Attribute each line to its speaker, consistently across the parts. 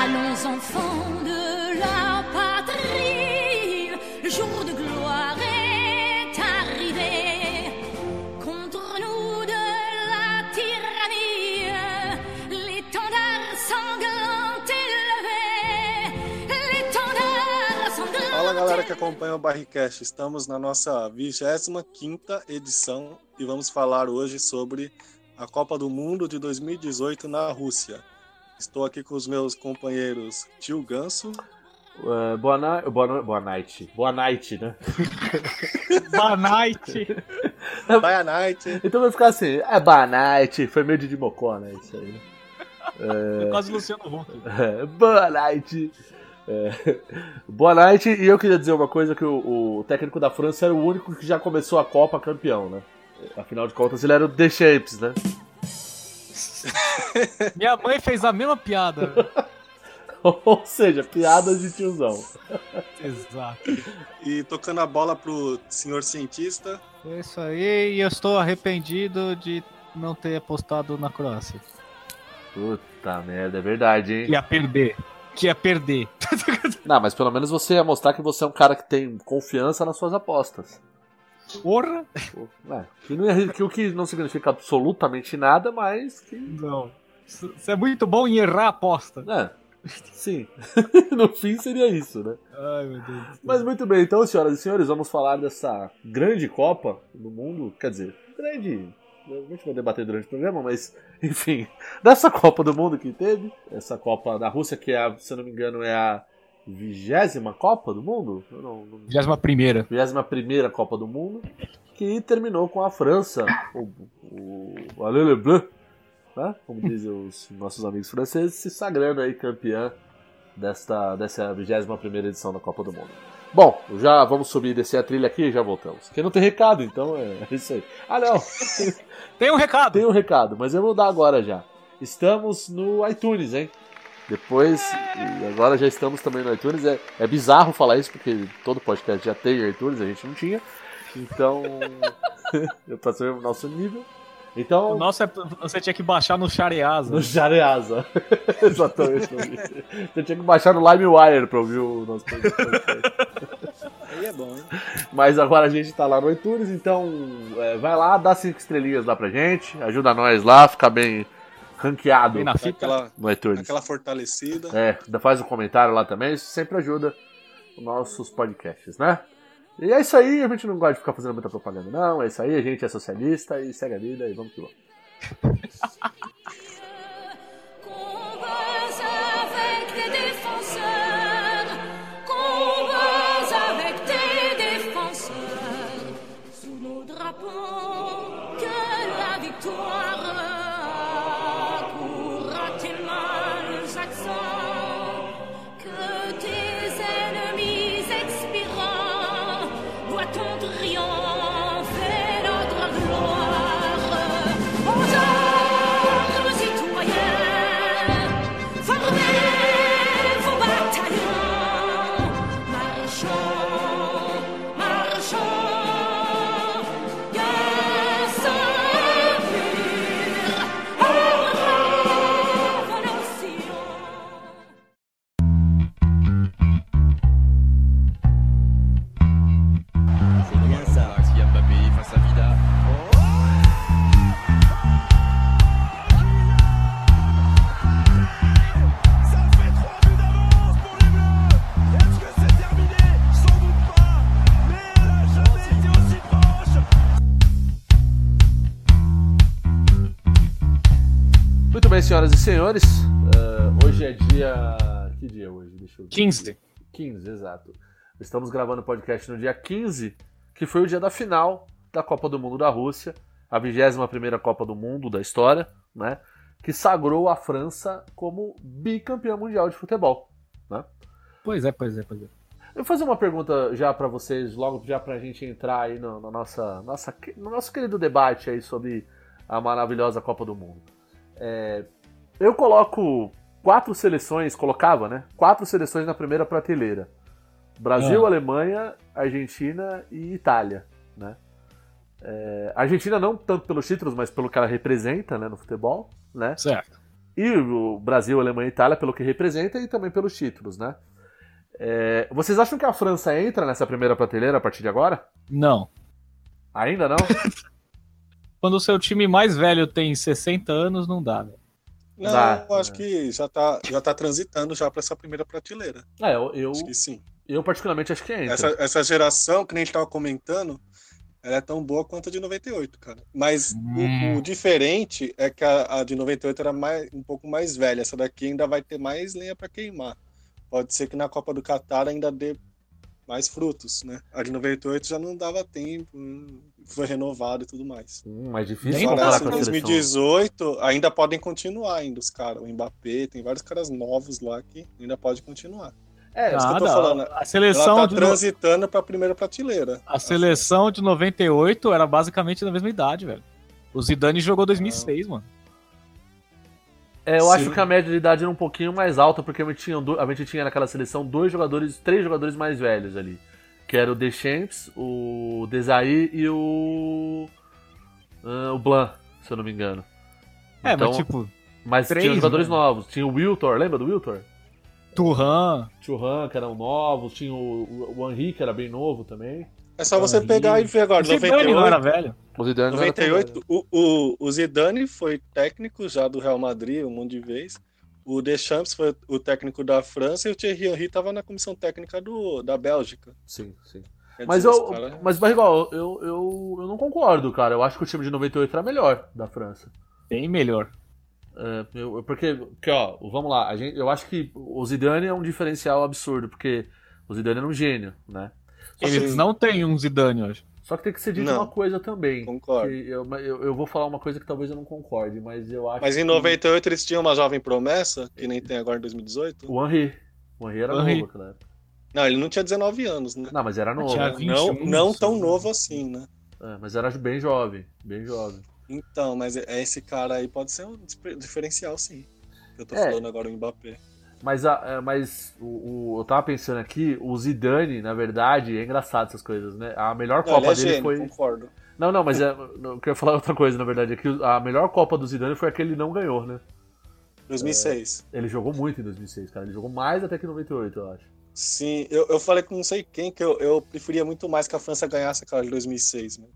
Speaker 1: Allons enfants de la patrie, le jour de gloire est arrivé. Contre nous de la tyrannie, l'étendard sanglant élevé, l'étendard sanglant
Speaker 2: Fala galera que acompanha o Barricast, estamos na nossa 25ª edição e vamos falar hoje sobre a Copa do Mundo de 2018 na Rússia. Estou aqui com os meus companheiros Tio Ganso,
Speaker 3: É, boa, na... boa, no- boa night. Boa night, né?
Speaker 4: Boa night.
Speaker 2: Baia Knight,
Speaker 3: Então vai ficar assim, é boa night, foi meio de Dimocó, né? Isso aí. né?
Speaker 4: Por causa do Luciano Huck.
Speaker 3: É, boa night. É, boa night, e eu queria dizer uma coisa, que o, o técnico da França era o único que já começou a Copa campeão, né? Afinal de contas, ele era o The Shapes, né?
Speaker 4: Minha mãe fez a mesma piada. velho.
Speaker 3: Ou seja, piadas de tiozão.
Speaker 4: Exato.
Speaker 2: e tocando a bola pro senhor cientista,
Speaker 4: É isso aí, e eu estou arrependido de não ter apostado na Croácia.
Speaker 3: Puta merda, é verdade, hein?
Speaker 4: Ia perder. Que ia perder.
Speaker 3: Não, mas pelo menos você ia mostrar que você é um cara que tem confiança nas suas apostas.
Speaker 4: Porra?
Speaker 3: Pô, é, que, não é- que o que não significa absolutamente nada, mas que.
Speaker 4: Não. Você é muito bom em errar a aposta.
Speaker 3: né, sim. no fim seria isso, né?
Speaker 4: Ai, meu Deus. do céu.
Speaker 3: Mas muito bem, então, senhoras e senhores, vamos falar dessa grande Copa do mundo. Quer dizer, grande. Eu não vou debater durante o programa, mas, enfim, dessa Copa do Mundo que teve, essa Copa da Rússia, que, é, a- se eu não me engano, é a vigésima Copa do Mundo? Eu não- não,
Speaker 4: 21ª.
Speaker 3: 21 Copa do Mundo, que terminou com a França, o, o, o Allez les Bleus, né? como dizem os nossos amigos franceses, se sagrando aí campeã desta, dessa 21 edição da Copa do Mundo. Bom, já vamos subir e descer a trilha aqui e já voltamos. Porque não tem recado, então é isso aí. Ah, não!
Speaker 4: Tem um recado.
Speaker 3: Tem um recado, mas eu vou dar agora já. Estamos no iTunes, hein? Depois, e agora já estamos também no iTunes. É, é bizarro falar isso, porque todo podcast já tem iTunes, a gente não tinha. Então, eu passei o nosso nível. Então,
Speaker 4: O nosso é, você tinha que baixar no Shareaza.
Speaker 3: no Jareasa. Exatamente. pra ouvir. Você tinha que baixar no LimeWire pra ouvir o nosso podcast.
Speaker 2: aí é bom, hein?
Speaker 3: Mas agora a gente tá lá no iTunes, então é, vai lá, dá cinco estrelinhas lá pra gente, ajuda nós lá, fica bem ranqueado
Speaker 4: Bem na
Speaker 2: Dá
Speaker 4: fita.
Speaker 2: aquela,
Speaker 3: no
Speaker 2: dá
Speaker 3: iTunes.
Speaker 2: aquela fortalecida.
Speaker 3: É, ainda faz um comentário lá também, isso sempre ajuda os nossos podcasts, né? E é isso aí, a gente não gosta de ficar fazendo muita propaganda, não. É isso aí, a gente é socialista e segue a vida e vamos que vamos.
Speaker 1: Converse avec des défenseurs, converse avec des défenseurs, sous nos drapeaux que la victoire courra tes mâles accents, que tes ennemis expirants voient ton triomphe et notre gloire. Aux armes, citoyens, formez vos bataillons, marchons, marchons, guerre sans pire, en révolution.
Speaker 5: C'est bien ça. Kylian Mbappé face à Vida.
Speaker 6: Ça fait 3 buts d'avance pour les Bleus. Est-ce que c'est terminé Sans doute pas. Mais elle a jamais été aussi proche.
Speaker 3: Muito bem, senhoras e senhores, eh, hoje é dia. Que dia é hoje? Deixa eu ver.
Speaker 4: 15.
Speaker 3: 15, exato. Estamos gravando o podcast no dia 15, que foi o dia da final da Copa do Mundo da Rússia, a 21ª Copa do Mundo da história, né? Que sagrou a França como bicampeã mundial de futebol.
Speaker 4: Pois é, pois é, pois é.
Speaker 3: Eu vou fazer uma pergunta já pra vocês, logo já pra gente entrar aí no, na nossa, nossa, no nosso querido debate aí sobre a maravilhosa Copa do Mundo. É, eu coloco quatro seleções, colocava, né? Quatro seleções na primeira prateleira. Brasil,
Speaker 4: Ah.
Speaker 3: Alemanha, Argentina e Itália, né? É, a Argentina não tanto pelos títulos, mas pelo que ela representa, né, no futebol, né?
Speaker 4: Certo.
Speaker 3: E o Brasil, Alemanha e Itália, pelo que representa e também pelos títulos, né? É, vocês acham que a França entra nessa primeira prateleira a partir de agora?
Speaker 4: Não.
Speaker 3: Ainda não?
Speaker 4: Quando o seu time mais velho tem 60 anos, não dá, né? velho.
Speaker 2: Não,
Speaker 3: Dá. é.
Speaker 2: eu acho que já tá, já tá transitando já para essa primeira prateleira.
Speaker 3: É, eu, eu,
Speaker 2: Acho que sim.
Speaker 3: eu particularmente acho que entra.
Speaker 2: Essa, essa geração que nem a gente tava comentando, ela é tão boa quanto a de 98, cara. Mas o-
Speaker 4: Hum.
Speaker 2: o, diferente é que a, a de 98 era mais, um pouco mais velha. Essa daqui ainda vai ter mais lenha para queimar. Pode ser que na Copa do Catar ainda dê mais frutos, né? A de 98 já não dava tempo, hum, foi renovada e tudo mais.
Speaker 3: Hum, mais difícil
Speaker 4: Nem
Speaker 3: comparar
Speaker 4: parece
Speaker 3: com a
Speaker 2: em
Speaker 3: seleção.
Speaker 2: 2018 ainda podem continuar ainda os caras. O Mbappé, tem vários caras novos lá que ainda pode continuar.
Speaker 3: É,
Speaker 2: isso que eu tô
Speaker 4: Nada.
Speaker 2: falando.
Speaker 4: A
Speaker 2: Ela
Speaker 4: seleção
Speaker 2: tá
Speaker 4: de
Speaker 2: transitando para a primeira prateleira.
Speaker 4: A seleção de 98 era basicamente da mesma idade, velho. O Zidane jogou 2006, mano.
Speaker 3: É, eu
Speaker 2: Sim.
Speaker 3: acho que a média de idade era um pouquinho mais alta, porque a gente, tinha, do- a gente tinha naquela seleção dois jogadores, três jogadores mais velhos ali. Que era o Deschamps, o Desailly e o. ah, o Blanc, se eu não me engano.
Speaker 4: É,
Speaker 3: Então,
Speaker 4: mas tipo,
Speaker 3: mas tinha
Speaker 4: três,
Speaker 3: jogadores
Speaker 4: né?
Speaker 3: novos. Tinha o Wiltor, lembra do Wiltor?
Speaker 4: Turhan,
Speaker 3: Churran, que eram novos, tinha o, o, o Henri, que era bem novo também.
Speaker 2: É só você
Speaker 3: Henry.
Speaker 2: pegar e ver agora.
Speaker 4: o Zidane tá não era
Speaker 2: 98,
Speaker 4: velho.
Speaker 3: O Zidane não era tão
Speaker 2: 98 o, o, o Zidane foi técnico já do Real Madrid um monte de vez. O Deschamps foi o técnico da França e o Thierry Henry estava na comissão técnica do, da Bélgica.
Speaker 3: velho. Sim, sim.
Speaker 2: Quer
Speaker 3: Mas,
Speaker 2: dizer,
Speaker 3: eu,
Speaker 2: os cara- é-
Speaker 3: mas Barrigol, eu, eu, eu não concordo, cara. Eu acho que o time de 98 era melhor da França.
Speaker 4: Bem melhor.
Speaker 3: É, eu- eu- porque, porque, ó, vamos lá, a gente, eu acho que o Zidane é um diferencial absurdo, porque o Zidane era um gênio, né? Só que,
Speaker 4: Eles não têm um Zidane hoje.
Speaker 3: só que tem que ser dito
Speaker 2: Não.
Speaker 3: uma coisa também.
Speaker 2: Concordo.
Speaker 3: que eu, mas eu, eu vou falar uma coisa que talvez eu não concorde, mas eu acho
Speaker 2: Mas em
Speaker 3: que
Speaker 2: 98 eles tinham uma jovem promessa, que nem tem agora em 2018.
Speaker 3: O Henri. O Henri era
Speaker 4: Henry.
Speaker 3: novo, cara.
Speaker 2: Não, ele não tinha 19 anos, né?
Speaker 3: Não, mas era novo.
Speaker 4: Tinha
Speaker 3: né?
Speaker 4: 20
Speaker 2: Não,
Speaker 4: anos.
Speaker 2: não tão novo assim, né?
Speaker 3: É, mas era bem jovem, bem jovem.
Speaker 2: Então, mas é- esse cara aí pode ser um despre- diferencial, sim. Eu tô
Speaker 3: É.
Speaker 2: falando agora o Mbappé.
Speaker 3: Mas, a, é, mas o, o- eu tava pensando aqui, o Zidane, na verdade, é engraçado essas coisas, né? A melhor
Speaker 2: Não, ele
Speaker 3: Copa
Speaker 2: é
Speaker 3: dele
Speaker 2: gênio,
Speaker 3: foi.
Speaker 2: concordo.
Speaker 3: Não, não, mas é, eu queria falar outra coisa, na verdade. É que a melhor Copa do Zidane foi a que ele não ganhou, né?
Speaker 2: 2006.
Speaker 3: Ele jogou muito em 2006, cara. Ele jogou mais até que em 98, eu acho.
Speaker 2: Sim, eu, eu falei com não sei quem que eu, eu preferia muito mais que a França ganhasse aquela de 2006, mano.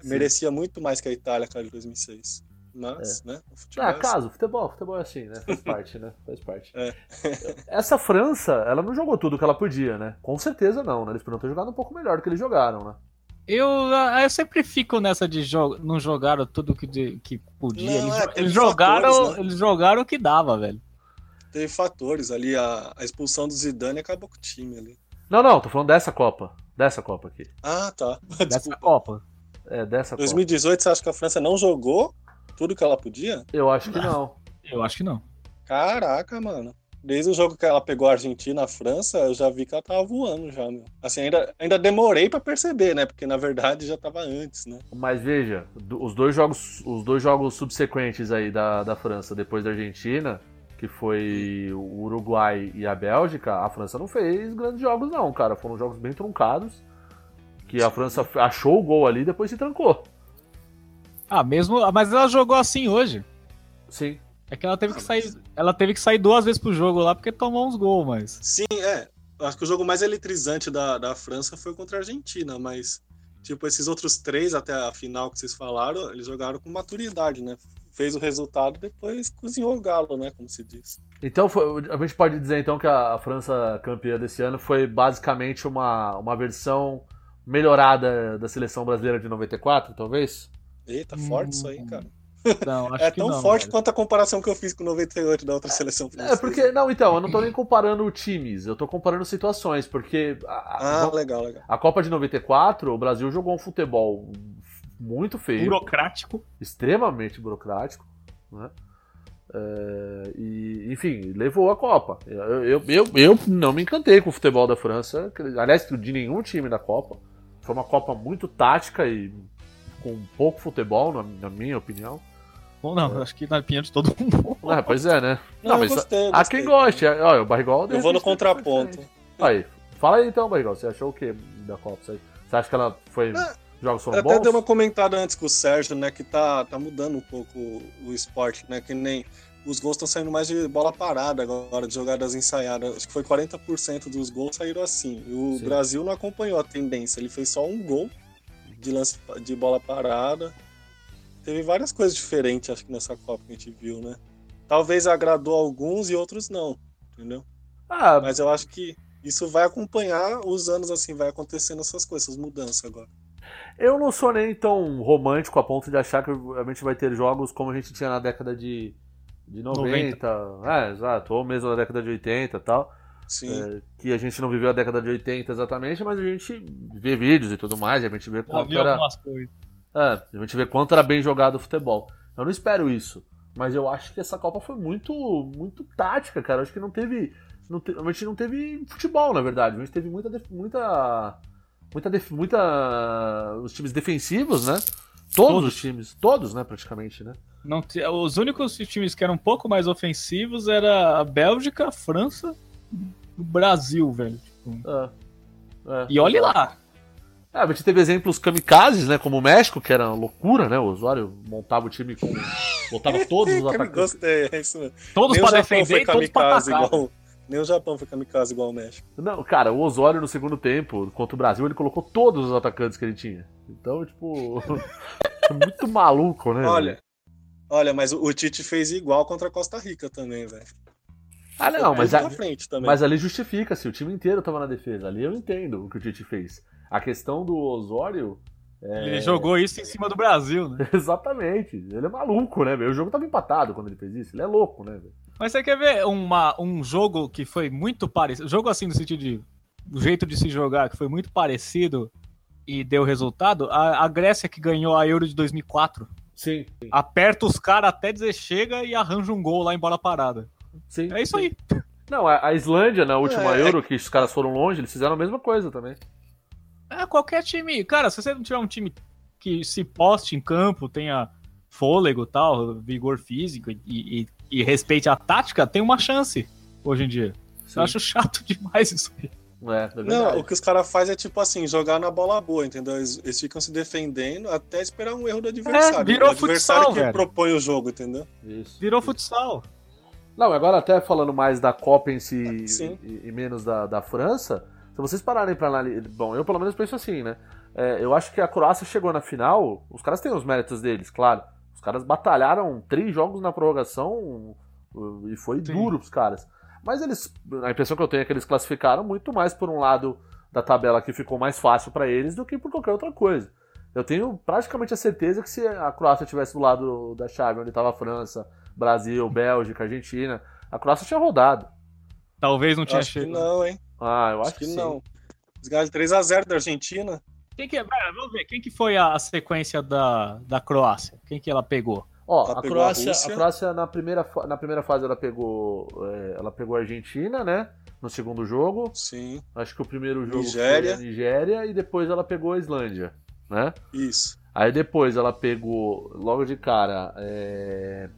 Speaker 3: Sim.
Speaker 2: né? Merecia muito mais que a Itália aquela de 2006. Mas, né? O futebol
Speaker 3: Ah,
Speaker 2: é
Speaker 3: caso, futebol, futebol é assim, né? Faz parte, né? Faz parte.
Speaker 2: É.
Speaker 3: Essa França, ela não jogou tudo que ela podia, né? Com certeza não, né? Eles poderiam ter jogado um pouco melhor do que eles jogaram, né?
Speaker 4: Eu, eu sempre fico nessa de jo não jogaram tudo que, de- que podia.
Speaker 2: Não,
Speaker 4: eles,
Speaker 2: é,
Speaker 4: jo-
Speaker 2: teve
Speaker 4: eles jogaram,
Speaker 2: fatores, né?
Speaker 4: eles jogaram o que dava, velho.
Speaker 2: assim. Teve fatores ali, a, a expulsão do Zidane acabou com o time ali.
Speaker 3: Não, não, tô falando dessa Copa. Dessa Copa aqui.
Speaker 2: Ah, tá.
Speaker 4: Dessa
Speaker 2: Desculpa.
Speaker 4: Copa.
Speaker 3: É, dessa Copa.
Speaker 2: 2018, você acha que a França não jogou tudo que ela podia?
Speaker 3: Eu acho que não.
Speaker 4: Eu acho que não.
Speaker 2: Caraca, mano. Desde o jogo que ela pegou a Argentina, a França, eu já vi que ela tava voando já, meu. Assim, ainda, ainda demorei pra perceber, né? Porque na verdade já tava antes, né?
Speaker 3: Mas veja, do- os dois jogos, os dois jogos subsequentes aí da, da França, depois da Argentina, que foi o Uruguai e a Bélgica, a França não fez grandes jogos não, cara. Foram jogos bem truncados, que a França f- achou o gol ali e depois se trancou.
Speaker 4: Ah, mesmo. Mas ela jogou assim hoje.
Speaker 3: Sim.
Speaker 4: É que ela teve
Speaker 2: Ah,
Speaker 4: que
Speaker 2: mas-
Speaker 4: sair. Ela teve que sair duas vezes pro jogo lá porque tomou uns gols, mas.
Speaker 2: Sim, é. Eu Acho que o jogo mais eletrizante da, da França foi contra a Argentina, mas, tipo, esses outros três até a final que vocês falaram, eles jogaram com maturidade, né? Fez o resultado depois cozinhou o galo, né? Como se diz.
Speaker 3: Então foi- a gente pode dizer então que a, a França campeã desse ano foi basicamente uma, uma versão melhorada da seleção brasileira de 94, talvez?
Speaker 2: Eita,
Speaker 4: Hum,
Speaker 2: forte isso aí, cara.
Speaker 4: Não, acho
Speaker 2: É
Speaker 4: que
Speaker 2: tão
Speaker 4: não,
Speaker 2: forte
Speaker 4: velho.
Speaker 2: quanto a comparação que eu fiz com o 98 da outra seleção francesa.
Speaker 3: É, porque. Não, então, eu não tô nem comparando times, eu tô comparando situações, porque a, a-
Speaker 2: Ah, legal, legal.
Speaker 3: a Copa de 94, o Brasil jogou um futebol muito feio,
Speaker 4: Burocrático.
Speaker 3: extremamente burocrático, né? É, e, enfim, levou a Copa. Eu, eu, eu, eu não me encantei com o futebol da França, que- aliás, de nenhum time da Copa. Foi uma Copa muito tática e com pouco futebol, na, na minha opinião.
Speaker 4: Bom, não, acho que na opinião de todo mundo.
Speaker 3: Ah, pois é, né? Não,
Speaker 2: eu
Speaker 3: mas
Speaker 2: gostei, eu
Speaker 3: há
Speaker 2: gostei.
Speaker 3: quem goste. é, Olha, o Barrigol. de
Speaker 2: Eu vou no
Speaker 3: repente,
Speaker 2: contraponto.
Speaker 3: Aí, fala aí então, Barrigol, você achou o que da Copa? Você você acha que ela foi.
Speaker 2: Ah,
Speaker 3: Jogos
Speaker 2: Eu
Speaker 3: foram
Speaker 2: até
Speaker 3: bons?
Speaker 2: dei uma comentada antes com o Sérgio, né? Que tá, tá mudando um pouco o, o esporte, né? Que nem os gols estão saindo mais de bola parada agora, de jogadas ensaiadas. Acho que foi 40% dos gols saíram assim. E o
Speaker 3: Sim.
Speaker 2: Brasil não acompanhou a tendência. Ele fez só um gol de lance de bola parada. Teve várias coisas diferentes, acho que nessa Copa que a gente viu, né? Talvez agradou alguns e outros não, entendeu?
Speaker 3: Ah,
Speaker 2: Mas eu acho que isso vai acompanhar os anos assim, vai acontecendo essas coisas, essas mudanças agora.
Speaker 3: Eu não sou nem tão romântico a ponto de achar que a gente vai ter jogos como a gente tinha na década de, de 90, É, exato, ou mesmo na década de 80 e tal. É,
Speaker 2: Sim.
Speaker 3: Que a gente não viveu a década de 80 exatamente, mas a gente vê vídeos e tudo mais, e a gente vê
Speaker 4: Já
Speaker 3: quanto
Speaker 4: vi
Speaker 3: era.
Speaker 4: algumas coisas.
Speaker 3: É, a gente vê quanto era bem jogado o futebol. Eu não espero isso. Mas eu acho que essa Copa foi muito muito tática, cara. Eu acho que não teve. não te- a gente não teve futebol, na verdade. A gente teve muita. def- muita. Muita. def- muita- os times defensivos, né? Todos, os times. Todos, né, praticamente, né?
Speaker 4: Não ti- os únicos times que eram um pouco mais ofensivos era a Bélgica, a França e o Brasil, velho.
Speaker 3: É. É.
Speaker 4: E olhe lá.
Speaker 3: É, a gente teve exemplos kamikazes, né? Como o México, que era loucura, né? O usuário montava o time com. Botava todos os
Speaker 2: Eu
Speaker 3: atacantes.
Speaker 2: Gostei, é isso mesmo.
Speaker 4: Todos
Speaker 2: Nem o
Speaker 4: pra
Speaker 2: Japão
Speaker 4: defender
Speaker 2: foi
Speaker 4: e todos pra
Speaker 2: kamikaze
Speaker 4: atacar.
Speaker 2: igual. Nem o Japão foi kamikaze igual o México.
Speaker 3: Não, cara, o Osório no segundo tempo, contra o Brasil, ele colocou todos os atacantes que ele tinha. Então, tipo. é muito maluco, né?
Speaker 2: Olha, olha, mas o o Tite fez igual contra a Costa Rica também, velho.
Speaker 3: Ah, não,
Speaker 2: Foi
Speaker 3: mas,
Speaker 2: bem
Speaker 3: a-
Speaker 2: pra frente tá também.
Speaker 3: mas ali justifica-se, o time inteiro tava na defesa. Ali eu entendo o que o Tite fez. A questão do Osório.
Speaker 4: Ele jogou isso em cima do Brasil, né?
Speaker 3: Exatamente. Ele é maluco, né, velho? O jogo tava empatado quando ele fez isso. Ele é louco, né, velho?
Speaker 4: Mas você quer ver uma, um jogo que foi muito parecido? Jogo assim no sentido de o jeito de se jogar que foi muito parecido e deu resultado? A, a Grécia que ganhou a Euro de 2004
Speaker 3: Sim,
Speaker 4: aperta os caras até dizer chega e arranja um gol lá em bola parada.
Speaker 3: sim.
Speaker 4: É isso aí.
Speaker 3: Não, a a Islândia, na última
Speaker 2: É, é-
Speaker 3: Euro, que os caras foram longe, eles fizeram a mesma coisa também.
Speaker 4: É qualquer time. Cara, se você não tiver um time que se poste em campo, tenha fôlego, tal, vigor físico e, e- e respeite a tática, tem uma chance hoje em dia.
Speaker 3: Sim.
Speaker 4: Eu acho chato demais isso. aí.
Speaker 3: É, é verdade.
Speaker 2: Não, o que os caras fazem é tipo assim, jogar na bola boa, entendeu? Eles, eles ficam se defendendo até esperar um erro do adversário.
Speaker 4: virou
Speaker 2: o adversário
Speaker 4: futsal,
Speaker 2: que
Speaker 4: velho.
Speaker 2: propõe o jogo, entendeu?
Speaker 3: Isso.
Speaker 4: Virou futsal.
Speaker 3: Não, agora até falando mais da Copa em si
Speaker 2: Sim.
Speaker 3: e, e menos da, da França, se vocês pararem pra analisar. Bom, eu pelo menos penso assim, né? É, eu acho que a Croácia chegou na final, os caras têm os méritos deles, claro. Os caras batalharam três jogos na prorrogação uh, e foi
Speaker 4: Sim.
Speaker 3: duro pros caras. Mas eles. A impressão que eu tenho é que eles classificaram muito mais por um lado da tabela que ficou mais fácil pra eles do que por qualquer outra coisa. Eu tenho praticamente a certeza que se a Croácia tivesse do lado da chave, onde estava a França, Brasil, Bélgica, Argentina, a Croácia tinha rodado.
Speaker 4: Talvez não
Speaker 2: Eu
Speaker 4: tinha né?
Speaker 2: acho que
Speaker 4: chegado.
Speaker 2: não, hein?
Speaker 3: Ah, eu acho,
Speaker 2: acho que
Speaker 3: sim.
Speaker 2: não. Eles ganharam de 3x0 da Argentina.
Speaker 4: Quem que, é? pera, vamos ver, quem que foi a, a sequência da, da Croácia? Quem que ela pegou?
Speaker 3: Ó,
Speaker 2: Ela
Speaker 3: a
Speaker 2: pegou a
Speaker 3: Croácia, a,
Speaker 2: Rússia.
Speaker 3: Croácia na primeira, fa- na primeira fase ela pegou, é, ela pegou a Argentina, né? No segundo jogo.
Speaker 2: Sim,
Speaker 3: Acho que o primeiro jogo
Speaker 2: Nigéria.
Speaker 3: foi a Nigéria e depois ela pegou a Islândia, né?
Speaker 2: isso.
Speaker 3: Aí depois ela pegou, logo de cara, é...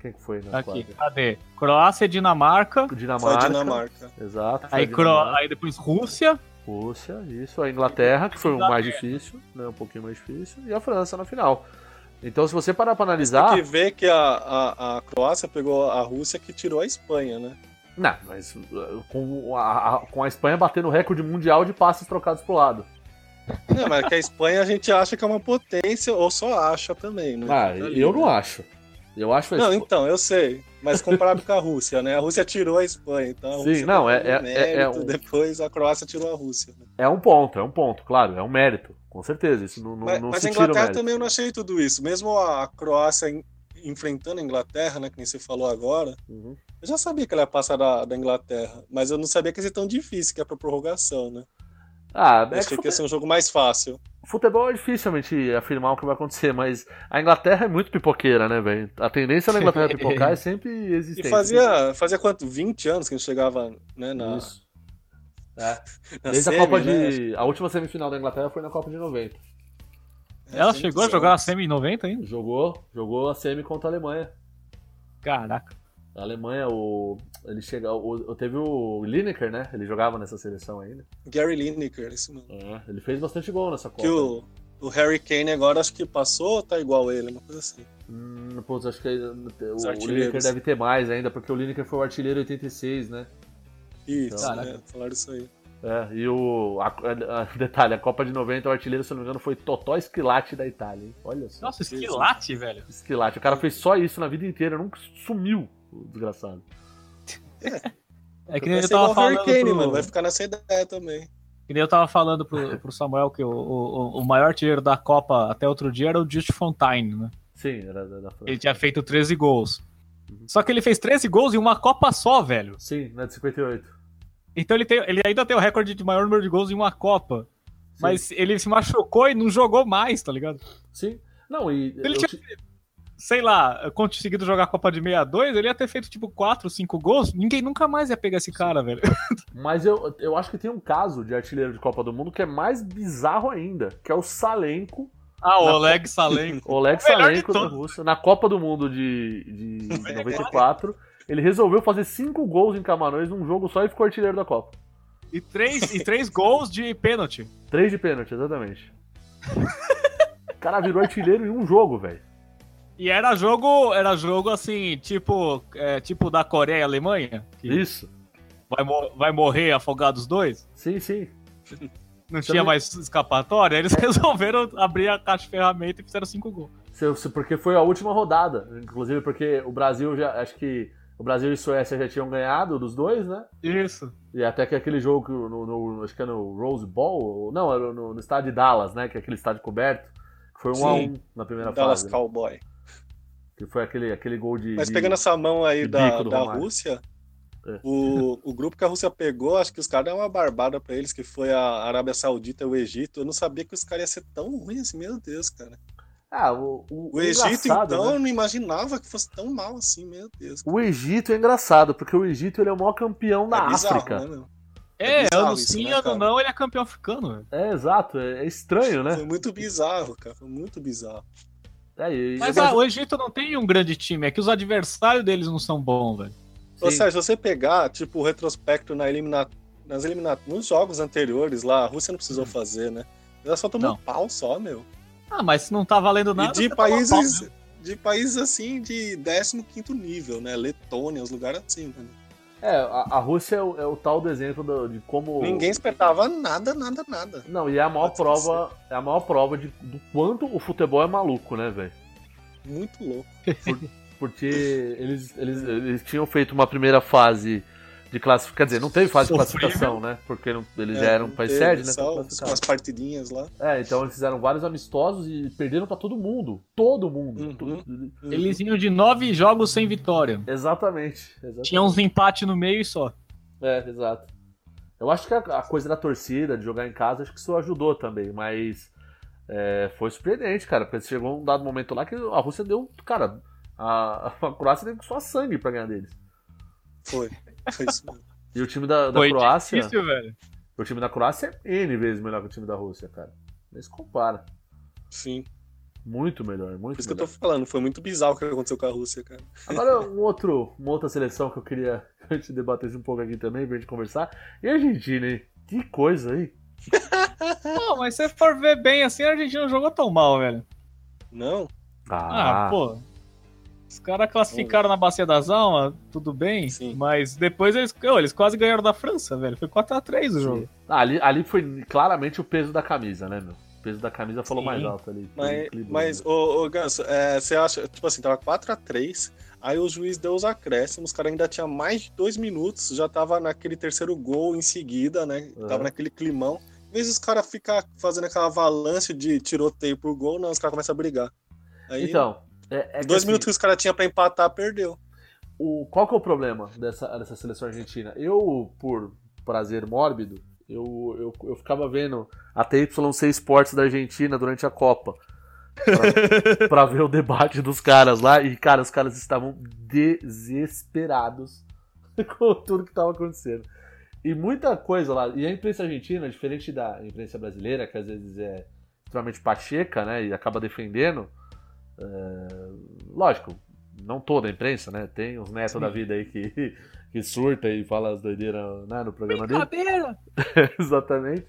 Speaker 3: quem que foi na
Speaker 4: Aqui,
Speaker 3: quadra?
Speaker 4: cadê? Croácia e Dinamarca.
Speaker 2: Foi a
Speaker 3: Dinamarca.
Speaker 2: Dinamarca.
Speaker 3: Exato. foi
Speaker 4: Aí,
Speaker 3: a
Speaker 4: Cro-
Speaker 3: Dinamarca.
Speaker 4: aí depois Rússia.
Speaker 3: Rússia, isso, a Inglaterra, que foi o mais difícil, né? Um pouquinho mais difícil, e a França na final. Então, se você parar pra analisar.
Speaker 2: Tem que ver que a, a, a Croácia pegou a Rússia que tirou a Espanha, né?
Speaker 3: Não, mas uh, com a, a- com a Espanha batendo o recorde mundial de passes trocados pro lado.
Speaker 2: Não, mas é que a Espanha a gente acha que é uma potência, ou só acha também, né?
Speaker 3: Ah,
Speaker 2: Tá ali,
Speaker 3: eu
Speaker 2: né?
Speaker 3: não acho. Eu acho a
Speaker 2: Não,
Speaker 3: Espa-
Speaker 2: então, eu sei. Mas comparado com a Rússia, né? A Rússia tirou a Espanha, então a
Speaker 3: Sim,
Speaker 2: Rússia
Speaker 3: não, é-
Speaker 2: teve
Speaker 3: é- é- é
Speaker 2: mérito,
Speaker 3: um-
Speaker 2: Depois a Croácia tirou a Rússia. né?
Speaker 3: É um ponto, é um ponto, claro, é um mérito, com certeza. Isso não, não,
Speaker 2: mas
Speaker 3: não
Speaker 2: mas
Speaker 3: se
Speaker 2: a
Speaker 3: tira o
Speaker 2: Inglaterra
Speaker 3: mérito.
Speaker 2: também é eu não achei tudo isso. Mesmo a Croácia en- enfrentando a Inglaterra, né? Que nem você falou agora,
Speaker 3: Uhum.
Speaker 2: eu já sabia que ela ia passar da, da Inglaterra, mas eu não sabia que ia ser tão difícil que é pra prorrogação, né?
Speaker 3: Ah,
Speaker 2: Eu
Speaker 3: é que
Speaker 2: achei que ia
Speaker 3: fute-
Speaker 2: ser um jogo mais fácil.
Speaker 3: futebol é dificilmente afirmar o que vai acontecer, mas a Inglaterra é muito pipoqueira, né, velho? A tendência da Inglaterra pipocar é sempre
Speaker 2: E
Speaker 3: existente.
Speaker 2: fazia, fazia quanto? 20 anos que a gente chegava né, na,
Speaker 3: Isso. É.
Speaker 2: na
Speaker 3: Desde a
Speaker 2: semi,
Speaker 3: Copa
Speaker 2: né?
Speaker 3: de. A última semifinal da Inglaterra foi na Copa de 90.
Speaker 2: É,
Speaker 4: ela
Speaker 2: muitos
Speaker 4: chegou a jogar a
Speaker 2: anos.
Speaker 4: semi em 90 ainda?
Speaker 3: Jogou, jogou a semi contra a Alemanha.
Speaker 4: Caraca.
Speaker 3: A Alemanha, o. Ele chega. O, o- teve o Lineker, né? Ele jogava nessa seleção ainda.
Speaker 2: Gary Lineker, isso mesmo.
Speaker 3: É. Ele fez bastante gol nessa Copa.
Speaker 2: Que o, O Harry Kane agora acho que passou ou tá igual ele? Uma coisa assim.
Speaker 3: Hum, putz, acho que aí, eh, o, o
Speaker 2: artilheiros.
Speaker 3: Lineker deve ter mais ainda, porque o Lineker foi o artilheiro 86, né?
Speaker 2: Isso,
Speaker 4: Caraca.
Speaker 2: né? Falaram isso aí.
Speaker 3: É, e o. A, a- a- detalhe, a Copa de 90, o artilheiro, se eu não me engano, foi Totó Esquilate da Itália, hein? Olha só.
Speaker 4: Nossa, esquilate, velho.
Speaker 3: Esquilate. O cara fez só isso na vida inteira, nunca sumiu, o desgraçado.
Speaker 4: É que nem
Speaker 2: Vai
Speaker 4: eu
Speaker 2: ser igual
Speaker 4: tava
Speaker 2: o Harry
Speaker 4: falando.
Speaker 2: Kane,
Speaker 4: pro-
Speaker 2: mano. Vai ficar nessa ideia também.
Speaker 4: Que nem eu tava falando pro, pro Samuel que o, o, o maior artilheiro da Copa até outro dia era o Just Fontaine, né?
Speaker 3: Sim, era da, da França.
Speaker 4: Ele tinha feito 13 gols. Só que ele fez 13 gols em uma Copa só, velho.
Speaker 3: Sim, na de 58.
Speaker 4: Então ele, tem, ele ainda tem o recorde de maior número de gols em uma Copa.
Speaker 3: Sim.
Speaker 4: Mas ele se machucou e não jogou mais, tá ligado?
Speaker 3: Sim. Não, e.
Speaker 4: Ele
Speaker 3: eu
Speaker 4: tinha
Speaker 3: ti-
Speaker 4: Sei lá, conseguido jogar a Copa de 62, ele ia ter feito tipo 4, 5 gols. Ninguém nunca mais ia pegar esse cara, velho.
Speaker 3: Mas eu, eu acho que tem um caso de artilheiro de Copa do Mundo que é mais bizarro ainda, que é o Salenko,
Speaker 4: Ah, o Oleg Salenko.
Speaker 3: Oleg
Speaker 4: O melhor de
Speaker 3: Salenko da
Speaker 4: todos.
Speaker 3: Rússia, na Copa do Mundo de, de 94. Ele resolveu fazer cinco gols em Camarões num jogo só e ficou artilheiro da Copa.
Speaker 4: E 3 e três gols de pênalti.
Speaker 3: Três de pênalti, exatamente. O cara virou artilheiro em um jogo, velho.
Speaker 4: E era jogo, era jogo assim, tipo, é, tipo da Coreia e Alemanha. que
Speaker 3: Isso.
Speaker 4: vai, mo- vai morrer afogados os dois?
Speaker 3: Sim, sim.
Speaker 4: Não
Speaker 3: Também-
Speaker 4: tinha mais escapatória? Eles resolveram abrir a caixa de ferramenta e fizeram cinco gols.
Speaker 3: Se- se- Porque foi a última rodada. Inclusive, porque o Brasil já. Acho que o Brasil e a Suécia já tinham ganhado dos dois, né?
Speaker 4: Isso.
Speaker 3: E até que aquele jogo que no, no- acho que era no Rose Bowl, ou- não, era no, no estádio de Dallas, né? Que é aquele estádio coberto, que foi um a
Speaker 2: Sim.
Speaker 3: um na primeira
Speaker 2: Dallas
Speaker 3: fase. né,
Speaker 2: Cowboy.
Speaker 3: Que foi aquele, aquele gol de.
Speaker 2: Mas
Speaker 3: de-
Speaker 2: pegando essa mão aí
Speaker 3: de
Speaker 2: da,
Speaker 3: bico do
Speaker 2: da
Speaker 3: Romário.
Speaker 2: Rússia,
Speaker 3: É.
Speaker 2: o, o grupo que a Rússia pegou, acho que os caras deram uma barbada pra eles, que foi a Arábia Saudita e o Egito. Eu não sabia que os caras iam ser tão ruins assim, meu Deus, cara.
Speaker 3: Ah, o, o,
Speaker 2: O
Speaker 3: é
Speaker 2: Egito,
Speaker 3: engraçado,
Speaker 2: então,
Speaker 3: né?
Speaker 2: eu não imaginava que fosse tão mal assim, meu Deus.
Speaker 3: O Egito é engraçado, porque o Egito ele é o maior campeão da
Speaker 2: é bizarro,
Speaker 3: África.
Speaker 2: né, meu? É
Speaker 4: É,
Speaker 2: bizarro
Speaker 4: ano
Speaker 2: isso,
Speaker 4: sim,
Speaker 2: né,
Speaker 4: ano
Speaker 2: cara?
Speaker 4: não, ele é campeão africano. velho.
Speaker 3: É exato, é, é estranho, né?
Speaker 2: Foi muito bizarro, cara. Foi muito bizarro.
Speaker 3: É, e-
Speaker 4: Mas
Speaker 3: e-
Speaker 4: ah, o Egito não tem um grande time, é que os adversários deles não são bons, velho.
Speaker 2: Ou
Speaker 3: sim.
Speaker 2: seja, se você pegar, tipo, o retrospecto na elimina... nas elimina... nos jogos anteriores lá, a Rússia não precisou fazer, né? Ela só tomou
Speaker 4: Não.
Speaker 2: pau só, meu.
Speaker 4: Ah, mas se não tá valendo nada.
Speaker 2: E de
Speaker 4: você toma pau, né?
Speaker 2: países, de países assim, de 15 nível, né? Letônia, os lugares assim. né?
Speaker 3: é, a, a Rússia é o, é o tal do exemplo do- de como.
Speaker 2: Ninguém esperava nada, nada, nada.
Speaker 3: Não, e é a maior
Speaker 2: Pode
Speaker 3: prova, é a maior prova de, do quanto o futebol é maluco, né, velho?
Speaker 2: Muito louco.
Speaker 3: Porque eles, eles, eles tinham feito uma primeira fase de classificação. Quer dizer, não teve fase de
Speaker 4: Sofrível.
Speaker 3: classificação, né? Porque não- eles
Speaker 2: É,
Speaker 3: já eram país
Speaker 2: teve
Speaker 3: sede, né?
Speaker 2: Só
Speaker 3: então
Speaker 2: umas
Speaker 3: classificaram.
Speaker 2: umas partidinhas lá.
Speaker 3: É, então eles fizeram vários amistosos e perderam pra todo mundo. Todo mundo.
Speaker 2: Uhum.
Speaker 3: Tu-
Speaker 4: Eles iam de nove jogos sem vitória.
Speaker 3: Exatamente. exatamente.
Speaker 4: Tinha uns empates no meio e só.
Speaker 3: É, exato. Eu acho que a, a coisa da torcida, de jogar em casa, acho que isso ajudou também, mas é, foi surpreendente, cara, porque chegou um dado momento lá que a Rússia deu, cara, a, a Croácia teve só sangue pra ganhar deles.
Speaker 2: Foi. Foi isso mesmo.
Speaker 3: E o time da, da
Speaker 4: Foi
Speaker 3: Croácia,
Speaker 4: Difícil, velho.
Speaker 3: o time da Croácia é N vezes melhor que o time da Rússia, cara. Nem se compara.
Speaker 2: Sim.
Speaker 3: Muito melhor,
Speaker 2: Por
Speaker 3: muito
Speaker 2: isso que eu tô
Speaker 3: melhor.
Speaker 2: falando. Foi muito bizarro o que aconteceu com a Rússia, cara.
Speaker 3: Agora, um outro, uma outra seleção que eu queria que a gente debatesse um pouco aqui também, pra gente conversar. E a Argentina, hein? Que coisa, hein?
Speaker 4: Não, mas se você for ver bem assim, a Argentina não jogou tão mal, velho.
Speaker 2: Não?
Speaker 4: Ah, pô. Os caras classificaram na Bacia das Almas, tudo bem.
Speaker 2: Sim.
Speaker 4: Mas depois eles, ô, eles quase ganharam da França, velho. Foi 4x3 o jogo.
Speaker 3: Ah, ali, ali foi claramente o peso da camisa, né, meu? O peso da camisa falou
Speaker 4: Sim.
Speaker 3: mais alto ali.
Speaker 2: Mas,
Speaker 3: Equilibrou,
Speaker 2: mas
Speaker 3: né?
Speaker 2: ô, ô Ganso, é, você acha, tipo assim, tava 4x3, aí o juiz deu os acréscimos, os caras ainda tinha mais de dois minutos, já tava naquele terceiro gol em seguida, né?
Speaker 3: Uhum.
Speaker 2: Tava naquele climão. Em vez dos caras ficar fazendo aquela avalanche de tiroteio por gol, não, os caras começam a brigar. Aí,
Speaker 3: Então, é, é que,
Speaker 2: dois
Speaker 3: assim,
Speaker 2: minutos que os caras tinham pra empatar, perdeu.
Speaker 3: o, qual que é o problema dessa, dessa seleção argentina? Eu, por prazer mórbido, eu, eu, eu ficava vendo a TYC Esportes da Argentina durante a Copa. Pra, pra ver o debate dos caras lá. E, cara, os caras estavam desesperados com tudo que tava acontecendo. E muita coisa lá. E a imprensa argentina, diferente da imprensa brasileira, que às vezes é extremamente pacheca, né? E acaba defendendo. é, Lógico, não toda a imprensa, né? Tem uns netos da vida aí que, que surta e fala as doideiras né, no programa dele.
Speaker 4: Brincadeira!
Speaker 3: Exatamente.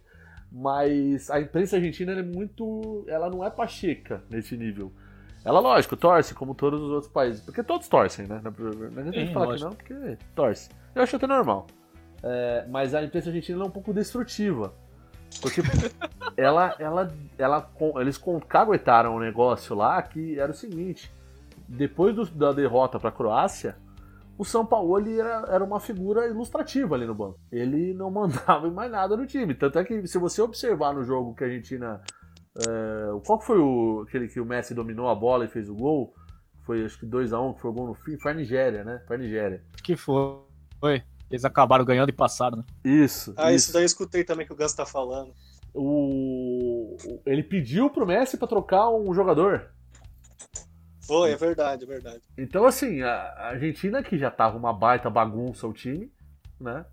Speaker 3: Mas a imprensa argentina ela é muito. Ela não é pacheca nesse nível. Ela, lógico, torce, como todos os outros países. Porque todos torcem, né? Não adianta a gente
Speaker 4: Sim,
Speaker 3: falar que
Speaker 4: lógico.
Speaker 3: não, porque torce. Eu acho até normal. É, mas a imprensa argentina ela é um pouco destrutiva. Porque ela, ela, ela, con- eles caguetaram um negócio lá que era o seguinte: depois do- da derrota para a Croácia, o São Paulo era, era uma figura ilustrativa ali no banco. Ele não mandava em mais nada no time. Tanto é que, se você observar no jogo que a Argentina. eh, qual que foi o, aquele que o Messi dominou a bola e fez o gol? Foi acho que 2x1, que foi o gol no fim. Foi a Nigéria, né? Foi a Nigéria.
Speaker 4: Que foi. Foi. Eles acabaram ganhando e passaram, né?
Speaker 3: Isso.
Speaker 2: Ah, isso daí eu escutei também que o Gus tá falando.
Speaker 3: O, o- ele pediu pro Messi pra trocar um jogador.
Speaker 2: Foi, é verdade, é verdade.
Speaker 3: Então, assim, a a Argentina que já tava uma baita bagunça o time, né?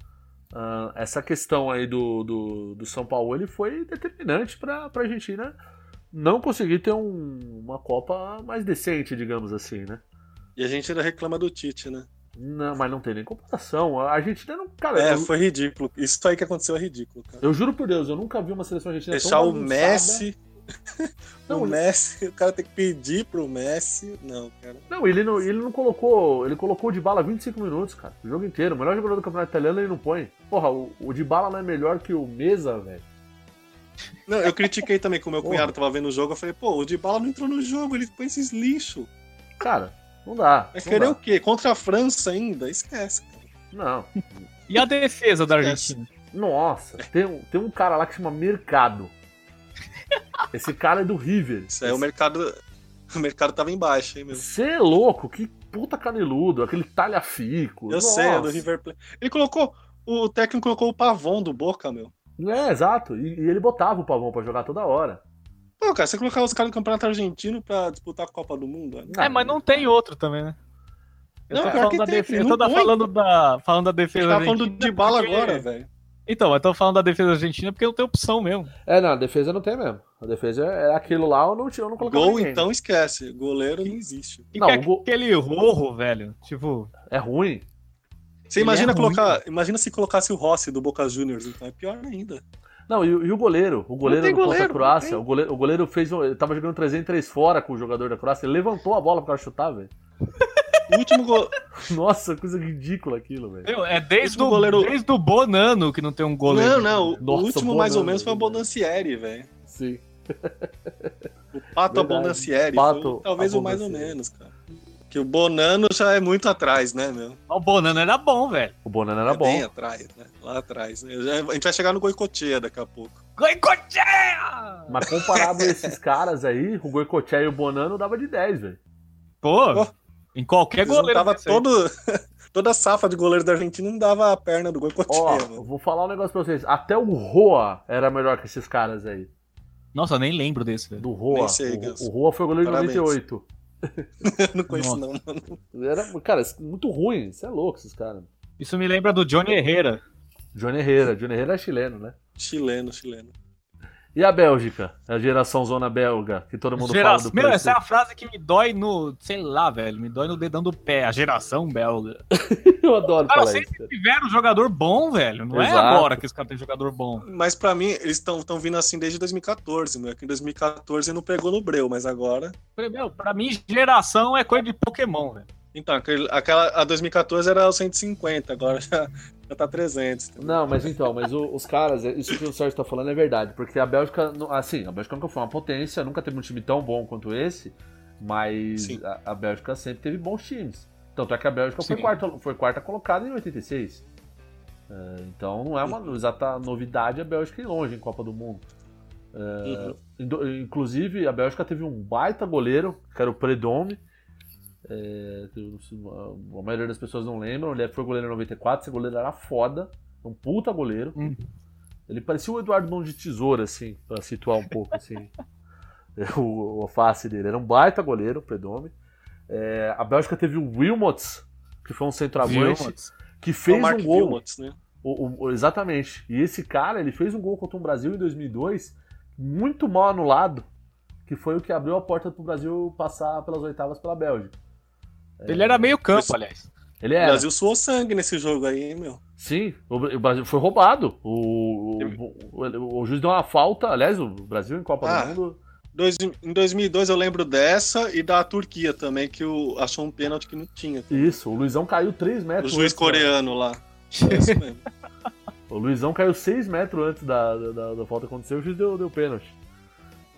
Speaker 3: Ah, essa questão aí do, do, do São Paulo ele foi determinante pra, pra Argentina não conseguir ter um- uma Copa mais decente, digamos assim, né?
Speaker 2: E a gente ainda reclama do Tite, né?
Speaker 3: Não, mas não tem nem comparação. A Argentina não. Cara,
Speaker 2: É,
Speaker 3: eu,
Speaker 2: foi ridículo. Isso aí que aconteceu é ridículo, cara.
Speaker 3: eu juro por Deus, eu nunca vi uma seleção argentina
Speaker 2: Deixar
Speaker 3: tão
Speaker 2: o
Speaker 3: bagunçada.
Speaker 2: Messi.
Speaker 3: Não,
Speaker 2: o
Speaker 3: ele-
Speaker 2: Messi, o cara tem que pedir pro Messi. Não, cara.
Speaker 3: Não, ele não, ele não colocou. Ele colocou o Dybala 25 minutos, cara. O jogo inteiro. O melhor jogador do campeonato italiano ele não põe. Porra, o, o Dybala não é melhor que o Mesa, velho.
Speaker 2: Não, eu critiquei também que o meu
Speaker 3: Porra.
Speaker 2: cunhado tava vendo o jogo. Eu falei, pô, o Dybala não entrou no jogo, ele põe esses lixo.
Speaker 3: Cara, não dá.
Speaker 2: Vai
Speaker 3: não
Speaker 2: querer
Speaker 3: dá.
Speaker 2: o quê? Contra a França ainda? Esquece, cara.
Speaker 3: Não.
Speaker 4: E a defesa da Argentina?
Speaker 3: Nossa, tem, um- tem um cara lá que chama Mercado. Esse cara é do River.
Speaker 2: Isso aí o mercado. O mercado tava embaixo, hein, meu?
Speaker 3: Você é louco, que puta caneludo, aquele talhafico.
Speaker 2: Eu sei, é do
Speaker 3: nossa.
Speaker 2: River Plate. Ele colocou. O técnico colocou o pavão do Boca, meu.
Speaker 3: É, exato. E, e ele botava o pavão pra jogar toda hora.
Speaker 2: Pô, cara, você colocar os caras do Campeonato Argentino pra disputar a Copa do Mundo? né?
Speaker 4: É, mas não tem outro também, né? Eu
Speaker 2: Não,
Speaker 4: tô
Speaker 2: pior que
Speaker 4: falando da
Speaker 2: tem,
Speaker 4: defesa.
Speaker 2: não
Speaker 4: Eu tô da-
Speaker 2: põe.
Speaker 4: falando da, falando da defesa
Speaker 2: Tá falando
Speaker 4: argentina
Speaker 2: de bala
Speaker 4: porque-
Speaker 2: agora, velho.
Speaker 4: Então, mas tô falando da defesa argentina porque não tem opção mesmo.
Speaker 3: É, não, a defesa não tem mesmo. A defesa é aquilo lá, eu não, tinha- eu não colocava
Speaker 2: Gol,
Speaker 3: ninguém.
Speaker 2: então, esquece. Goleiro não existe.
Speaker 4: E
Speaker 3: Não,
Speaker 4: que é
Speaker 3: o gol-
Speaker 4: aquele rorro, velho. Tipo,
Speaker 3: É ruim.
Speaker 2: Você
Speaker 4: Ele
Speaker 2: imagina
Speaker 4: é
Speaker 2: colocar. Imagina se colocasse o Rossi do Boca Juniors, então é pior ainda.
Speaker 3: Não, e, o- e o goleiro? O goleiro
Speaker 2: tem
Speaker 3: do contra a
Speaker 2: goleiro,
Speaker 3: Croácia.
Speaker 2: não tem.
Speaker 3: O goleiro, o goleiro fez. um- Ele tava jogando 3 em 3 fora com o jogador da Croácia. Ele levantou a bola pro cara chutar, velho.
Speaker 2: O último, go-
Speaker 3: Nossa, coisa ridícula aquilo, velho.
Speaker 4: meu, é desde
Speaker 2: Último
Speaker 4: o
Speaker 2: goleiro-
Speaker 4: desde o Bonano que não tem um goleiro.
Speaker 2: Não, não. O
Speaker 3: Nossa,
Speaker 2: último, mais ou
Speaker 3: Bonanza,
Speaker 2: menos, foi o
Speaker 3: velho.
Speaker 2: Bonancieri, velho.
Speaker 3: Sim.
Speaker 2: O Pato
Speaker 3: Verdade.
Speaker 2: Bonancieri.
Speaker 3: Pato
Speaker 2: foi, um- talvez o mais ou
Speaker 3: Abondancieri.
Speaker 2: menos, cara. Que o Bonano já é muito atrás, né, meu?
Speaker 4: O Bonano era bom, velho.
Speaker 3: O Bonano era
Speaker 2: é
Speaker 3: Tá bom.
Speaker 2: Bem atrás, né? Lá atrás. né? Já- a gente vai chegar no Goicotia daqui a pouco.
Speaker 4: Goicochea!
Speaker 3: Mas comparado a esses caras aí, o Goicoechea e o Bonano dava de 10, velho.
Speaker 4: Pô,
Speaker 2: Pô.
Speaker 4: em
Speaker 3: É
Speaker 4: qualquer
Speaker 2: Eles não
Speaker 4: goleiro.
Speaker 2: tava
Speaker 4: desse aí.
Speaker 2: todo, toda a safra de goleiro da Argentina não dava a perna do Goicotia,
Speaker 3: Ó, eu
Speaker 2: mano.
Speaker 3: vou falar um negócio pra vocês. Até o Roa era melhor que esses caras aí.
Speaker 4: Nossa, eu nem lembro desse, velho.
Speaker 3: Do Roa.
Speaker 2: Nem sei, Gus.
Speaker 3: o, o Roa foi o goleiro
Speaker 2: Parabéns.
Speaker 3: de 98.
Speaker 2: não conheço, não. mano.
Speaker 3: Era, cara, muito ruim. Isso é louco, esses caras.
Speaker 4: Isso me lembra do Johnny Herrera.
Speaker 3: Johnny Herrera. Johnny Herrera é chileno, né?
Speaker 2: Chileno, chileno.
Speaker 3: E a Bélgica? A geração zona belga, que todo mundo
Speaker 4: Gera-
Speaker 3: fala do
Speaker 4: Meu,
Speaker 3: PSV.
Speaker 4: essa é a frase que me dói no. Sei lá, velho. Me dói no dedão do pé. A geração belga.
Speaker 3: Eu adoro
Speaker 4: Cara,
Speaker 3: falar isso.
Speaker 4: sempre tiveram um jogador bom, velho. Não é
Speaker 3: Exato.
Speaker 4: agora que os caras têm jogador bom.
Speaker 2: Mas pra mim, eles estão tão vindo assim desde 2014, meu. É que em 2014 não pegou no breu, mas agora.
Speaker 4: Falei, meu, pra mim, geração é coisa de Pokémon, velho.
Speaker 2: Então, aquele- aquela, a 2014 era o 150, agora já, já tá 300.
Speaker 3: Não, mas então, mas o- os caras, isso que o Sérgio tá falando é verdade, porque a Bélgica, não- assim, a Bélgica nunca foi uma potência, nunca teve um time tão bom quanto esse, mas
Speaker 2: Sim.
Speaker 3: a, a Bélgica sempre teve bons times. Tanto é que a Bélgica foi
Speaker 4: Sim.
Speaker 3: quarta, foi quarta colocada em 86. É, então não é uma exata novidade a Bélgica ir longe em Copa do Mundo. É,
Speaker 2: Uhum.
Speaker 3: Indo- Inclusive, a Bélgica teve um baita goleiro, que era o Predome. É, eu- a maioria das pessoas não lembram. Ele foi goleiro em 94, esse goleiro era foda. Um puta goleiro.
Speaker 4: Hum.
Speaker 3: Ele parecia o Eduardo Mão de Tesoura, assim, pra situar um pouco, assim. o, a face dele. Era um baita goleiro, o Predome. É, a Bélgica teve o Wilmots, que foi um centroavante, que
Speaker 2: Foi É o
Speaker 3: fez
Speaker 2: Mark
Speaker 3: um gol.
Speaker 2: Wilmots, né?
Speaker 3: O- o- o- exatamente. E esse cara, ele fez um gol contra o Brasil em 2002, muito mal anulado, que foi o que abriu a porta pro Brasil passar pelas oitavas pela Bélgica.
Speaker 4: Ele era meio campo, aliás.
Speaker 3: Ele
Speaker 2: O
Speaker 3: era.
Speaker 2: Brasil suou sangue nesse jogo aí, hein, meu.
Speaker 3: Sim, o Bra- o Brasil foi roubado. O, o, o- o juiz deu uma falta. Aliás, o Brasil em Copa
Speaker 2: Ah.
Speaker 3: do Mundo.
Speaker 2: Dois- em 2002 eu lembro dessa e da Turquia também, que o, achou um pênalti que não tinha.
Speaker 3: Isso, o Luizão caiu 3
Speaker 2: O
Speaker 3: metros.
Speaker 2: juiz
Speaker 3: antes da-
Speaker 2: coreano lá. É isso mesmo.
Speaker 3: O Luizão caiu 6 metros antes da, da, da- da falta acontecer. O juiz deu, deu pênalti.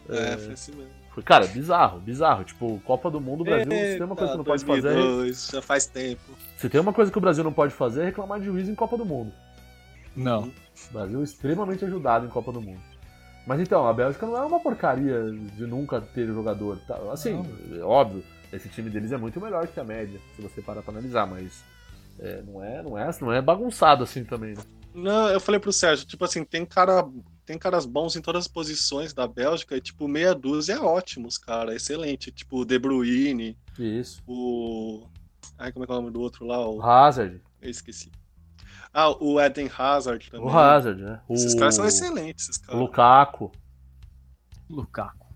Speaker 2: É, foi assim mesmo.
Speaker 3: Foi, cara, bizarro, bizarro. Tipo, Copa do Mundo, o Brasil, se tem
Speaker 2: É,
Speaker 3: uma coisa que não
Speaker 2: tá
Speaker 3: pode fazer.
Speaker 2: Já faz tempo.
Speaker 3: Se tem uma coisa que o Brasil não pode fazer é reclamar de juiz em Copa do Mundo.
Speaker 4: Não.
Speaker 3: O Brasil é extremamente ajudado em Copa do Mundo. Mas então, a Bélgica não é uma porcaria de nunca ter jogador. tá? Assim, é óbvio, esse time deles é muito melhor que a média, se você parar pra analisar, mas é, não, é, não, é, não é bagunçado assim também. né?
Speaker 2: Não, eu falei pro Sérgio, tipo assim, tem cara, tem caras bons em todas as posições da Bélgica e tipo meia dúzia é ótimos, cara, excelente, tipo o De Bruyne,
Speaker 3: Isso.
Speaker 2: o Ai, como é que é o nome do outro lá?
Speaker 3: O
Speaker 2: O...
Speaker 3: Hazard.
Speaker 2: Eu esqueci. Ah, o Eden Hazard também.
Speaker 3: O Hazard, né? O,
Speaker 2: Esses caras são excelentes, esses
Speaker 3: O
Speaker 2: caras.
Speaker 3: Lukaku.
Speaker 4: Lukaku.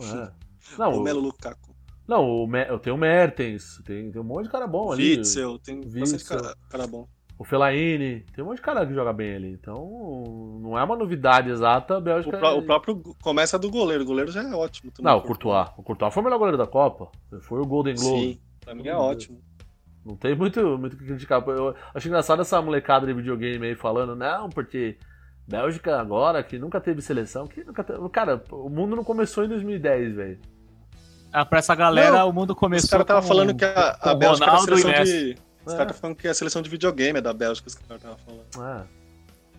Speaker 3: é. Não,
Speaker 2: O
Speaker 3: o-
Speaker 2: Melo Lukaku.
Speaker 3: não o Me- tem o Mertens, tem, tem um monte de cara bom ali.
Speaker 2: Witzel, tem bastante
Speaker 3: Witzel.
Speaker 2: cara, cara bom.
Speaker 3: O Fellaini, tem um monte de cara que joga bem ali. Então, não é uma novidade exata a
Speaker 2: O,
Speaker 3: Bélgica.
Speaker 2: pró- o próprio começa do goleiro, o goleiro já é ótimo também.
Speaker 3: é Não, o Courtois. O Courtois foi o melhor goleiro da Copa. Foi o Golden Globe.
Speaker 2: Sim, pra mim é ótimo.
Speaker 3: Não tem muito muito o que criticar. Eu acho engraçado essa molecada de videogame aí falando, não, porque Bélgica agora, que nunca teve seleção, que nunca teve... Cara, o mundo não começou em 2010, velho.
Speaker 4: Ah, pra essa galera,
Speaker 2: Não,
Speaker 4: o mundo
Speaker 2: Os
Speaker 4: começou.
Speaker 2: caras tava
Speaker 4: com-
Speaker 2: falando que a,
Speaker 4: com
Speaker 2: a Bélgica era a
Speaker 4: Ronaldo e
Speaker 2: seleção
Speaker 4: Messi.
Speaker 2: de. Os caras estão falando que é a seleção de videogame é da Bélgica, os caras estavam falando. E
Speaker 3: Ah,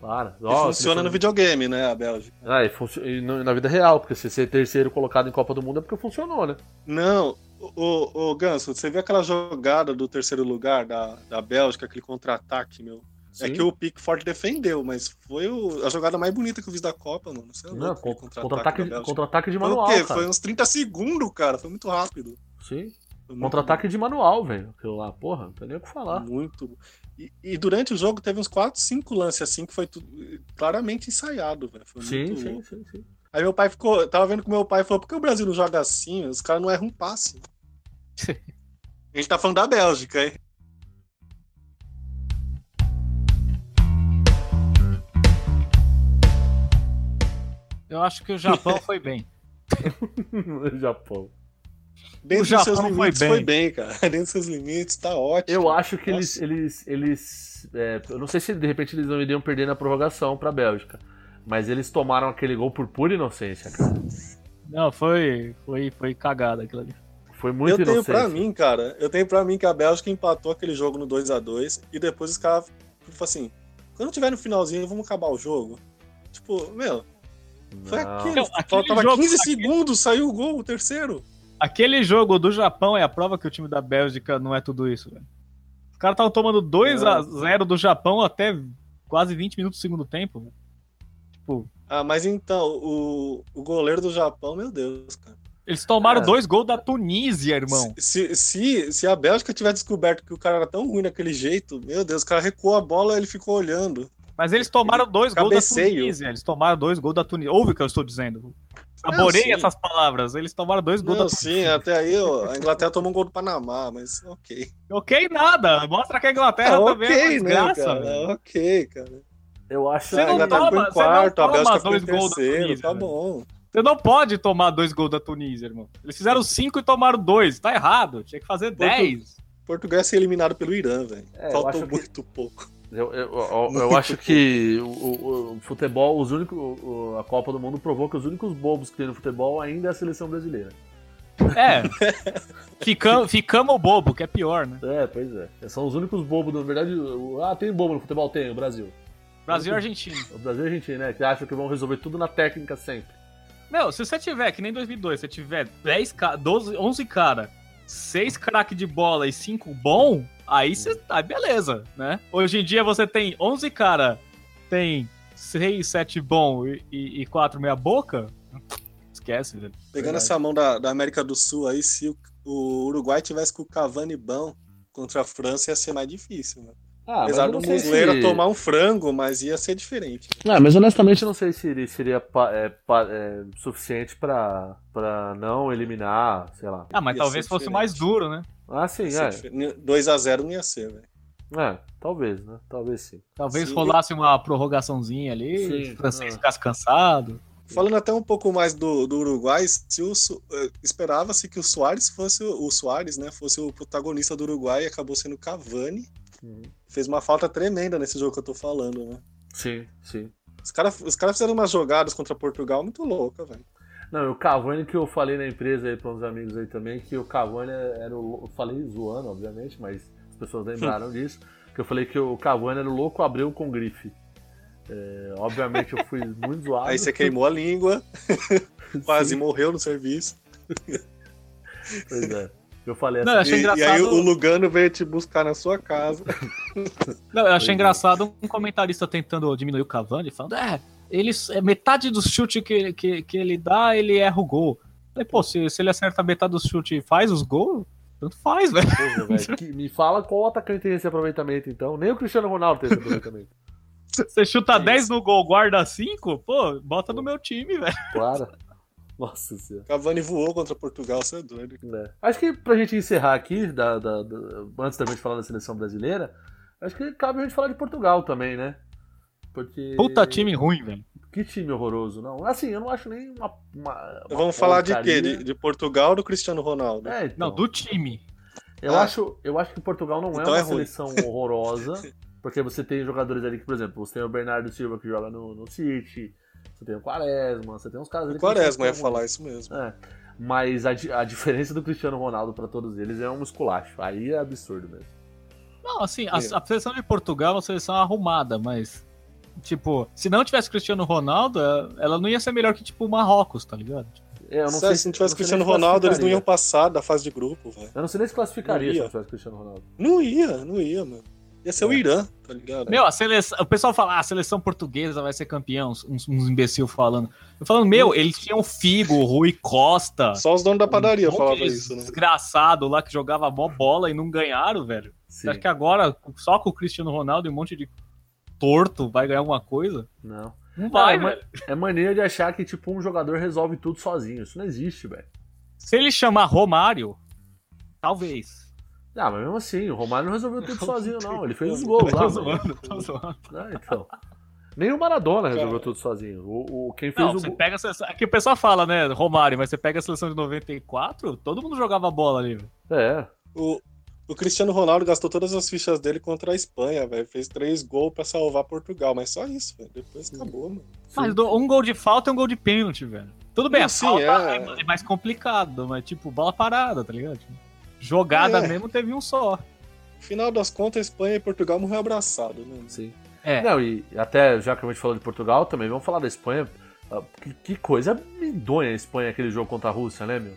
Speaker 3: para. Ó,
Speaker 2: funciona no videogame, né, a Bélgica.
Speaker 3: Ah, e, funcio- e no- na vida real, porque se ser terceiro colocado em Copa do Mundo é porque funcionou, né?
Speaker 2: Não, ô, ô, ô, Ganso, você viu aquela jogada do terceiro lugar da, da Bélgica, aquele contra-ataque, meu? É
Speaker 3: Sim.
Speaker 2: que o Pickford defendeu, mas foi o- a jogada mais bonita que eu vi da Copa, mano. Você é
Speaker 3: Não,
Speaker 2: louco,
Speaker 3: con-
Speaker 2: aquele
Speaker 3: contra-ataque
Speaker 2: da
Speaker 3: de,
Speaker 2: Bélgica.
Speaker 3: contra-ataque de
Speaker 2: Foi
Speaker 3: manual,
Speaker 2: o quê?
Speaker 3: cara.
Speaker 2: Foi uns 30 segundos, cara. Foi muito rápido.
Speaker 3: Sim.
Speaker 2: Foi muito
Speaker 3: Contra-ataque de manual, velho. Aquilo lá, porra, não tem nem o que falar.
Speaker 2: Muito. bom. E, e durante o jogo teve uns 4, 5 lances assim que foi tu- claramente ensaiado, velho. Foi
Speaker 3: Sim,
Speaker 2: muito
Speaker 3: sim,
Speaker 2: louco.
Speaker 3: sim, sim.
Speaker 2: Aí meu pai ficou. Tava vendo que meu pai falou: por que o Brasil não joga assim? Os caras não erram um passe. A gente tá falando da Bélgica, hein?
Speaker 4: Eu acho que o Japão foi bem.
Speaker 3: Japão.
Speaker 2: Dentro dos
Speaker 4: Japão
Speaker 2: seus
Speaker 4: foi
Speaker 2: limites
Speaker 4: bem.
Speaker 2: foi bem, cara. Dentro dos seus limites, tá ótimo.
Speaker 3: Eu acho que eles.
Speaker 2: Nossa.
Speaker 3: eles, eles é, eu não sei se de repente eles não iriam perder na prorrogação pra Bélgica. Mas eles tomaram aquele gol por pura inocência, cara.
Speaker 4: Não, foi, foi, foi cagada aquilo ali.
Speaker 3: Foi muito
Speaker 2: eu tenho
Speaker 3: inocência.
Speaker 2: pra mim, cara. Eu tenho pra mim que a Bélgica empatou aquele jogo no 2 a 2 e depois os caras, tipo assim, quando tiver no finalzinho, vamos acabar o jogo. Tipo, meu, foi
Speaker 3: Não.
Speaker 2: aquilo.
Speaker 4: Então, aquele
Speaker 2: Faltava
Speaker 4: jogo-
Speaker 2: 15 segundos, saiu o gol, o terceiro.
Speaker 4: Aquele jogo do Japão é a prova que o time da Bélgica não é tudo isso, velho. Os caras estavam tomando
Speaker 2: É.
Speaker 4: 2 a 0 do Japão até quase 20 minutos do segundo tempo. velho. Tipo,
Speaker 2: Ah, mas então, o, o goleiro do Japão, meu Deus, cara.
Speaker 4: eles tomaram
Speaker 3: É.
Speaker 4: dois gols da Tunísia, irmão.
Speaker 2: Se, se, se a Bélgica tiver descoberto que o cara era tão ruim daquele jeito, meu Deus, o cara recuou a bola ele ficou olhando.
Speaker 4: Mas eles tomaram dois gols da
Speaker 2: Cabeceio.
Speaker 4: Tunísia. Eles tomaram dois gols da Tunísia. Ouve o que eu estou dizendo. Saborei
Speaker 2: sim.
Speaker 4: essas palavras. Eles tomaram dois gols
Speaker 2: Não,
Speaker 4: da
Speaker 2: sim, até aí ó, a Inglaterra tomou um gol do Panamá, mas ok.
Speaker 4: Ok, nada. Mostra que a Inglaterra
Speaker 2: Ah,
Speaker 4: também é uma desgraça,
Speaker 2: cara?
Speaker 4: velho.
Speaker 2: Ok, cara.
Speaker 3: Eu acho é,
Speaker 4: Você
Speaker 2: Ah,
Speaker 4: não
Speaker 2: a Inglaterra
Speaker 4: toma-
Speaker 2: ficou em
Speaker 4: você não
Speaker 2: quarto, a
Speaker 4: toma
Speaker 2: Bélgica ficou
Speaker 4: dois
Speaker 2: em
Speaker 4: gols da
Speaker 2: terceiro,
Speaker 4: Tunísia,
Speaker 2: tá
Speaker 4: né?
Speaker 2: bom.
Speaker 4: Você não pode tomar dois gols da Tunísia, irmão. Eles fizeram cinco e tomaram dois. Tá errado. Tinha que fazer
Speaker 2: Portu-
Speaker 4: dez.
Speaker 2: Portugal ia ser eliminado pelo Irã, velho.
Speaker 3: É, eu
Speaker 2: Faltou
Speaker 3: acho que-
Speaker 2: muito pouco.
Speaker 3: Eu, eu- eu- eu acho que o, o- o futebol, os únicos, o- o- a Copa do Mundo provou que os únicos bobos que tem no futebol ainda é a seleção brasileira.
Speaker 4: É. Ficamos, ficamos bobo, que é pior, né?
Speaker 3: É, pois é. São os únicos bobos, na verdade. o- Ah, tem bobo no futebol? Tem, o Brasil.
Speaker 4: Brasil e Argentina.
Speaker 3: O Brasil e a Argentina, né? Que acham que vão resolver tudo na técnica sempre.
Speaker 4: Meu, se você tiver, que nem 2002, se você tiver 10, ca- 12, 11 cara, 6 craque de bola e 5 bom, aí você tá beleza, né? Hoje em dia você tem 11 cara, tem 6, 7 bom e- e 4 meia boca, esquece, velho.
Speaker 2: Pegando
Speaker 4: Verdade.
Speaker 2: essa mão da, da América do Sul aí, se o, o Uruguai tivesse com o Cavani bom contra a França, ia ser mais difícil, né?
Speaker 3: Ah,
Speaker 2: Apesar do Muslera tomar um frango, mas ia ser diferente.
Speaker 3: Ah, mas honestamente eu não sei se ele seria pa- é, pa- é, suficiente pra, pra não eliminar, sei lá.
Speaker 4: Ah, mas
Speaker 2: Ia
Speaker 4: talvez
Speaker 2: ser
Speaker 4: fosse
Speaker 2: diferente.
Speaker 4: mais duro, né?
Speaker 3: Ah, sim,
Speaker 2: Ia ser
Speaker 3: é.
Speaker 2: difer- 2x0 não ia ser, velho.
Speaker 3: É, talvez, né? Talvez sim.
Speaker 4: Talvez
Speaker 2: Sim.
Speaker 4: rolasse uma prorrogaçãozinha ali,
Speaker 3: Sim.
Speaker 4: o francês
Speaker 3: Ah.
Speaker 4: ficasse cansado.
Speaker 2: Falando até um pouco mais do, do Uruguai, se o Su- eh, esperava-se que o Soares fosse o, o Soares, né, fosse o protagonista do Uruguai e acabou sendo o Cavani.
Speaker 3: Uhum.
Speaker 2: Fez uma falta tremenda nesse jogo que eu tô falando, né?
Speaker 3: Sim, sim.
Speaker 2: Os caras os cara fizeram umas jogadas contra Portugal muito louca, velho.
Speaker 3: Não, e o Cavani que eu falei na empresa aí para uns amigos aí também, que o Cavani era o. Eu falei zoando, obviamente, mas as pessoas lembraram disso. Que eu falei que o Cavani era o louco abriu com grife. É, obviamente Ah, eu fui muito zoado.
Speaker 2: Aí você queimou a língua, quase morreu no serviço.
Speaker 3: Pois é. Eu falei
Speaker 4: Não,
Speaker 3: essa-
Speaker 4: Achei
Speaker 2: E, e aí
Speaker 4: engraçado-
Speaker 2: o Lugano veio te buscar na sua casa.
Speaker 4: Não, eu
Speaker 3: Pois é.
Speaker 4: achei engraçado um comentarista tentando diminuir o Cavani, falando, é, ele, é metade do chute que, que, que ele dá, ele erra o gol. Eu Falei, pô, se, se ele acerta metade do chute e faz os gols, tanto faz, velho.
Speaker 3: Porra, velho, que- me fala qual atacante tem esse aproveitamento, então. Nem o Cristiano Ronaldo tem esse aproveitamento.
Speaker 4: Você
Speaker 3: É
Speaker 4: chuta
Speaker 2: Que
Speaker 4: 10 no gol, guarda 5, pô, bota no meu time, velho.
Speaker 3: Para. Nossa senhora.
Speaker 2: Cavani voou contra Portugal, você é doido.
Speaker 3: né? Acho que pra gente encerrar aqui, da- da- da- antes também de falar da seleção brasileira, acho que cabe a gente falar de Portugal também, né? Porque.
Speaker 4: Puta time ruim, velho.
Speaker 3: Que time horroroso, não. Assim, eu não acho nem uma. uma- uma
Speaker 2: Vamos falar de quê?
Speaker 3: porcaria.
Speaker 2: De, de Portugal ou do Cristiano Ronaldo?
Speaker 3: É, então.
Speaker 4: Não, do time.
Speaker 3: Eu,
Speaker 2: Ah.
Speaker 3: acho, eu acho que Portugal não
Speaker 2: Então
Speaker 3: é uma
Speaker 2: é ruim.
Speaker 3: seleção horrorosa, porque você tem jogadores ali que, por exemplo, você tem o Bernardo Silva que joga no, no City, você tem o Quaresma, você tem uns caras ali
Speaker 2: O
Speaker 3: que não
Speaker 2: Quaresma ia
Speaker 3: jogam
Speaker 2: falar isso mesmo.
Speaker 3: É. Mas a, di- a diferença do Cristiano Ronaldo pra todos eles é um esculacho. Aí é absurdo mesmo.
Speaker 4: Não, assim, a,
Speaker 2: É.
Speaker 4: a seleção de Portugal é uma seleção arrumada, mas, tipo, se não tivesse Cristiano Ronaldo, é, ela não ia ser melhor que, tipo, o Marrocos, tá ligado?
Speaker 3: É, Eu não
Speaker 2: se,
Speaker 3: sei
Speaker 2: se não
Speaker 3: eu
Speaker 2: tivesse
Speaker 3: sei
Speaker 2: Cristiano
Speaker 3: nem se
Speaker 2: Ronaldo, eles não
Speaker 3: classificaria.
Speaker 2: iam passar da fase de grupo, velho.
Speaker 3: Eu não sei nem se classificaria
Speaker 2: Não
Speaker 3: se
Speaker 2: ia.
Speaker 3: não tivesse Cristiano Ronaldo.
Speaker 2: Não ia, não ia, mano. Ia ser o
Speaker 3: É.
Speaker 2: Irã, tá ligado?
Speaker 4: Meu, a seleção, o pessoal fala, "Ah, a seleção portuguesa vai ser campeã, uns, uns uns imbecil falando. Eu falando, meu, eles tinham o Figo, o Rui Costa.
Speaker 2: Só os donos da padaria
Speaker 4: um monte
Speaker 2: falavam
Speaker 4: deles
Speaker 2: isso, né?
Speaker 4: Desgraçado lá que jogava mó bola e não ganharam, velho.
Speaker 3: Sim.
Speaker 4: Você acha que agora, só com o Cristiano Ronaldo e um monte de torto, vai ganhar alguma coisa?
Speaker 3: Não.
Speaker 4: Não
Speaker 3: Não,
Speaker 4: vai,
Speaker 3: é, ma-
Speaker 4: velho.
Speaker 3: é mania de achar que, tipo, um jogador resolve tudo sozinho. Isso não existe, velho.
Speaker 4: Se ele chamar Romário, talvez.
Speaker 3: Ah, mas mesmo assim, o Romário não resolveu tudo sozinho, não. Ele fez os gols lá.
Speaker 4: Tô
Speaker 3: mas-
Speaker 4: zoando, tô zoando.
Speaker 3: Ah, então. Nem o Maradona resolveu
Speaker 2: Cara.
Speaker 3: tudo sozinho. O, o- quem fez
Speaker 4: Não,
Speaker 3: o
Speaker 4: você
Speaker 3: gol-
Speaker 4: pega a seleção. Aqui o pessoal fala, né, Romário, mas você pega a seleção de 94, todo mundo jogava bola ali, velho.
Speaker 3: É.
Speaker 2: O, o Cristiano Ronaldo gastou todas as fichas dele contra a Espanha, velho. Fez três gols pra salvar Portugal, mas só isso, velho. Depois acabou, mano.
Speaker 4: Mas do- um gol de falta é um gol de pênalti, velho. Tudo bem,
Speaker 2: Não,
Speaker 4: a
Speaker 2: sim,
Speaker 4: falta
Speaker 2: é.
Speaker 4: é... mais complicado, mas tipo, bola parada, tá ligado? Tipo, Jogada
Speaker 2: É.
Speaker 4: mesmo teve um só.
Speaker 2: Final das contas, Espanha e Portugal morreu abraçado, né?
Speaker 3: Sim.
Speaker 4: É.
Speaker 3: Não, e até já que a gente falou de Portugal, também vamos falar da Espanha. Ah, Que, que coisa medonha a Espanha, aquele jogo contra a Rússia, né, meu?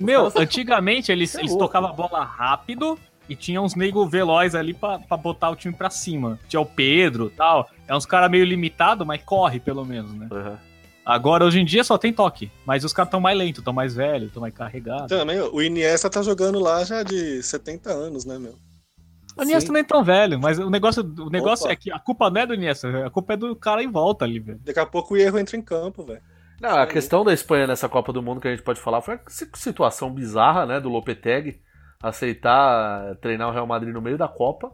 Speaker 4: Meu,
Speaker 3: caras-
Speaker 4: antigamente eles,
Speaker 3: Isso é
Speaker 4: eles
Speaker 3: louco.
Speaker 4: tocavam a bola rápido e tinha uns nego veloz ali pra, pra botar o time pra cima. Tinha o Pedro e tal. É uns caras meio limitado, mas corre pelo menos, né? Agora, hoje em dia só tem toque. Mas os caras tão mais lentos, tão mais velhos, tão mais carregados.
Speaker 2: Também, o Iniesta tá jogando lá já de 70 anos, né, meu?
Speaker 4: O Iniesta
Speaker 3: Sim.
Speaker 4: nem é tão velho, mas o negócio, o negócio
Speaker 2: Opa.
Speaker 4: é que a culpa não é do Iniesta, a culpa é do cara em volta ali, velho.
Speaker 2: Daqui a pouco o erro entra em campo, velho.
Speaker 3: Não, a questão da Espanha nessa Copa do Mundo que a gente pode falar foi a si- situação bizarra, né, do Lopetegui aceitar eh, treinar o Real Madrid no meio da Copa.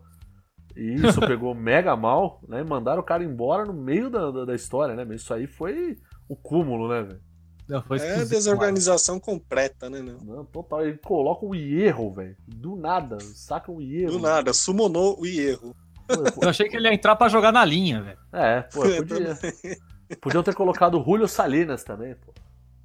Speaker 3: E isso pegou mega mal, né? e Mandaram o cara embora no meio da, da, da história, né? meu? Isso aí foi o cúmulo, né, velho?
Speaker 4: Não, foi
Speaker 2: É
Speaker 4: esquisito,
Speaker 2: desorganização completa, né, meu?
Speaker 3: Não, Total, ele coloca o Hierro, velho. Do nada, saca o Hierro.
Speaker 2: Do nada, sumonou o erro.
Speaker 4: mano. Eu achei que ele ia entrar pra jogar na linha, velho.
Speaker 3: É, pô,
Speaker 2: Eu
Speaker 3: podia. Podiam ter colocado o Julio Salinas também, pô.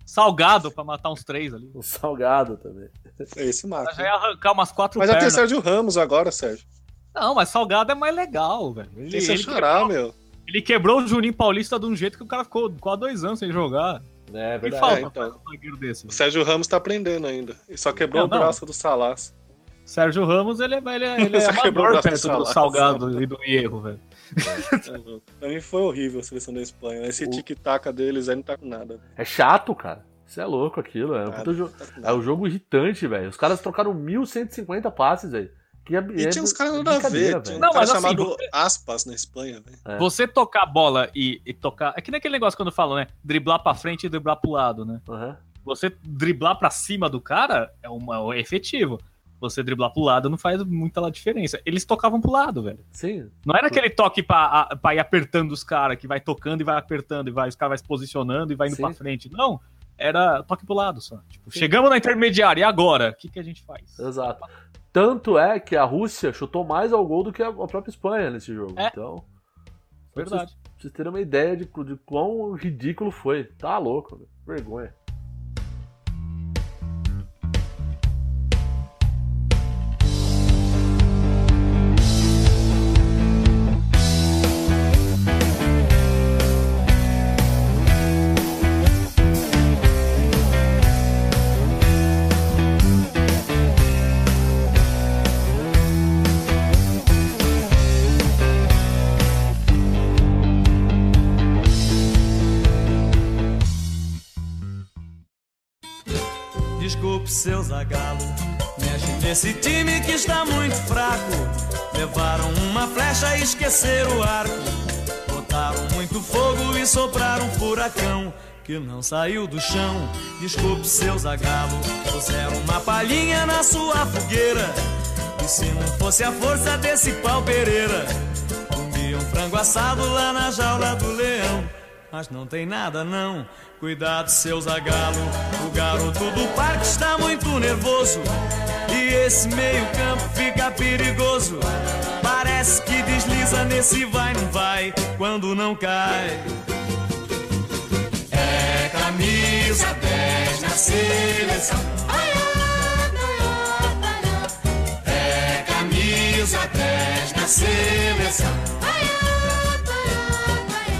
Speaker 4: Salgado pra matar uns três ali.
Speaker 3: O Salgado também.
Speaker 2: É Esse mata.
Speaker 4: Já é ia arrancar umas quatro
Speaker 2: Mas já tem
Speaker 4: pernas.
Speaker 2: Sérgio Ramos agora, Sérgio.
Speaker 4: Não, mas salgado é mais legal, velho. Ele,
Speaker 2: Tem que
Speaker 4: ele
Speaker 2: chorar,
Speaker 4: quebrou,
Speaker 2: meu. É,
Speaker 4: ele quebrou o Juninho Paulista de um jeito que o cara ficou quase dois anos sem jogar.
Speaker 3: É,
Speaker 4: Que
Speaker 3: verdade.
Speaker 2: é,
Speaker 4: falta
Speaker 2: então.
Speaker 4: pra um zagueiro desse.
Speaker 2: O
Speaker 4: velho.
Speaker 2: Sérgio Ramos tá aprendendo ainda. Ele só quebrou
Speaker 4: Não,
Speaker 2: o
Speaker 4: não.
Speaker 2: braço do Salas.
Speaker 4: Sérgio Ramos, ele é, ele é, ele
Speaker 2: Só
Speaker 4: é
Speaker 2: quebrou o
Speaker 4: maior
Speaker 2: braço
Speaker 4: perto
Speaker 2: do
Speaker 4: do
Speaker 2: Salah.
Speaker 4: salgado e do erro, velho.
Speaker 2: É, pra mim foi horrível a seleção da Espanha. Esse
Speaker 3: O-
Speaker 2: tic-tac deles aí não tá com nada.
Speaker 3: É chato, cara. Isso é louco aquilo. É um,
Speaker 2: Nada,
Speaker 3: puta jo-
Speaker 2: não tá com
Speaker 3: é
Speaker 2: nada.
Speaker 3: um jogo irritante, velho. Os caras trocaram 1.150 passes, velho. Que é,
Speaker 2: E
Speaker 3: é
Speaker 2: tinha uns
Speaker 3: do-
Speaker 2: caras
Speaker 3: é
Speaker 2: nada a
Speaker 3: brincadeira,
Speaker 2: ver. Tinha um
Speaker 3: velho.
Speaker 4: Não,
Speaker 2: cara
Speaker 4: mas assim,
Speaker 2: chamado Aspas na Espanha, velho.
Speaker 3: É.
Speaker 4: Você tocar a bola e, e tocar. É que nem aquele negócio quando falam, né? Driblar pra frente e driblar pro lado, né?
Speaker 3: Aham.
Speaker 4: Você driblar pra cima do cara é, uma, é um, efetivo. Você driblar pro lado não faz muita lá diferença. Eles tocavam pro lado, velho.
Speaker 3: Sim.
Speaker 4: Não era aquele toque pra, a- pra ir apertando os caras, que vai tocando e vai apertando, e vai, os caras vai se posicionando e vai indo
Speaker 3: Sim.
Speaker 4: pra frente. Não, era toque pro lado só. Tipo, chegamos na intermediária, e agora? O que, que a gente faz?
Speaker 3: Exato. Tanto é que a Rússia chutou mais ao gol do que a a própria Espanha nesse jogo.
Speaker 4: É.
Speaker 3: Então,
Speaker 4: Verdade.
Speaker 3: pra vocês terem uma ideia de, de quão ridículo foi. Tá louco, velho. vergonha.
Speaker 7: Desculpe seu zagalo Mexe nesse time que está muito fraco Levaram uma flecha e esqueceram o arco Botaram muito fogo e sopraram um furacão Que não saiu do chão Desculpe seu zagalo Puseram uma palhinha na sua fogueira E se não fosse a força desse pau Pereira Comi um frango assado lá na jaula do leão. Mas não tem nada não, cuidado seu zagalo. O garoto do parque está muito nervoso. E esse meio campo fica perigoso. Parece que desliza nesse vai, não vai, quando não cai. É camisa 10 na seleção. É camisa 10 na seleção.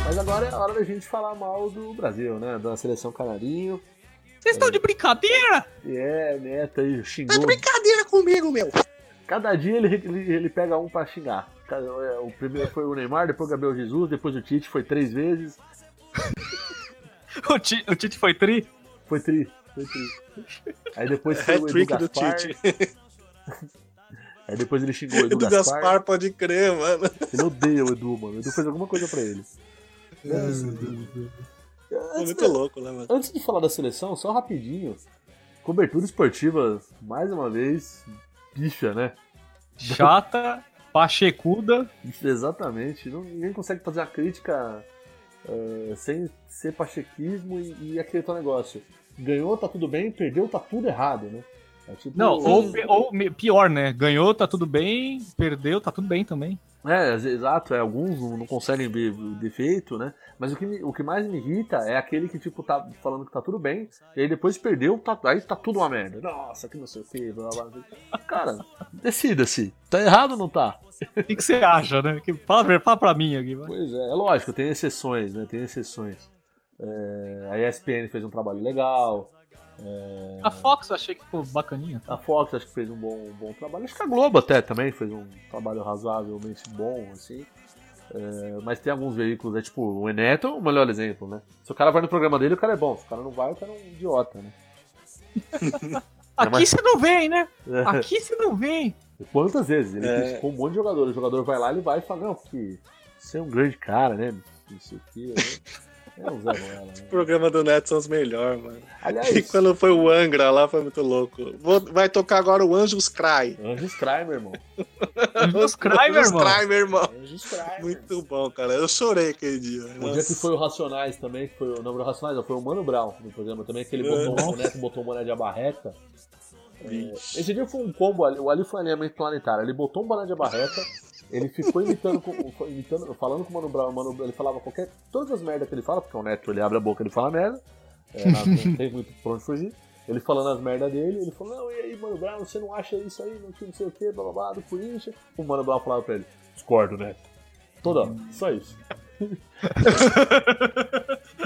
Speaker 3: Mas agora é a hora da gente falar mal do Brasil, né? Da seleção canarinho.
Speaker 4: Vocês estão de brincadeira?
Speaker 3: E é, neta aí, xingou.
Speaker 2: Brincadeira comigo, meu!
Speaker 3: Cada dia ele, ele, ele pega um pra xingar. Cada- é, O primeiro foi o Neymar, depois o Gabriel Jesus, depois o Tite, foi três vezes.
Speaker 4: O, Ti- o Tite foi tri?
Speaker 3: Foi tri, foi tri. Aí depois foi o
Speaker 2: Hat-trick
Speaker 3: Edu
Speaker 2: É do
Speaker 3: Gaspar.
Speaker 2: Tite.
Speaker 3: Aí depois ele xingou o Edu,
Speaker 2: Do
Speaker 3: Gaspar.
Speaker 2: Gaspar. pode crer, mano.
Speaker 3: Ele odeia o Edu, mano. O Edu fez alguma coisa pra ele.
Speaker 2: É muito louco, né, mano?
Speaker 3: Antes de falar da seleção, só rapidinho. Cobertura esportiva, mais uma vez, bicha, né?
Speaker 4: Chata, pachecuda.
Speaker 3: Exatamente. Não- ninguém consegue fazer a crítica eh, sem ser pachequismo e, e aquele tal negócio. Ganhou, tá tudo bem, perdeu, tá tudo errado, né? É tipo-
Speaker 4: Não, ou, pi- ou me- pior, né? Ganhou, tá tudo bem. Perdeu, tá tudo bem também.
Speaker 3: É, ex- exato, é, alguns não não conseguem ver o defeito, né? Mas o que, me- o que mais me irrita é aquele que, tipo, tá falando que tá tudo bem, e aí depois perdeu, tá, aí tá tudo uma merda. Nossa, que não sei o que, blá blá blá. Cara, decida-se. Tá errado ou não tá?
Speaker 4: O que, que você acha, né? Que- Fala, fala pra mim aqui. vai.
Speaker 3: Pois é, é lógico, tem exceções, né? Tem exceções. É, a ESPN fez um trabalho legal,
Speaker 4: A Fox eu achei que ficou bacaninha.
Speaker 3: a Fox acho que fez um bom, um bom trabalho, acho que a Globo até também fez um trabalho razoavelmente bom, assim. É, mas tem alguns veículos, é tipo, o Eneto é o melhor exemplo, né? Se o cara vai no programa dele, o cara é bom. Se o cara não vai, o cara é um idiota, né?
Speaker 4: Aqui
Speaker 3: mas- É.
Speaker 4: você não vem, né? Aqui você não vem.
Speaker 3: Quantas vezes? Ele
Speaker 2: É.
Speaker 3: criticou um monte de jogador. O jogador vai lá, ele vai e fala, não, porque você é um grande cara, né? Não sei o quê. né? É um Zé Ruela, né?
Speaker 2: O programa do Neto são os melhores, mano. E
Speaker 3: Aliás,
Speaker 2: quando foi o Angra lá, foi muito louco. Vou- vai tocar agora o Anjos Cry.
Speaker 3: Anjos Cry, meu irmão.
Speaker 4: Os Cry, meu
Speaker 2: Anjos
Speaker 4: irmão.
Speaker 2: Cry, meu irmão.
Speaker 3: Anjos Cry.
Speaker 2: Muito bom, cara. Eu chorei aquele dia.
Speaker 3: O dia que foi o Racionais também, que foi o nome do Racionais, não, foi o Mano Brown no programa também, que ele botou o boneco, botou o boné de abarreta.
Speaker 2: Vixe.
Speaker 3: Esse dia foi um combo ali, o ali foi um alinhamento planetário. Ele botou um boné de abarreta, ele ficou imitando, com- foi imitando- falando com o Mano Brown, o Mano, ele falava qualquer. Todas as merdas que ele fala, porque o Neto ele abre a boca e ele fala merda. É, não- não tem muito pra onde fugir. Ele falando as merdas dele, ele falou, não, e aí, Mano Brown, você não acha isso aí, não, que não sei o que, blá blá blá, do Corinthians. O Mano Brown falava pra ele, discordo, Neto. Toda hora, só isso.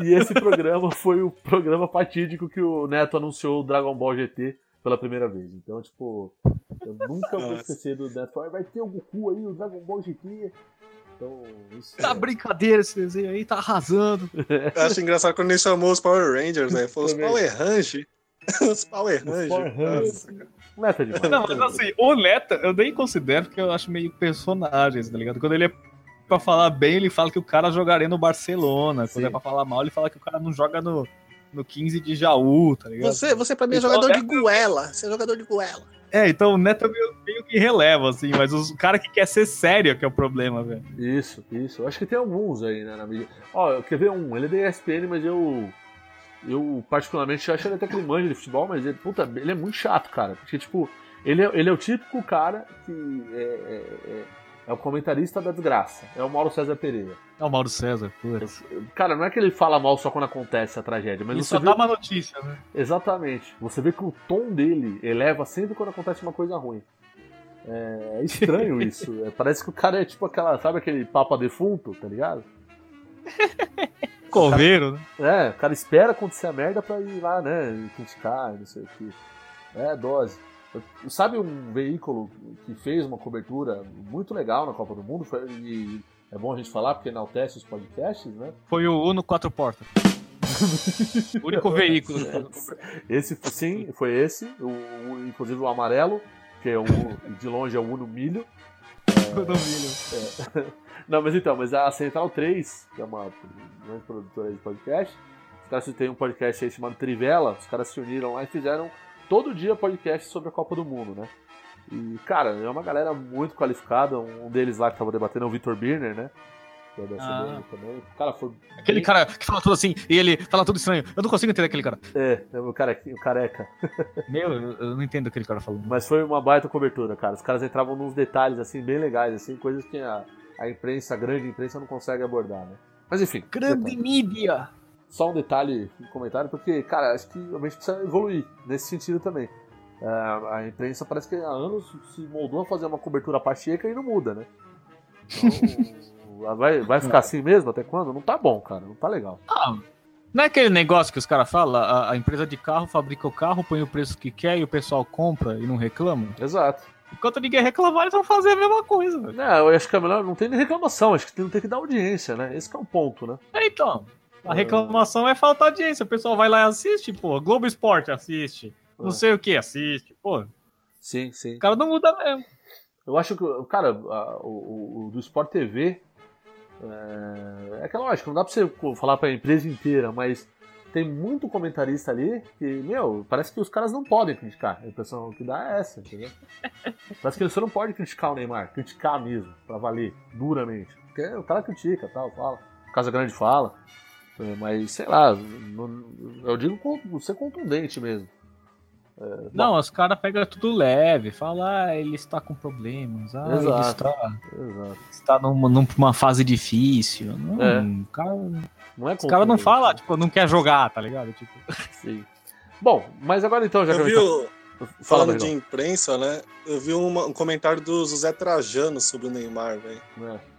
Speaker 3: E esse programa foi o programa fatídico que o Neto anunciou o Dragon Ball GT pela primeira vez. Então, tipo, eu nunca vou
Speaker 2: Nossa.
Speaker 3: esquecer do Neto falar, vai ter o Goku aí, o Dragon Ball GT. Então, isso.
Speaker 4: Tá brincadeira esse desenho aí, tá arrasando.
Speaker 2: Eu acho engraçado quando ele chamou os Power Rangers, velho. Foi os
Speaker 3: Também.
Speaker 2: Power Rangers. Os Power
Speaker 3: Os Power
Speaker 2: Rangers.
Speaker 3: Rangers. Neto é demais.
Speaker 4: Não, mas assim, o Neta, eu nem considero porque eu acho meio personagem, tá ligado? Quando ele é pra falar bem, ele fala que o cara jogaria no Barcelona. Quando
Speaker 3: Sim.
Speaker 4: é pra falar mal, ele fala que o cara não joga no, no 15 de Jaú, tá ligado?
Speaker 2: Você, você pra mim é
Speaker 4: Então,
Speaker 2: jogador
Speaker 4: é-
Speaker 2: de goela. Você é jogador de goela.
Speaker 4: É, então o Neto meio, meio que releva, assim, mas os- o cara que quer ser sério é que é o problema, velho.
Speaker 3: Isso, isso. Acho que tem alguns aí, né, na mídia. Ó, eu quer ver um? Ele é da ESPN, mas eu. Eu, particularmente, acho ele até que ele manja de futebol, mas ele, puta, ele é muito chato, cara. Porque, tipo, ele é, ele é o típico cara que é, é- é- é o comentarista da desgraça. É o Mauro César Pereira.
Speaker 4: É o Mauro César, putz.
Speaker 3: Cara, não é que ele fala mal só quando acontece a tragédia, mas
Speaker 4: Ele
Speaker 3: você
Speaker 4: só
Speaker 3: vê...
Speaker 4: dá uma notícia, né?
Speaker 3: Exatamente. Você vê que o tom dele eleva sempre quando acontece uma coisa ruim. É, é estranho isso. É, parece que o cara é tipo aquela, sabe aquele papa defunto, tá ligado?
Speaker 4: Coveiro, né?
Speaker 3: É, o cara espera acontecer a merda pra ir lá, né? e Criticar, e não sei o que. É, dose. Eu- Sabe um veículo que fez uma cobertura muito legal na Copa do Mundo? Foi- E é bom a gente falar porque enaltece os podcasts, né?
Speaker 4: Foi o Uno Quatro Portas. o único veículo. né? que eu comprei.
Speaker 3: Esse, sim, foi esse. O, o- inclusive o amarelo, que é o, de longe é o Uno Milho.
Speaker 4: Eu não vi, né?
Speaker 3: Não, mas então, mas a Central 3, que é uma grande produtora aí de podcast, os caras têm um podcast aí chamado Trivela, os caras se uniram lá e fizeram todo dia podcast sobre a Copa do Mundo, né? E, cara, é uma galera muito qualificada, um deles lá que tava debatendo é o Vitor Birner, né? Que é da
Speaker 4: Ah.
Speaker 3: CBN também. O cara foi.
Speaker 4: Aquele cara que fala tudo assim e ele fala tudo estranho. Eu não consigo entender aquele cara.
Speaker 3: É, é o, cara, o careca.
Speaker 4: Meu, eu- eu não entendo o que aquele cara falando.
Speaker 3: Mas foi uma baita cobertura, cara. Os caras entravam nos detalhes, assim, bem legais, assim, coisas que a, a imprensa, a grande imprensa, não consegue abordar, né? Mas enfim.
Speaker 4: Grande mídia!
Speaker 3: Só um detalhe no comentário, porque, cara, acho que realmente precisa evoluir nesse sentido também. Ah, a imprensa parece que há anos se moldou a fazer uma cobertura pacheca e não muda, né? Então, vai, vai ficar assim mesmo até quando? Não tá bom, cara, não tá legal.
Speaker 4: Ah, não é aquele negócio que os caras falam? A, a empresa de carro fabrica o carro, põe o preço que quer e o pessoal compra e não reclama?
Speaker 3: Exato.
Speaker 4: Enquanto ninguém reclamar, eles vão fazer a mesma coisa. velho.
Speaker 3: Não, eu acho que é melhor, não tem nem reclamação, acho que tem, tem que dar audiência, né? Esse que é o ponto, né?
Speaker 4: É, então.
Speaker 2: Ah.
Speaker 4: A reclamação é falta de audiência. O pessoal vai lá e assiste, pô. Globo Esporte assiste. Não
Speaker 2: Ah.
Speaker 3: É.
Speaker 4: sei o que assiste. Pô, o
Speaker 3: Sim, sim.
Speaker 4: cara não muda mesmo.
Speaker 3: Eu acho que, cara, a- o, o- o do Sport TV. É, é que lógico, não dá pra você co- falar pra empresa inteira, mas tem muito comentarista ali que, meu, parece que os caras não podem criticar. A impressão que dá é essa, entendeu? parece que você não pode criticar o Neymar, criticar mesmo, pra valer, duramente. Porque o cara critica, tal, fala. Casa Grande fala. É, Mas, sei lá, não- eu digo con- ser contundente mesmo.
Speaker 4: Não, os caras pegam tudo leve. Fala, ah, ele está com problemas. Ah, ele
Speaker 3: Exato.
Speaker 4: está,
Speaker 3: Exato.
Speaker 4: está numa, numa fase difícil. Não,
Speaker 3: É.
Speaker 4: o cara,
Speaker 3: Não é
Speaker 4: os caras não
Speaker 3: contundente,
Speaker 4: falam,
Speaker 3: né?
Speaker 4: tipo, não quer jogar, tá ligado? Tipo,
Speaker 3: Sim. Bom, mas agora então, já que
Speaker 2: Eu
Speaker 3: a gente
Speaker 2: vi,
Speaker 3: tá-
Speaker 2: o-
Speaker 3: Fala,
Speaker 2: falando
Speaker 3: Rodrigão.
Speaker 2: de imprensa, né? Eu vi uma- um comentário do José Trajano sobre o Neymar, velho.
Speaker 3: né?
Speaker 2: É,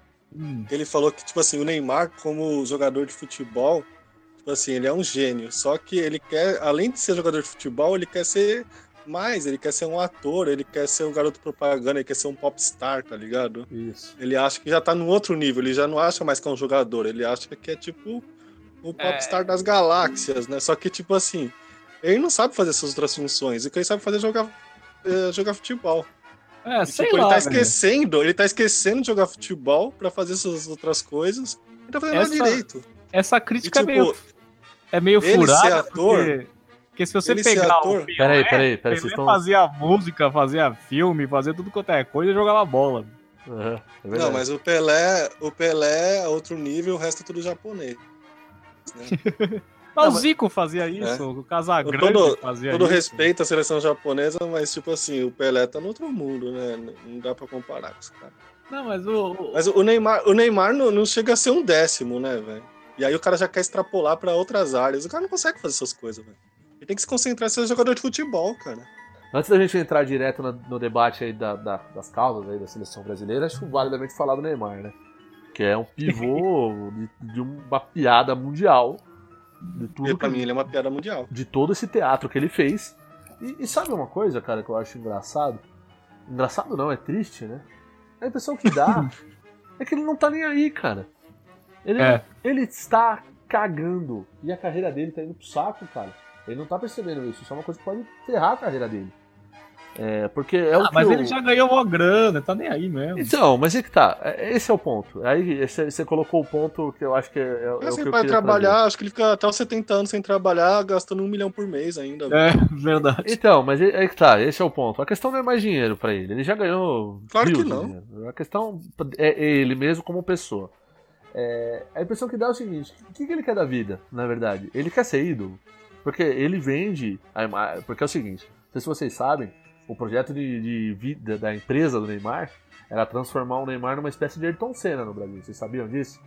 Speaker 4: hum,
Speaker 2: Ele falou que, tipo assim, o Neymar, como jogador de futebol, tipo assim, ele é um gênio. Só que ele quer, além de ser jogador de futebol, ele quer ser mais, ele quer ser um ator, ele quer ser um garoto propaganda, ele quer ser um popstar, tá ligado?
Speaker 3: Isso.
Speaker 2: Ele acha que já tá num outro nível, ele já não acha mais que é um jogador, ele acha que é tipo o popstar das galáxias, né? Só que, tipo assim, ele não sabe fazer essas outras funções, e o que ele sabe fazer é jogar, é, jogar futebol.
Speaker 4: É,
Speaker 2: E,
Speaker 4: sei
Speaker 2: tipo,
Speaker 4: lá.
Speaker 2: ele tá
Speaker 4: velho.
Speaker 2: esquecendo, ele tá esquecendo de jogar futebol pra fazer essas outras coisas. Ele tá fazendo nada
Speaker 4: Essa-
Speaker 2: direito.
Speaker 4: Essa crítica
Speaker 2: E, tipo,
Speaker 4: é meio, é meio
Speaker 2: ele
Speaker 4: furada.
Speaker 2: ser ator-
Speaker 4: porque, porque se você
Speaker 2: ele ser
Speaker 4: pegar o
Speaker 2: ator-
Speaker 3: Peraí,
Speaker 4: Pelé,
Speaker 3: peraí, peraí,
Speaker 4: Pelé
Speaker 3: vocês estão.
Speaker 4: fazia música, fazia filme, fazia tudo quanto é coisa e jogava bola.
Speaker 3: Aham, é verdade.
Speaker 2: Não, mas o Pelé, o Pelé é outro nível, o resto é tudo japonês.
Speaker 4: Mas
Speaker 3: Não,
Speaker 4: o
Speaker 3: mas-
Speaker 4: Zico fazia isso, o Casagrande
Speaker 2: Com É. todo-
Speaker 4: fazia
Speaker 2: Todo
Speaker 4: É isso.
Speaker 2: respeito à seleção japonesa, mas tipo assim, o Pelé tá no outro mundo, né? Não dá pra comparar com esse cara.
Speaker 4: Não, mas o, o-
Speaker 2: Mas o Neymar, o Neymar não, não chega a ser um décimo, né, velho? E aí o cara já quer extrapolar pra outras áreas. O cara não consegue fazer essas coisas, velho. Ele tem que se concentrar em ser jogador de futebol, cara.
Speaker 3: Antes da gente entrar direto na- no, debate aí da- da- das causas aí da seleção brasileira, acho validamente falar do Neymar, né? Que é um pivô de, de uma piada mundial. De
Speaker 2: Porque
Speaker 3: tudo
Speaker 2: pra
Speaker 3: que,
Speaker 2: mim ele é uma piada mundial.
Speaker 3: de todo esse teatro que ele fez. E, e sabe uma coisa, cara, que eu acho engraçado? Engraçado não, é triste, né? A impressão que dá é que ele não tá nem aí, cara. Ele,
Speaker 4: É.
Speaker 3: ele está cagando. E a carreira dele tá indo pro saco, cara. Ele não tá percebendo isso. Isso é uma coisa que pode ferrar a carreira dele. É, porque é o
Speaker 4: Ah,
Speaker 3: que
Speaker 4: mas
Speaker 3: o-
Speaker 4: ele já ganhou uma grana, tá nem aí mesmo.
Speaker 3: Então, mas é que tá. é- Esse é o ponto. Aí você você colocou o ponto que eu acho que é, é, é o que
Speaker 2: Mas
Speaker 3: eu
Speaker 2: ele vai
Speaker 3: queria
Speaker 2: trabalhar,
Speaker 3: trazer.
Speaker 2: acho que ele fica até os 70 anos sem trabalhar, gastando um milhão por mês ainda.
Speaker 4: É, verdade.
Speaker 3: Então, mas é é que tá, esse é o ponto. A questão não é mais dinheiro pra ele. Ele já ganhou.
Speaker 2: Claro que
Speaker 3: rios de
Speaker 2: não.
Speaker 3: dinheiro. A questão é é ele mesmo como pessoa. É, a impressão que dá é o seguinte: o que, que ele quer da vida, na verdade? Ele quer ser ídolo. Porque ele vende. A ima- Porque é o seguinte: não sei se vocês sabem, o projeto de, de vida da empresa do Neymar era transformar o Neymar numa espécie de Ayrton Senna no Brasil. Vocês sabiam disso?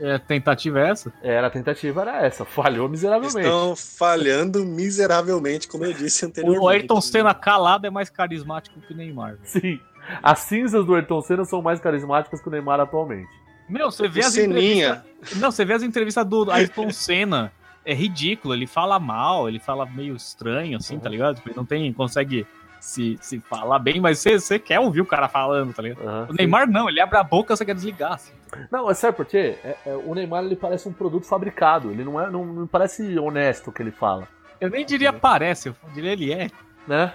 Speaker 4: É, tentativa é essa?
Speaker 3: Era a tentativa, era essa. Falhou miseravelmente.
Speaker 2: Estão falhando miseravelmente, como eu disse anteriormente.
Speaker 4: O Ayrton Senna calado é mais carismático que o Neymar.
Speaker 3: Sim. As cinzas do Ayrton Senna são mais carismáticas que o Neymar atualmente.
Speaker 4: Meu, você vê
Speaker 2: O
Speaker 4: as
Speaker 2: Seninha.
Speaker 4: entrevistas. Não, você vê as entrevistas do Ayrton Senna. É ridículo, ele fala mal, ele fala meio estranho, assim,
Speaker 3: Uhum.
Speaker 4: tá ligado? Tipo, Ele não tem, consegue se, se falar bem, mas você, você quer ouvir o cara falando, tá ligado?
Speaker 3: Aham.
Speaker 4: O Neymar não, ele abre a boca, você quer desligar. assim.
Speaker 3: Não, é sabe por quê? É- é, o Neymar ele parece um produto fabricado. Ele não é, não, não parece honesto o que ele fala,
Speaker 4: Eu nem diria parece, eu diria ele é.
Speaker 3: né?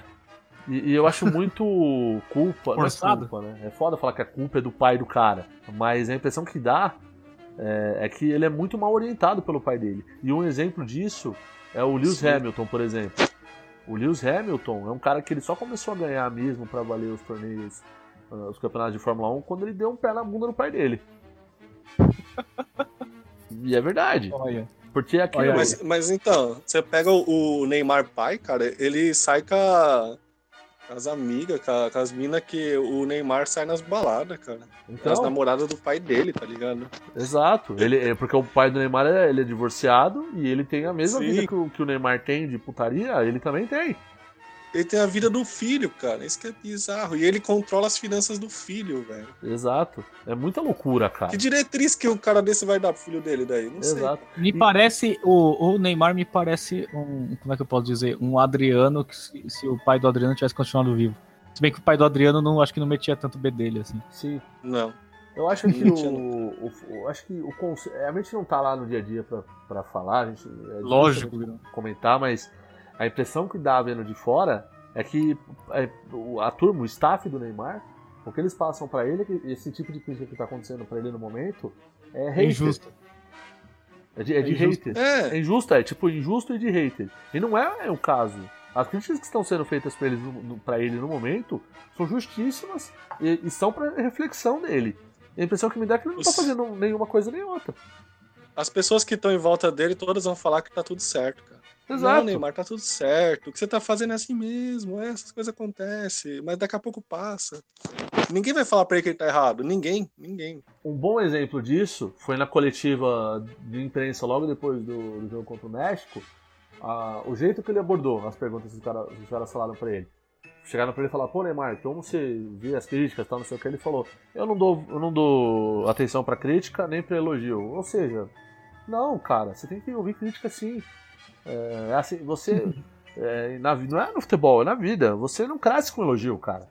Speaker 3: E, e eu acho muito culpa, não é
Speaker 4: Forçado.
Speaker 3: culpa, né? É foda falar que a culpa é do pai do cara, mas a impressão que dá é, é que ele é muito mal orientado pelo pai dele. E um exemplo disso é o Lewis
Speaker 2: Sim.
Speaker 3: Hamilton, por exemplo. O Lewis Hamilton é um cara que ele só começou a ganhar mesmo pra valer os torneios, ah, os campeonatos de Fórmula 1 quando ele deu um pé na bunda do pai dele. e é verdade.
Speaker 4: Olha.
Speaker 3: Porque aqui
Speaker 4: Olha
Speaker 2: Mas, mas então, você pega o, o Neymar pai, cara, ele sai com, a- com as amigas, com, a- com as minas que o Neymar sai nas baladas, cara. Com as
Speaker 3: então,
Speaker 2: namoradas do pai dele, tá ligado?
Speaker 3: exato. Ele, é porque o pai do Neymar é, ele é divorciado e ele tem a mesma
Speaker 2: Sim.
Speaker 3: vida que o, que o Neymar tem de putaria, ele também tem.
Speaker 2: Ele tem a vida do filho, cara. Isso que é bizarro. E ele controla as finanças do filho, velho.
Speaker 3: Exato. É muita loucura, cara.
Speaker 2: Que diretriz que um cara desse vai dar pro filho dele daí? Não sei.
Speaker 3: Exato.
Speaker 4: Me parece, o, o Neymar me parece um, como é que eu posso dizer, um Adriano, que se, se o pai do Adriano tivesse continuado vivo. Se bem que o pai do Adriano não, acho que não metia tanto o bedelho, assim.
Speaker 3: Sim.
Speaker 2: Não.
Speaker 3: Eu acho que
Speaker 2: Mentira.
Speaker 3: o, o- o- acho que o conce- a gente não tá lá no dia a dia pra, pra falar, a gente, é difícil
Speaker 4: Lógico,
Speaker 3: a gente comentar, mas a impressão que dá vendo de fora é que é, o- a turma, o staff do Neymar, o que eles passam pra ele, é que esse tipo de coisa que tá acontecendo pra ele no momento, é hater.
Speaker 4: injusto.
Speaker 3: É de, é de
Speaker 4: É injusto.
Speaker 3: hater.
Speaker 2: É,
Speaker 3: É injusto, é tipo injusto e de hater. E não é o caso. As críticas que estão sendo feitas pra ele no, no- pra ele no momento são justíssimas e, e são pra reflexão dele. E a impressão que me dá é que ele não tá
Speaker 2: Os-
Speaker 3: fazendo nenhuma coisa nem outra.
Speaker 2: as pessoas que estão em volta dele, todas vão falar que tá tudo certo, cara. Não,
Speaker 3: Exato.
Speaker 2: Neymar, tá tudo certo. O que você tá fazendo é assim mesmo. é, Essas coisas acontecem. Mas daqui a pouco passa. Ninguém vai falar pra ele que ele tá errado. Ninguém. Ninguém.
Speaker 3: um bom exemplo disso foi na coletiva de imprensa logo depois do, do jogo contra o México. Ah, o jeito que ele abordou as perguntas que os cara- que os caras falaram pra ele. Chegaram pra ele e falaram, pô Neymar, como você vê as críticas e tal, não sei o que, ele falou, eu não dou, eu não dou atenção pra crítica nem pra elogio. Ou seja, não, cara, você tem que ouvir crítica sim. É, é assim, você. é, na, vi- não é no futebol, é na vida. Você não cresce com elogio, cara.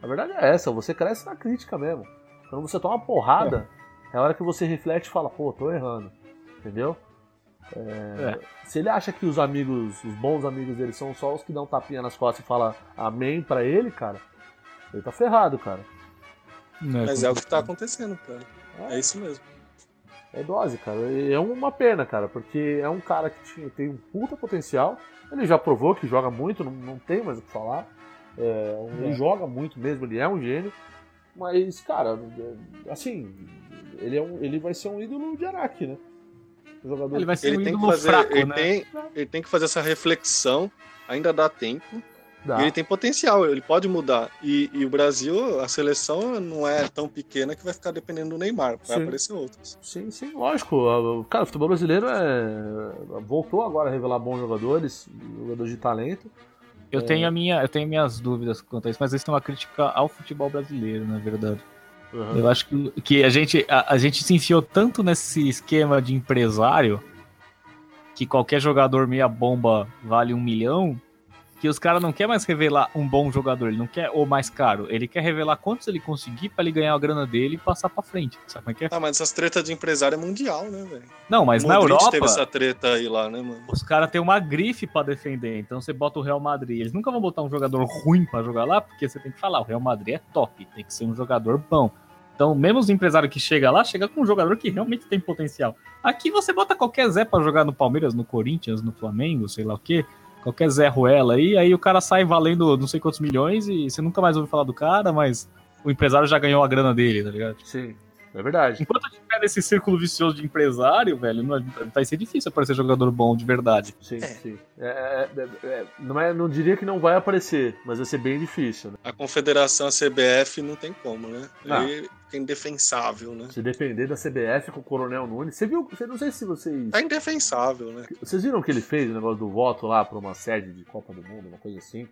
Speaker 3: A verdade é essa, você cresce na crítica mesmo. Quando você toma uma porrada, é a hora que você reflete e fala, pô, tô errando. Entendeu? É, Se ele acha que os amigos, os bons amigos dele são só os que dão tapinha nas costas e falam amém pra ele, cara, ele tá ferrado, cara.
Speaker 4: né?
Speaker 2: Mas é o que tá acontecendo, cara. É isso mesmo.
Speaker 3: É dose, cara. E É uma pena, cara, porque é um cara que tinha- tem um puta potencial. Ele já provou que joga muito, não, não tem mais o que falar. É, ele joga muito mesmo, ele é um gênio. Mas, cara, é- assim, ele, é um- ele vai ser um ídolo de Araque, né? O jogador
Speaker 4: Ele vai ser
Speaker 2: Ele
Speaker 4: um
Speaker 2: tem que
Speaker 4: ídolo
Speaker 2: fazer.
Speaker 4: fraco,
Speaker 2: ele,
Speaker 4: né?
Speaker 2: tem, ele tem que fazer essa reflexão. Ainda dá tempo.
Speaker 3: dá.
Speaker 2: E ele tem potencial, ele pode mudar. E, e o Brasil, a seleção não é tão pequena que vai ficar dependendo do Neymar. Vai
Speaker 3: Sim.
Speaker 2: aparecer outros.
Speaker 3: Sim, sim, lógico. A- a- Cara, o futebol brasileiro é... voltou agora a revelar bons jogadores, jogadores de talento.
Speaker 4: Eu
Speaker 2: É.
Speaker 4: tenho a minha, eu tenho minhas dúvidas quanto a isso, mas isso é uma crítica ao futebol brasileiro, na verdade. Eu acho que, que a, gente, a, a gente se enfiou tanto nesse esquema de empresário que qualquer jogador meia bomba vale um milhão, que os caras não querem mais revelar um bom jogador, ele não quer o mais caro, ele quer revelar quantos ele conseguir pra ele ganhar a grana dele e passar pra frente. Sabe como é que é?
Speaker 2: Ah, mas essas tretas de empresário é mundial, né, velho?
Speaker 4: Não, mas na
Speaker 2: Modric
Speaker 4: Europa
Speaker 2: teve essa treta aí lá, né, mano?
Speaker 4: os caras têm uma grife pra defender. Então você bota o Real Madrid. Eles nunca vão botar um jogador ruim pra jogar lá, porque você tem que falar, o Real Madrid é top, tem que ser um jogador bom. Então, mesmo os empresários que chega lá, chega com um jogador que realmente tem potencial. Aqui você bota qualquer Zé pra jogar no Palmeiras, no Corinthians, no Flamengo, sei lá o quê. Qualquer Zé Ruela aí, aí o cara sai valendo não sei quantos milhões e você nunca mais ouve falar do cara, mas o empresário já ganhou a grana dele, tá ligado?
Speaker 3: Sim, é verdade.
Speaker 4: Enquanto eu tiver nesse círculo vicioso de empresário, velho, não- vai ser difícil aparecer jogador bom de verdade.
Speaker 3: Sim, sim. É, é, é, é, não, é, não diria que não vai aparecer, mas vai ser bem difícil, né?
Speaker 2: A confederação, a CBF, não tem como, né?
Speaker 3: Não.
Speaker 2: Ele fica indefensável, né?
Speaker 3: Se depender da CBF com o Coronel Nunes. Você viu? Você, não sei se vocês.
Speaker 2: Tá indefensável, né?
Speaker 3: Vocês viram que ele fez o negócio do voto lá pra uma sede de Copa do Mundo, uma coisa assim?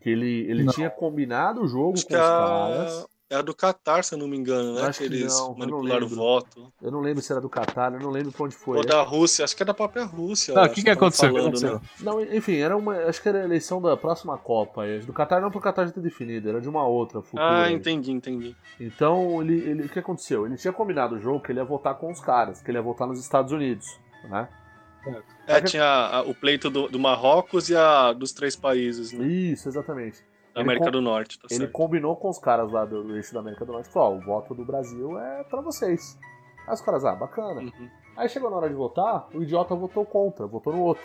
Speaker 3: Que ele, ele
Speaker 4: Não.
Speaker 3: tinha combinado o jogo
Speaker 2: Acho
Speaker 3: com
Speaker 2: que é
Speaker 3: os
Speaker 2: a...
Speaker 3: caras.
Speaker 2: é a do Catar, se eu não me engano, né?
Speaker 3: Acho
Speaker 2: que
Speaker 3: que
Speaker 2: eles
Speaker 3: não, eu não
Speaker 2: manipularam o
Speaker 3: lembro.
Speaker 2: voto.
Speaker 3: Eu não lembro se era do Catar, eu não lembro pra onde foi.
Speaker 2: Ou da Rússia, acho que é da própria Rússia.
Speaker 4: Tá, o
Speaker 2: acho
Speaker 4: que, que
Speaker 2: tão
Speaker 4: aconteceu?
Speaker 2: falando,
Speaker 4: O que aconteceu?
Speaker 2: né?
Speaker 3: Não, enfim, era uma. Acho que era a eleição da próxima Copa. e Do Catar não pro Catar já ter definido, era de uma outra. Futura.
Speaker 2: Ah, entendi, entendi.
Speaker 3: Então, ele, ele- o que aconteceu? Ele tinha combinado o jogo que ele ia votar com os caras, que ele ia votar nos Estados Unidos, né?
Speaker 2: É, tinha a- o pleito do, do Marrocos e a dos três países né?
Speaker 3: Isso, exatamente.
Speaker 2: da América
Speaker 3: com-
Speaker 2: do Norte, tá
Speaker 3: Ele
Speaker 2: certo?
Speaker 3: combinou com os caras lá do, do eixo da América do Norte e falou: ó, o voto do Brasil é pra vocês. Aí os caras, ah, bacana.
Speaker 2: Uhum.
Speaker 3: Aí chegou na hora de votar, o idiota votou contra, votou no outro.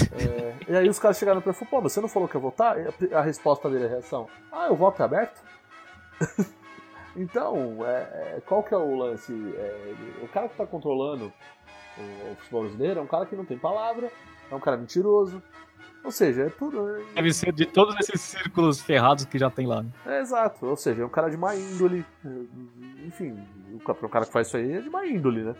Speaker 3: É, e aí os caras chegaram pra ele e falaram, pô, mas você não falou que ia votar? E a, a resposta dele, a reação, ah, o voto é aberto? então, é, é, qual que é o lance? É, ele- o cara que tá controlando o, o futebol brasileiro é um cara que não tem palavra, é um cara mentiroso. Ou seja, é tudo. é-
Speaker 4: Deve ser de todos esses círculos ferrados que já tem lá. né?
Speaker 3: é exato, ou seja, é um cara de má índole. Enfim, o ca- o cara que faz isso aí é de má índole, né?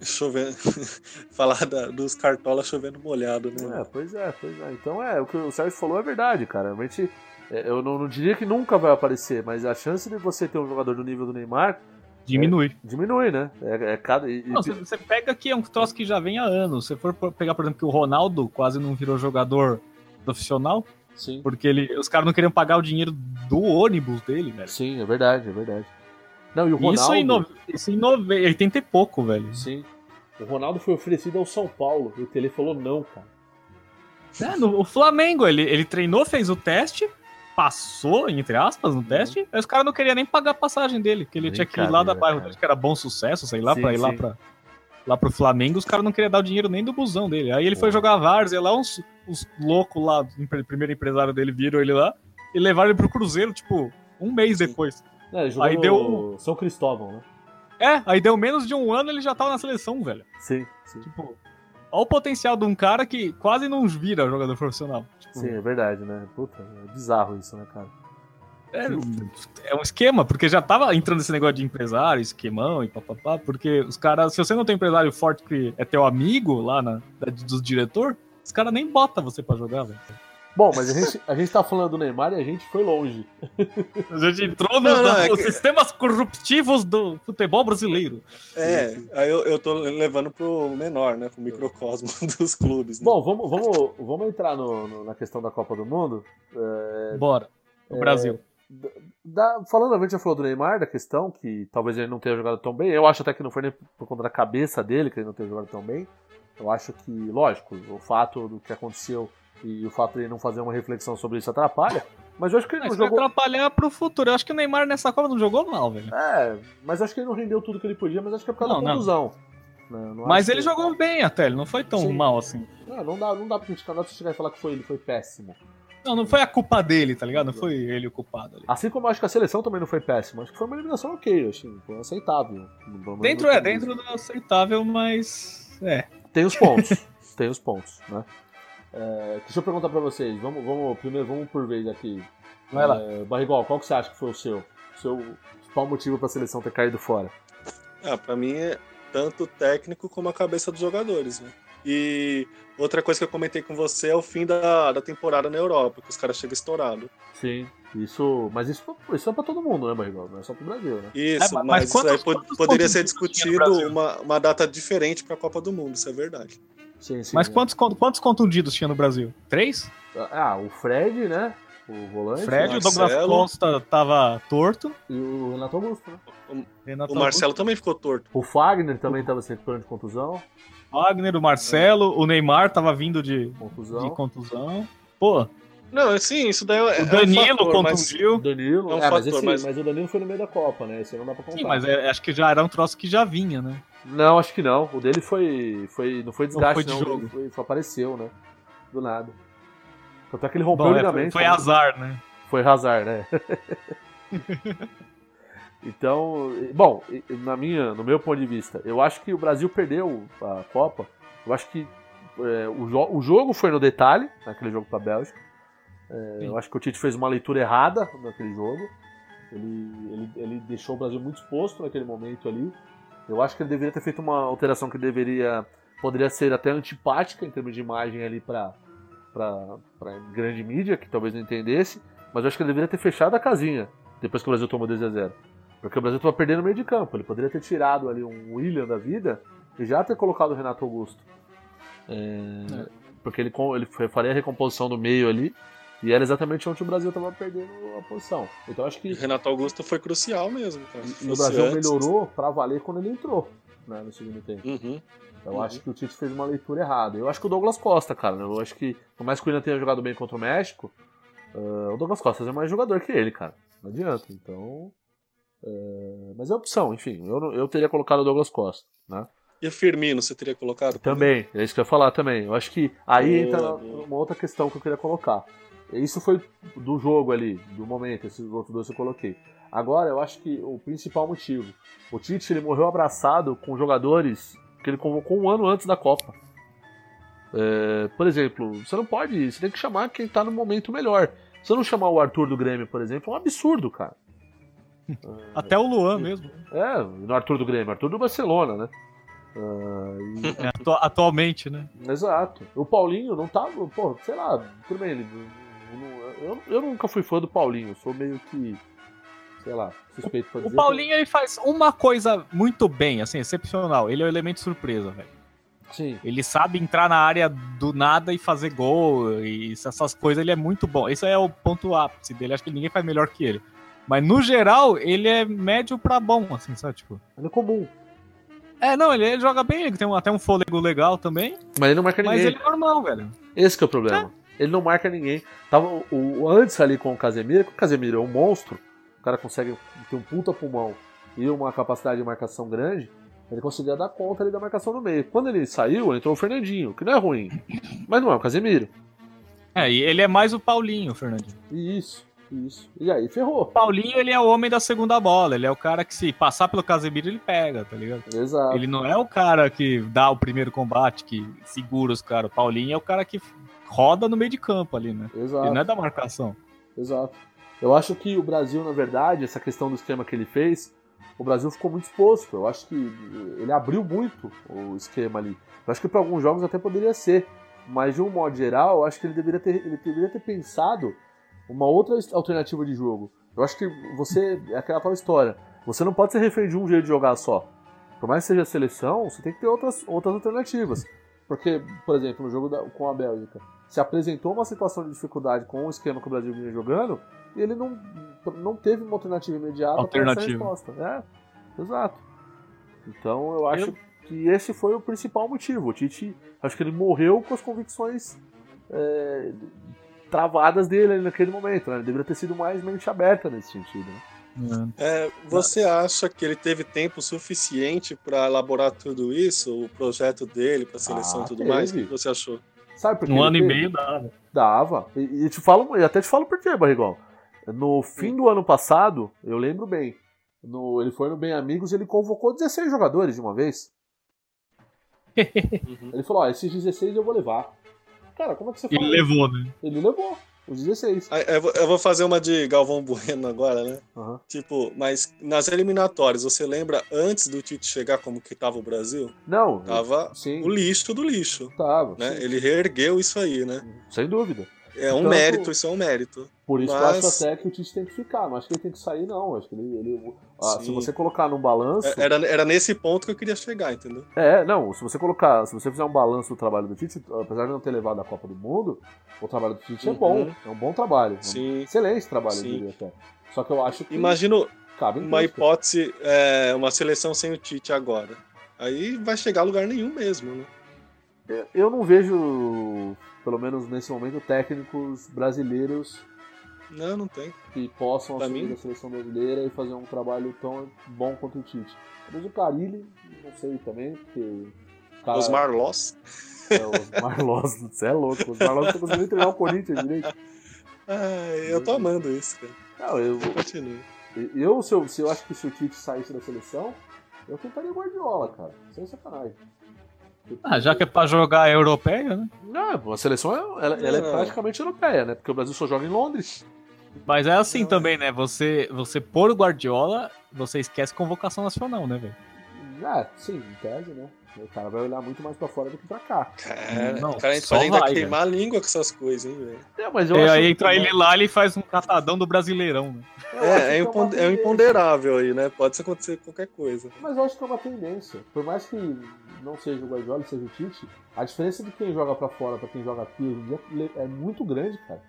Speaker 2: Chovendo. Falar da- dos cartolas chovendo molhado, né?
Speaker 3: É, pois é, pois é. Então é, o que o Sérgio falou é verdade, cara. Realmente, é, eu não, não diria que nunca vai aparecer, mas a chance de você ter um jogador do nível do Neymar
Speaker 4: Diminui.
Speaker 3: diminui, né? É, é cada. e- e-
Speaker 4: Não, você, você pega que é um troço que já vem há anos. Se for por- pegar, por exemplo, que o Ronaldo quase não virou jogador profissional,
Speaker 3: sim,
Speaker 4: porque ele, os caras não queriam pagar o dinheiro do ônibus dele, velho.
Speaker 3: sim, é verdade, é verdade. Não, e o Ronaldo.
Speaker 4: Isso em, no, isso em nove- 80 e pouco, velho.
Speaker 3: Sim. O Ronaldo foi oferecido ao São Paulo e o Tele falou não, cara.
Speaker 4: É, no- o Flamengo, ele, ele treinou, fez o teste, passou, entre aspas,
Speaker 3: Uhum.
Speaker 4: no teste, mas os caras não queriam nem pagar a passagem dele, porque ele tinha que ir lá da
Speaker 3: Brincadeira,
Speaker 4: bairro,
Speaker 3: cara.
Speaker 4: acho que era bom sucesso, sei lá,
Speaker 3: Sim,
Speaker 4: pra ir lá
Speaker 3: sim.
Speaker 4: pra. Lá pro Flamengo, os caras não queriam dar o dinheiro nem do busão dele. Aí ele foi
Speaker 3: Porra.
Speaker 4: jogar Várzea lá, uns, uns loucos lá, o empre- primeiro empresário dele viram ele lá e levaram ele pro Cruzeiro, tipo, um mês depois.
Speaker 3: É, ele jogou
Speaker 4: Aí
Speaker 3: no
Speaker 4: deu- um-
Speaker 3: São Cristóvão, né?
Speaker 4: É, aí deu menos de um ano ele já tava na seleção, velho.
Speaker 3: Sim, sim.
Speaker 4: Tipo, olha o potencial de um cara que quase não vira jogador profissional. Tipo,
Speaker 3: Sim, é verdade, né? Puta, é bizarro isso, né, cara?
Speaker 4: É,
Speaker 3: Hum.
Speaker 4: é um esquema, porque já tava entrando esse negócio de empresário, esquemão e papapá, porque os caras, se você não tem empresário forte que é teu amigo lá na, da- dos diretor, os caras nem botam você pra jogar, velho.
Speaker 3: Bom, mas a gente, a gente tá falando do Neymar e a gente foi longe.
Speaker 4: A gente entrou
Speaker 2: Não,
Speaker 4: nos
Speaker 2: não, é
Speaker 4: nos
Speaker 2: que-
Speaker 4: sistemas corruptivos do futebol brasileiro.
Speaker 2: É, aí eu, eu tô levando pro menor, né? Pro microcosmo dos clubes. Né?
Speaker 3: Bom, vamos, vamos, vamos entrar no- no- na questão da Copa do Mundo. É.
Speaker 4: Bora. O Brasil.
Speaker 3: Da- falando, a gente já falou do Neymar, da questão que talvez ele não tenha jogado tão bem. Eu acho até que não foi nem por conta da cabeça dele que ele não tenha jogado tão bem. Eu acho que, lógico, o fato do que aconteceu e o fato de ele não fazer uma reflexão sobre isso atrapalha. Mas eu acho que ele
Speaker 4: Mas
Speaker 3: não
Speaker 4: isso vai
Speaker 3: jogou.
Speaker 4: atrapalhar pro futuro. Eu acho que o Neymar nessa Copa não jogou mal, velho.
Speaker 3: É, mas eu acho que ele não rendeu tudo que ele podia, mas acho que é por causa
Speaker 4: Não,
Speaker 3: da
Speaker 4: não.
Speaker 3: contusão. né? Não, não
Speaker 4: Mas
Speaker 3: acho
Speaker 4: ele
Speaker 3: que-
Speaker 4: jogou bem até, ele não foi tão
Speaker 3: Sim.
Speaker 4: mal assim.
Speaker 3: Não, não dá, não dá pra criticar, não dá pra chegar e falar que foi ele, foi péssimo.
Speaker 4: Não, não foi a culpa dele, tá ligado? Não foi ele o culpado ali.
Speaker 3: Assim como eu acho que a seleção também não foi péssima, acho que foi uma eliminação ok, assim, foi aceitável. Pelo menos
Speaker 4: Dentro
Speaker 3: no
Speaker 4: é,
Speaker 3: começo.
Speaker 4: dentro do aceitável, mas. É.
Speaker 3: Tem os pontos, tem os pontos, né? É, deixa eu perguntar pra vocês, vamos, vamos, primeiro vamos por vez aqui.
Speaker 4: Vai lá.
Speaker 3: É, Barrigol, qual que você acha que foi o seu? Seu principal motivo pra seleção ter caído fora?
Speaker 2: Ah, pra mim é tanto o técnico como a cabeça dos jogadores, né? E outra coisa que eu comentei com você é o fim da, da temporada na Europa, que os caras chegam estourado.
Speaker 3: Sim. Isso, mas isso, isso é pra todo mundo, né, Barrigol? Não é só pro Brasil, né?
Speaker 2: Isso,
Speaker 4: É, mas
Speaker 2: mas, isso
Speaker 4: quantos-
Speaker 2: aí po-
Speaker 4: quantos
Speaker 2: poderia
Speaker 4: pontos
Speaker 2: ser
Speaker 4: tinha no
Speaker 2: discutido
Speaker 4: Brasil?
Speaker 2: uma, uma data diferente pra Copa do Mundo, isso é verdade.
Speaker 3: Sim, sim.
Speaker 4: Mas quantos, con- quantos contundidos tinha no Brasil? Três?
Speaker 3: Ah, o Fred, né? O volante.
Speaker 4: Fred, o
Speaker 2: Marcelo.
Speaker 4: Douglas Costa tava torto.
Speaker 3: E o Renato Augusto, né?
Speaker 4: Renato
Speaker 2: O Marcelo também ficou torto.
Speaker 3: O Fagner também tava se recuperando de contusão.
Speaker 4: Augusto, Wagner, o Marcelo, o Neymar tava vindo de, de
Speaker 3: Contusão.
Speaker 4: contusão. Pô,
Speaker 2: Não, assim, isso daí é.
Speaker 4: o Danilo
Speaker 2: é um fator, mas-
Speaker 3: O
Speaker 4: contundiu.
Speaker 3: Danilo.
Speaker 2: É um
Speaker 3: Ah, mas,
Speaker 2: fator,
Speaker 3: esse-
Speaker 2: mas-
Speaker 3: mas o Danilo foi no meio da Copa, né? Esse não dá pra contar.
Speaker 4: Sim, mas é- acho que já era um troço que já vinha, né?
Speaker 3: Não, acho que não. O dele foi. foi não foi desgaste,
Speaker 4: foi de
Speaker 3: não.
Speaker 4: jogo.
Speaker 3: Foi- só apareceu, né? Do nada. Tanto é que ele rompeu
Speaker 4: Bom,
Speaker 3: o
Speaker 4: é,
Speaker 3: ligamento.
Speaker 4: foi, foi
Speaker 3: né?
Speaker 4: azar, né?
Speaker 3: Foi Hazard, né? então, bom, na minha, no meu ponto de vista, eu acho que o Brasil perdeu a Copa. Eu acho que é, o, jo- o jogo foi no detalhe, naquele jogo com a Bélgica. É, eu
Speaker 4: Sim.
Speaker 3: acho que o Tite fez uma leitura errada naquele jogo. Ele, ele, ele deixou o Brasil muito exposto naquele momento ali. Eu acho que ele deveria ter feito uma alteração que deveria poderia ser até antipática em termos de imagem ali para para grande mídia que talvez não entendesse, mas eu acho que ele deveria ter fechado a casinha depois que o Brasil tomou 2 a 0. Porque o Brasil estava perdendo no meio de campo, ele poderia ter tirado ali um William da vida e já ter colocado o Renato Augusto. É, Porque ele, com- ele faria a recomposição do meio ali e era exatamente onde o Brasil estava perdendo a posição. Então eu acho que
Speaker 2: E Renato Augusto foi crucial mesmo, cara. Se
Speaker 3: e o
Speaker 2: fosse
Speaker 3: Brasil
Speaker 2: antes-
Speaker 3: melhorou para valer quando ele entrou né, no segundo tempo. Então,
Speaker 2: Uhum.
Speaker 3: Eu
Speaker 2: Uhum.
Speaker 3: acho que o Tite fez uma leitura errada. Eu acho que o Douglas Costa, cara. né, Eu acho que, por mais que o Willian tenha jogado bem contra o México, eh, o Douglas Costa é mais jogador que ele, cara. Não adianta. Então. eh, mas é opção, enfim. Eu, não- eu teria colocado o Douglas Costa, né?
Speaker 2: E o Firmino, você teria colocado?
Speaker 3: Também, é isso que eu ia falar também. Eu acho que
Speaker 2: Boa,
Speaker 3: aí entra
Speaker 2: boa.
Speaker 3: uma outra questão que eu queria colocar. Isso foi do jogo ali, do momento, esses outros dois eu coloquei. Agora eu acho que o principal motivo. O Tite ele morreu abraçado com jogadores que ele convocou um ano antes da Copa. É, por exemplo, você não pode, você tem que chamar quem tá no momento melhor. Se eu não chamar o Arthur do Grêmio, por exemplo, é um absurdo, cara.
Speaker 4: Até o Luan mesmo. né?
Speaker 3: É, no Arthur do Grêmio, Arthur do Barcelona, né?
Speaker 4: É, atu- atualmente, né?
Speaker 3: Exato. O Paulinho não tava. Pô, sei lá, tudo bem, ele. Eu, eu nunca fui fã do Paulinho, eu sou meio que. Sei lá, suspeito pra
Speaker 4: O
Speaker 3: dizer.
Speaker 4: Paulinho ele faz uma coisa muito bem, assim, excepcional. Ele é o elemento surpresa, velho.
Speaker 3: Sim.
Speaker 4: Ele sabe entrar na área do nada e fazer gol, e isso- essas coisas, ele é muito bom. Esse é o ponto ápice dele, acho que ninguém faz melhor que ele. Mas no geral, ele é médio pra bom, assim, sabe? Tipo.
Speaker 3: Ele é comum.
Speaker 4: É, não, ele, ele joga bem, ele tem um- até um fôlego legal também,
Speaker 3: Mas ele não marca
Speaker 4: mas
Speaker 3: ninguém.
Speaker 4: ele é normal, velho.
Speaker 3: Esse que é o problema. Ele não marca ninguém. Tava o, o- antes ali com o Casemiro, que o Casemiro é um monstro, o cara consegue ter um puta pulmão e uma capacidade de marcação grande, ele conseguia dar conta ali da marcação no meio. Quando ele saiu, entrou o Fernandinho, que não é ruim, mas não é o Casemiro.
Speaker 4: É, e ele é mais o Paulinho, Fernandinho.
Speaker 3: E isso, e isso. E aí ferrou.
Speaker 4: O Paulinho, ele é o homem da segunda bola, ele é o cara que se passar pelo Casemiro, ele pega, tá ligado?
Speaker 3: Exato.
Speaker 4: Ele não é o cara que dá o primeiro combate, que segura os caras. O Paulinho é o cara que roda no meio de campo ali, né? Ele
Speaker 3: Exato,
Speaker 4: não é da marcação.
Speaker 3: exato. Eu acho que o Brasil, na verdade, essa questão do esquema que ele fez, o Brasil ficou muito exposto. Eu acho que eh, ele abriu muito o esquema ali. Eu acho que para alguns jogos até poderia ser, mas de um modo geral, eu acho que ele deveria ter, ele deveria ter pensado uma outra es- alternativa de jogo. Eu acho que você, é aquela tal história, você não pode ser refém de um jeito de jogar só. Por mais que seja seleção, você tem que ter outras, outras alternativas. Porque, por exemplo, no jogo da- com a Bélgica, se apresentou uma situação de dificuldade com o esquema que o Brasil vinha jogando e ele não, não teve uma alternativa imediata
Speaker 4: Alternativa.
Speaker 3: para essa resposta. É, exato. Então eu acho que esse foi o principal motivo. O Tite, acho que ele morreu com as convicções é, travadas dele ali naquele momento. Né? Ele deveria ter sido mais mente aberta nesse sentido. Né?
Speaker 2: É, você acha que ele teve tempo suficiente para elaborar tudo isso, o projeto dele, para a seleção e
Speaker 3: Ah,
Speaker 2: tudo
Speaker 3: teve.
Speaker 2: mais? O que você achou?
Speaker 3: Sabe por que
Speaker 4: Um
Speaker 3: ele
Speaker 4: ano e
Speaker 3: teve?
Speaker 4: meio dá, né?
Speaker 3: Dava. E, e te falo, e até te falo por quê, Barrigol. No fim do ano passado, eu lembro bem. no- ele foi no Bem Amigos e ele convocou 16 jogadores de uma vez.
Speaker 2: Uhum.
Speaker 3: Ele falou: Ó, esses 16 eu vou levar. Cara, como é que você
Speaker 4: Ele
Speaker 3: fala?
Speaker 4: levou, né?
Speaker 3: Ele levou os 16.
Speaker 2: Ah, Eu vou- eu vou fazer uma de Galvão Bueno agora, né?
Speaker 3: Aham.
Speaker 2: Tipo, mas nas eliminatórias, você lembra antes do Tite chegar como que tava o Brasil?
Speaker 3: Não,
Speaker 2: Tava
Speaker 3: sim,
Speaker 2: o lixo do lixo,
Speaker 3: tava.
Speaker 2: né?
Speaker 3: Hum. sim,
Speaker 2: Ele reergueu isso aí, né?
Speaker 3: Sem dúvito.
Speaker 2: É um
Speaker 3: Então,
Speaker 2: mérito, isso é um mérito.
Speaker 3: Por isso
Speaker 2: Mas-
Speaker 3: eu acho até que o Tite tem que ficar. Não acho que ele tem que sair, não. Acho que ele. ele- ah, se
Speaker 2: Sim.
Speaker 3: você colocar num balanço.
Speaker 2: É- Era, era nesse ponto que eu queria chegar, entendeu?
Speaker 3: É, não, se você colocar, se você fizer um balanço do trabalho do Tite, apesar de não ter levado a Copa do Mundo, o trabalho do Tite é
Speaker 2: Uhum.
Speaker 3: bom, é um bom trabalho. é um
Speaker 2: Sim.
Speaker 3: Excelente trabalho,
Speaker 2: Sim.
Speaker 3: eu diria até. Só que eu acho que
Speaker 2: Imagino
Speaker 3: cabe um em
Speaker 2: uma
Speaker 3: críticas.
Speaker 2: hipótese, é, uma seleção sem o Tite agora. Aí vai chegar a lugar nenhum mesmo, né?
Speaker 3: Eu- É, Eu não vejo, pelo menos nesse momento, técnicos brasileiros
Speaker 2: Não, não tem.
Speaker 3: que possam
Speaker 2: Pra
Speaker 3: assumir
Speaker 2: mim-
Speaker 3: a seleção brasileira e fazer um trabalho tão bom quanto o Tite. Mas o Carilli, não sei também, porque. o
Speaker 4: Tá.
Speaker 3: cara-
Speaker 2: Osmar Loss.
Speaker 3: É, o Osmar Loss, você é louco. O Osmar Loss não tá conseguindo treinar o Corinthians direito.
Speaker 2: Ai, É, eu tô amando isso, cara.
Speaker 3: Não, eu,
Speaker 2: Continue.
Speaker 3: Eu, se eu, se eu acho que se o Tite saísse da seleção, eu tentaria o Guardiola, cara. Sem sacanagem.
Speaker 4: Ah, já que é pra jogar europeia, né?
Speaker 3: Não, a seleção é, ela, ela é
Speaker 2: Não.
Speaker 3: praticamente europeia, né? Porque o Brasil só joga em Londres.
Speaker 4: Mas é assim
Speaker 2: Não,
Speaker 4: também, né? Você, você pôr o Guardiola, você esquece convocação nacional, né, velho?
Speaker 3: Ah, sim, em tese, né? O cara vai olhar muito mais pra fora do que pra cá.
Speaker 2: Cara,
Speaker 4: Não,
Speaker 2: o cara
Speaker 4: só
Speaker 2: pode ainda
Speaker 4: vai, né?
Speaker 2: queimar a língua com essas coisas, hein, velho?
Speaker 3: É, mas eu
Speaker 4: E
Speaker 3: acho
Speaker 4: aí
Speaker 3: que-
Speaker 4: entra ele lá, ele faz um catadão do brasileirão, né?
Speaker 3: Eu acho que
Speaker 2: É, é,
Speaker 3: uma
Speaker 2: imponde- é um
Speaker 3: tendência.
Speaker 2: imponderável aí, né? Pode acontecer qualquer coisa.
Speaker 3: Mas eu acho que é uma tendência. Por mais que não seja o Guardiola, seja o Tite, a diferença de quem joga pra fora pra quem joga aqui hoje em dia le- é muito grande, cara.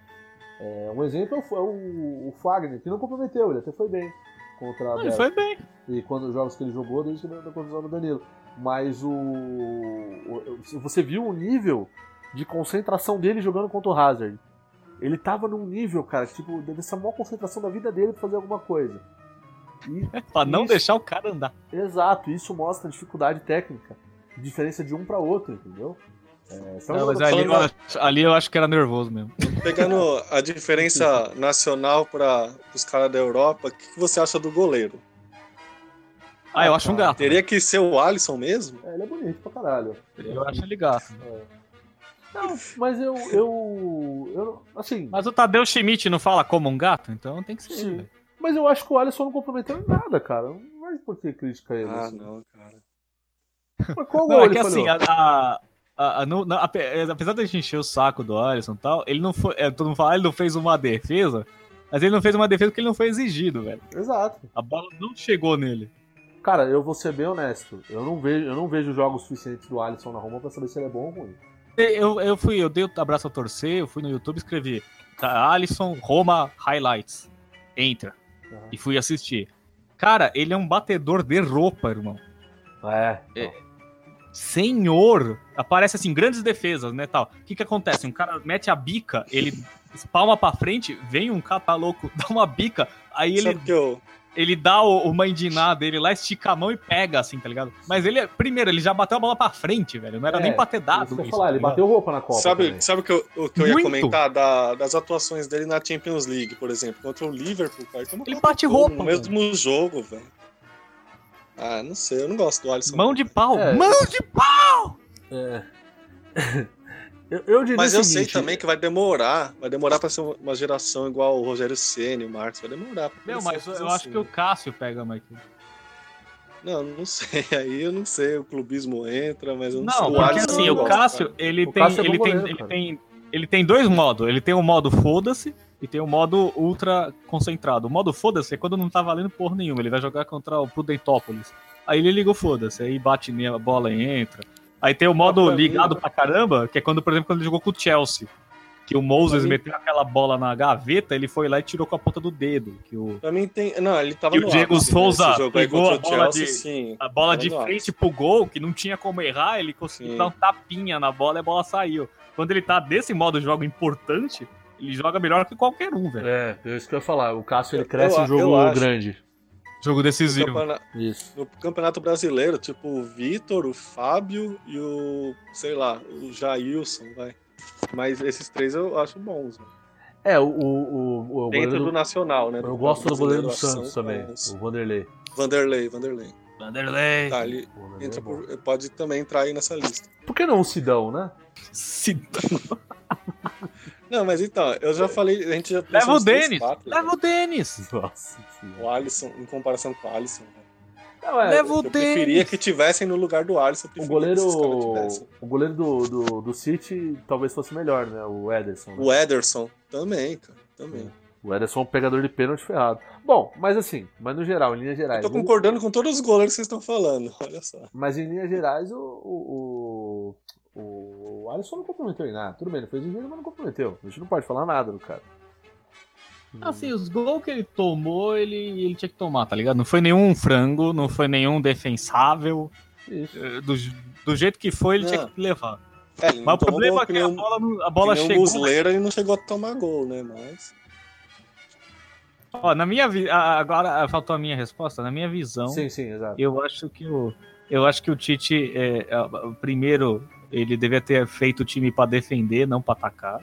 Speaker 3: É, um exemplo é o, é o- o Fagner, que não comprometeu, ele até foi bem contra a
Speaker 4: Ele
Speaker 3: Bélgica.
Speaker 4: foi bem.
Speaker 3: E quando os jogos que ele jogou, desde que ele da confusão do Danilo. Mas o, o- o- Você viu o nível de concentração dele jogando contra o Hazard. Ele tava num nível, cara, que, tipo, deve ser a maior concentração da vida dele pra fazer alguma coisa. E
Speaker 4: Pra não
Speaker 3: Isso.
Speaker 4: deixar o cara andar.
Speaker 3: Exato, isso mostra a dificuldade técnica, diferença de um pra outro, entendeu? É, só
Speaker 4: Então, Não, mas
Speaker 3: jogador-
Speaker 4: ali,
Speaker 2: falando
Speaker 4: eu acho- ali eu acho que era nervoso mesmo.
Speaker 2: Pegando a diferença nacional para os caras da Europa, o que que você acha do goleiro?
Speaker 4: Ah, eu acho um gato.
Speaker 2: Teria que ser o Alisson mesmo?
Speaker 3: É, ele é bonito pra caralho.
Speaker 4: Eu acho ele gato.
Speaker 3: Não, mas eu, eu, eu não- assim,
Speaker 4: Mas o Tadeu Schmidt não fala como um gato, então tem que ser
Speaker 3: Sim.
Speaker 4: ele, velho.
Speaker 3: mas eu acho que o Alisson não comprometeu em nada, cara. Não vai por que crítica ele.
Speaker 2: Ah,
Speaker 3: assim.
Speaker 2: não, cara.
Speaker 3: Mas qual
Speaker 4: Não,
Speaker 3: gol
Speaker 4: é
Speaker 3: ele
Speaker 4: que
Speaker 3: falhou?
Speaker 4: assim, a, a- a- a- não- não, ape- é, apesar da gente encher o saco do Alisson e tal, ele não foi. é, todo mundo fala, ah, ele não fez uma defesa, mas ele não fez uma defesa porque ele não foi exigido, velho.
Speaker 3: Exato.
Speaker 4: A bola não chegou nele.
Speaker 3: Cara, eu vou ser bem honesto. Eu não vejo, eu não vejo jogos suficientes do Alisson na Roma pra saber se ele é bom ou ruim.
Speaker 4: Eu, eu fui, eu dei o abraço a torcer, eu fui no YouTube e escrevi "Tá, Alisson Roma Highlights. Entra.
Speaker 3: Uhum.
Speaker 4: E fui assistir. Cara, ele é um batedor de roupa, irmão.
Speaker 3: É.
Speaker 4: Senhor! Aparece assim, grandes defesas, né, tal. O que que acontece? Um cara mete a bica, ele espalma pra frente, vem um capa louco, dá uma bica, aí ele,
Speaker 2: Sabe que eu,
Speaker 4: ele dá o, uma indinada, ele lá estica a mão e pega, assim, tá ligado? Mas ele, é- primeiro, ele já bateu a bola pra frente, velho. Não era
Speaker 3: É,
Speaker 4: nem pra ter dado
Speaker 3: isso que eu ia
Speaker 4: isso,
Speaker 3: falar,
Speaker 4: tá
Speaker 3: ele
Speaker 4: ligado?
Speaker 3: bateu roupa na Copa.
Speaker 2: sabe,
Speaker 3: também.
Speaker 2: sabe que eu, o que eu ia
Speaker 4: Muito.
Speaker 2: comentar da- das atuações dele na Champions League, por exemplo, contra o Liverpool, cara? tomou
Speaker 4: Ele
Speaker 2: quatro
Speaker 4: bate
Speaker 2: gols
Speaker 4: roupa,
Speaker 2: No
Speaker 4: velho.
Speaker 2: mesmo jogo, velho. Ah, não sei, eu não gosto do Alisson.
Speaker 4: Mão de pau!
Speaker 3: É.
Speaker 4: Mão de pau!
Speaker 3: Eu, eu diria
Speaker 4: é
Speaker 2: Mas
Speaker 3: o
Speaker 2: eu sei
Speaker 3: seguinte,
Speaker 2: também que vai demorar. Vai demorar pra ser um, uma geração igual o Rogério Ceni, o Marcos. Vai demorar. pra
Speaker 4: Meu,
Speaker 2: acontecer
Speaker 4: mas eu,
Speaker 2: coisa
Speaker 4: eu acho
Speaker 2: assim,
Speaker 4: que o
Speaker 2: né?
Speaker 4: Cássio pega, Mike.
Speaker 2: Não, não sei. Aí eu não sei. O clubismo entra, mas eu não, sei.
Speaker 4: Não, porque
Speaker 2: Alisson eu
Speaker 4: assim,
Speaker 2: não
Speaker 4: o
Speaker 2: gosto,
Speaker 4: Cássio, ele
Speaker 3: O
Speaker 4: tem.
Speaker 3: Cássio é bom
Speaker 4: ele, tem
Speaker 3: goleiro,
Speaker 4: ele,
Speaker 3: cara.
Speaker 4: tem ele tem dois modos. Ele tem o modo foda-se e tem o modo ultra concentrado. O modo foda-se é quando não tá valendo porra nenhuma. Ele vai jogar contra o Prudentópolis. Aí ele liga o foda-se, aí bate nela, a bola e entra. Aí tem o modo
Speaker 2: pra mim-
Speaker 4: ligado
Speaker 3: né?
Speaker 4: pra caramba, que é quando, por exemplo, quando ele jogou com o Chelsea. Que o Moses
Speaker 2: mim-
Speaker 4: meteu aquela bola na gaveta, ele foi lá e tirou com a ponta do dedo. Que o,
Speaker 2: Pra mim tem. Não, ele tava
Speaker 4: E o Diego
Speaker 2: ápice
Speaker 4: Souza
Speaker 2: nesse jogo aí
Speaker 4: pegou
Speaker 2: contra
Speaker 4: a
Speaker 2: o
Speaker 4: bola
Speaker 2: Chelsea,
Speaker 4: de-
Speaker 2: sim.
Speaker 4: a bola
Speaker 2: Tá
Speaker 4: de
Speaker 2: ligado?
Speaker 4: frente pro gol, que não tinha como errar, ele conseguiu
Speaker 2: Sim.
Speaker 4: dar um tapinha na bola e a bola saiu. Quando ele tá desse modo de jogo importante, ele joga melhor que qualquer um, velho.
Speaker 3: É, é isso que eu ia falar. O Cássio ele
Speaker 2: Eu-
Speaker 3: cresce
Speaker 2: eu-
Speaker 3: em jogo
Speaker 2: eu acho.
Speaker 3: grande.
Speaker 4: Jogo
Speaker 2: No,
Speaker 4: decisivo.
Speaker 2: campeona-
Speaker 3: Isso.
Speaker 2: no Campeonato Brasileiro, tipo, o Vitor, o Fábio e o. sei lá, o Jailson, vai. Mas esses três eu acho bons. né?
Speaker 3: É, o, o, o, o
Speaker 2: Dentro
Speaker 3: goleiro
Speaker 2: do Nacional, né?
Speaker 3: Eu gosto do goleiro do
Speaker 2: Brasileiro,
Speaker 3: Santos
Speaker 2: ação,
Speaker 3: também,
Speaker 2: mas-
Speaker 3: o Vanderlei.
Speaker 2: tá Vanderlei, Vanderlei.
Speaker 4: Vanderlei.
Speaker 2: Tá, ele
Speaker 3: O Vanderlei
Speaker 2: entra
Speaker 3: é bom.
Speaker 2: por- pode também entrar aí nessa lista.
Speaker 3: Por que não o Sidão, né?
Speaker 4: Se-
Speaker 2: Não, mas então, eu já falei, a gente já pensou
Speaker 4: Leva o
Speaker 2: nos três,
Speaker 4: Denis.
Speaker 2: quatro, né?
Speaker 4: Leva o Denis.
Speaker 3: Nossa senhora.
Speaker 2: O Alisson, em comparação com o Alisson. né?
Speaker 3: Não, é,
Speaker 4: Leva o
Speaker 2: Eu preferia
Speaker 4: Denis.
Speaker 2: que tivessem no lugar do Alisson. eu preferia
Speaker 3: o
Speaker 2: que
Speaker 3: goleiro,
Speaker 2: esses caras tivessem.
Speaker 3: o goleiro do, do, do City talvez fosse melhor, né? O Ederson. né?
Speaker 2: O Ederson também, cara, também.
Speaker 3: O Ederson é um pegador de pênalti ferrado. Bom, mas assim, mas no geral, em linhas
Speaker 2: Eu
Speaker 3: gerais.
Speaker 2: tô concordando com todos os goleiros que vocês estão falando, olha só.
Speaker 3: Mas em linhas gerais, o. o, o... o Alisson não comprometeu em nada. Tudo bem, ele fez o jogo, mas não comprometeu. A gente não pode falar nada do cara.
Speaker 4: Assim, os gols que ele tomou, ele, ele tinha que tomar, tá ligado? Não foi nenhum frango, não foi nenhum defensável.
Speaker 3: Isso.
Speaker 4: Eh, Do, do jeito que foi, ele
Speaker 2: Não.
Speaker 4: tinha que levar.
Speaker 2: É, ele
Speaker 4: Mas
Speaker 2: não
Speaker 4: o
Speaker 2: tomou
Speaker 4: problema
Speaker 2: gol
Speaker 4: é que
Speaker 2: nem
Speaker 4: a
Speaker 2: um-
Speaker 4: bola, não- a
Speaker 2: que
Speaker 4: bola
Speaker 2: nem um
Speaker 4: chegou.
Speaker 2: Muslera, ele não chegou a tomar gol, né? Mas.
Speaker 4: Ó, na minha vi- ah, agora ah, faltou a minha resposta. Na minha visão,
Speaker 3: Sim, sim, exato.
Speaker 4: eu acho que o eu acho que o Tite é, ah, ah, primeiro ele devia ter feito o time pra defender, não pra atacar.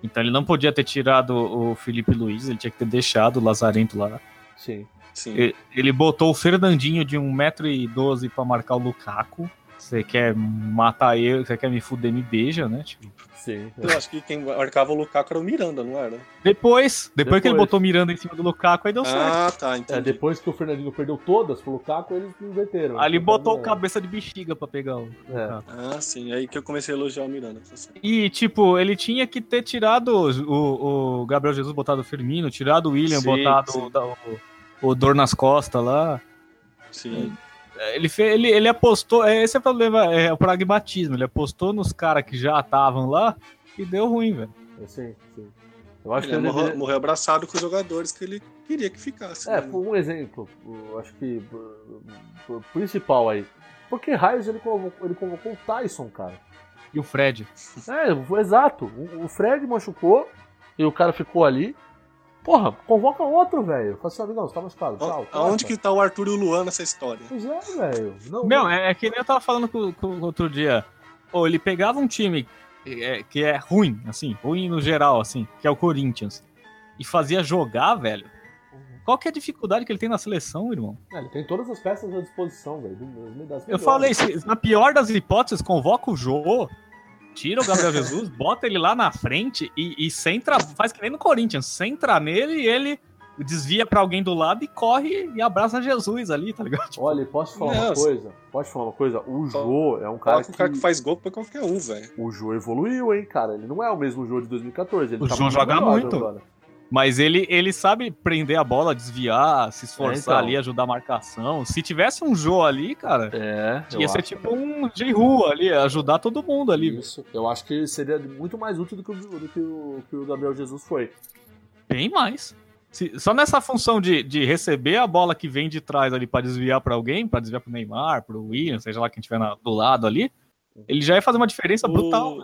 Speaker 4: Então ele não podia ter tirado o Felipe Luiz, ele tinha que ter deixado o Lazarento lá.
Speaker 3: Sim.
Speaker 2: Sim.
Speaker 4: E- Ele botou o Fernandinho de 1,12m pra marcar o Lukaku. Você quer matar eu, você quer me fuder, me beija, né? Tipo,
Speaker 3: Sim.
Speaker 2: Eu acho que quem marcava o Lukaku era o Miranda, não era?
Speaker 4: Então Depois, depois, que ele
Speaker 3: Depois.
Speaker 4: botou Miranda em cima do Lukaku, aí deu certo.
Speaker 2: ah, tá,
Speaker 3: É,
Speaker 2: entendi.
Speaker 3: depois que o Fernandinho perdeu todas pro Lukaku, eles inverteram.
Speaker 4: Ali
Speaker 3: Então,
Speaker 4: botou o
Speaker 3: é.
Speaker 4: cabeça de bexiga pra pegar o.
Speaker 3: É.
Speaker 2: Ah, sim, aí que eu comecei a elogiar o Miranda. tá certo.
Speaker 4: E, tipo, ele tinha que ter tirado o, o Gabriel Jesus, botado o Firmino, tirado o William,
Speaker 2: Sim,
Speaker 4: botado
Speaker 2: sim.
Speaker 4: O, da- o, o Dor nas costas lá.
Speaker 2: Sim.
Speaker 4: É, Ele, fe- ele, ele apostou. é, Esse é o problema, é o pragmatismo. Ele apostou nos caras que já estavam lá e deu ruim, velho.
Speaker 3: É, Sim, sim. Eu acho
Speaker 2: Ele é
Speaker 3: que ele
Speaker 2: morreu,
Speaker 3: deveria-
Speaker 2: morreu abraçado com os jogadores que ele queria que ficasse. né?
Speaker 3: É, por um exemplo, eu acho que uh, uh, principal aí. Por que raios ele convocou, ele convocou o Tyson, cara?
Speaker 4: E o Fred.
Speaker 3: É, foi exato. O, o Fred machucou e o cara ficou ali. Porra, convoca outro, velho. Fala assim, amigão, você tá machucado. Tchau.
Speaker 2: A- Aonde que
Speaker 3: corta.
Speaker 2: tá o Arthur e o Luan nessa história?
Speaker 3: Pois é, velho. Não,
Speaker 4: Meu, é, é que nem eu tava falando com, com- outro dia. Ou ele pegava um time é, que é ruim, assim, ruim no geral, assim, que é o Corinthians, e fazia jogar, velho. Qual que é a dificuldade que ele tem na seleção, irmão?
Speaker 3: é, Ele tem todas as peças à disposição, velho. do- das
Speaker 4: Eu
Speaker 3: melhores.
Speaker 4: falei, se- na pior das hipóteses, convoca o Jô, tira o Gabriel Jesus, bota ele lá na frente e, e centra, faz que nem no Corinthians, centra nele e ele desvia pra alguém do lado e corre e abraça Jesus ali, tá ligado? Tipo,
Speaker 3: Olha, posso te falar uma
Speaker 2: Não, se-
Speaker 3: coisa? Posso te falar uma coisa? O
Speaker 2: Fala.
Speaker 3: Jô é um cara
Speaker 2: Coloca
Speaker 3: que...
Speaker 2: o cara que faz gol pra qualquer um, velho.
Speaker 3: O Jô evoluiu, hein, cara. Ele não é o mesmo Jô de 2014. Ele
Speaker 4: O
Speaker 3: tá
Speaker 4: Jô joga
Speaker 3: melhor
Speaker 4: muito.
Speaker 3: agora.
Speaker 4: Mas ele, ele sabe prender a bola, desviar, se esforçar
Speaker 3: É, então.
Speaker 4: ali, ajudar a marcação. Se tivesse um Jô ali, cara,
Speaker 3: É, eu
Speaker 4: ia ser
Speaker 3: acho.
Speaker 4: tipo um J-Ru ali, ajudar todo mundo ali.
Speaker 3: Isso. Eu acho que seria muito mais útil do que o, do que o, que o Gabriel Jesus foi.
Speaker 4: Bem mais. Se- só nessa função de, de receber a bola que vem de trás ali pra desviar pra alguém, pra desviar pro Neymar, pro William, seja lá quem tiver na- do lado ali, ele já ia fazer uma diferença brutal.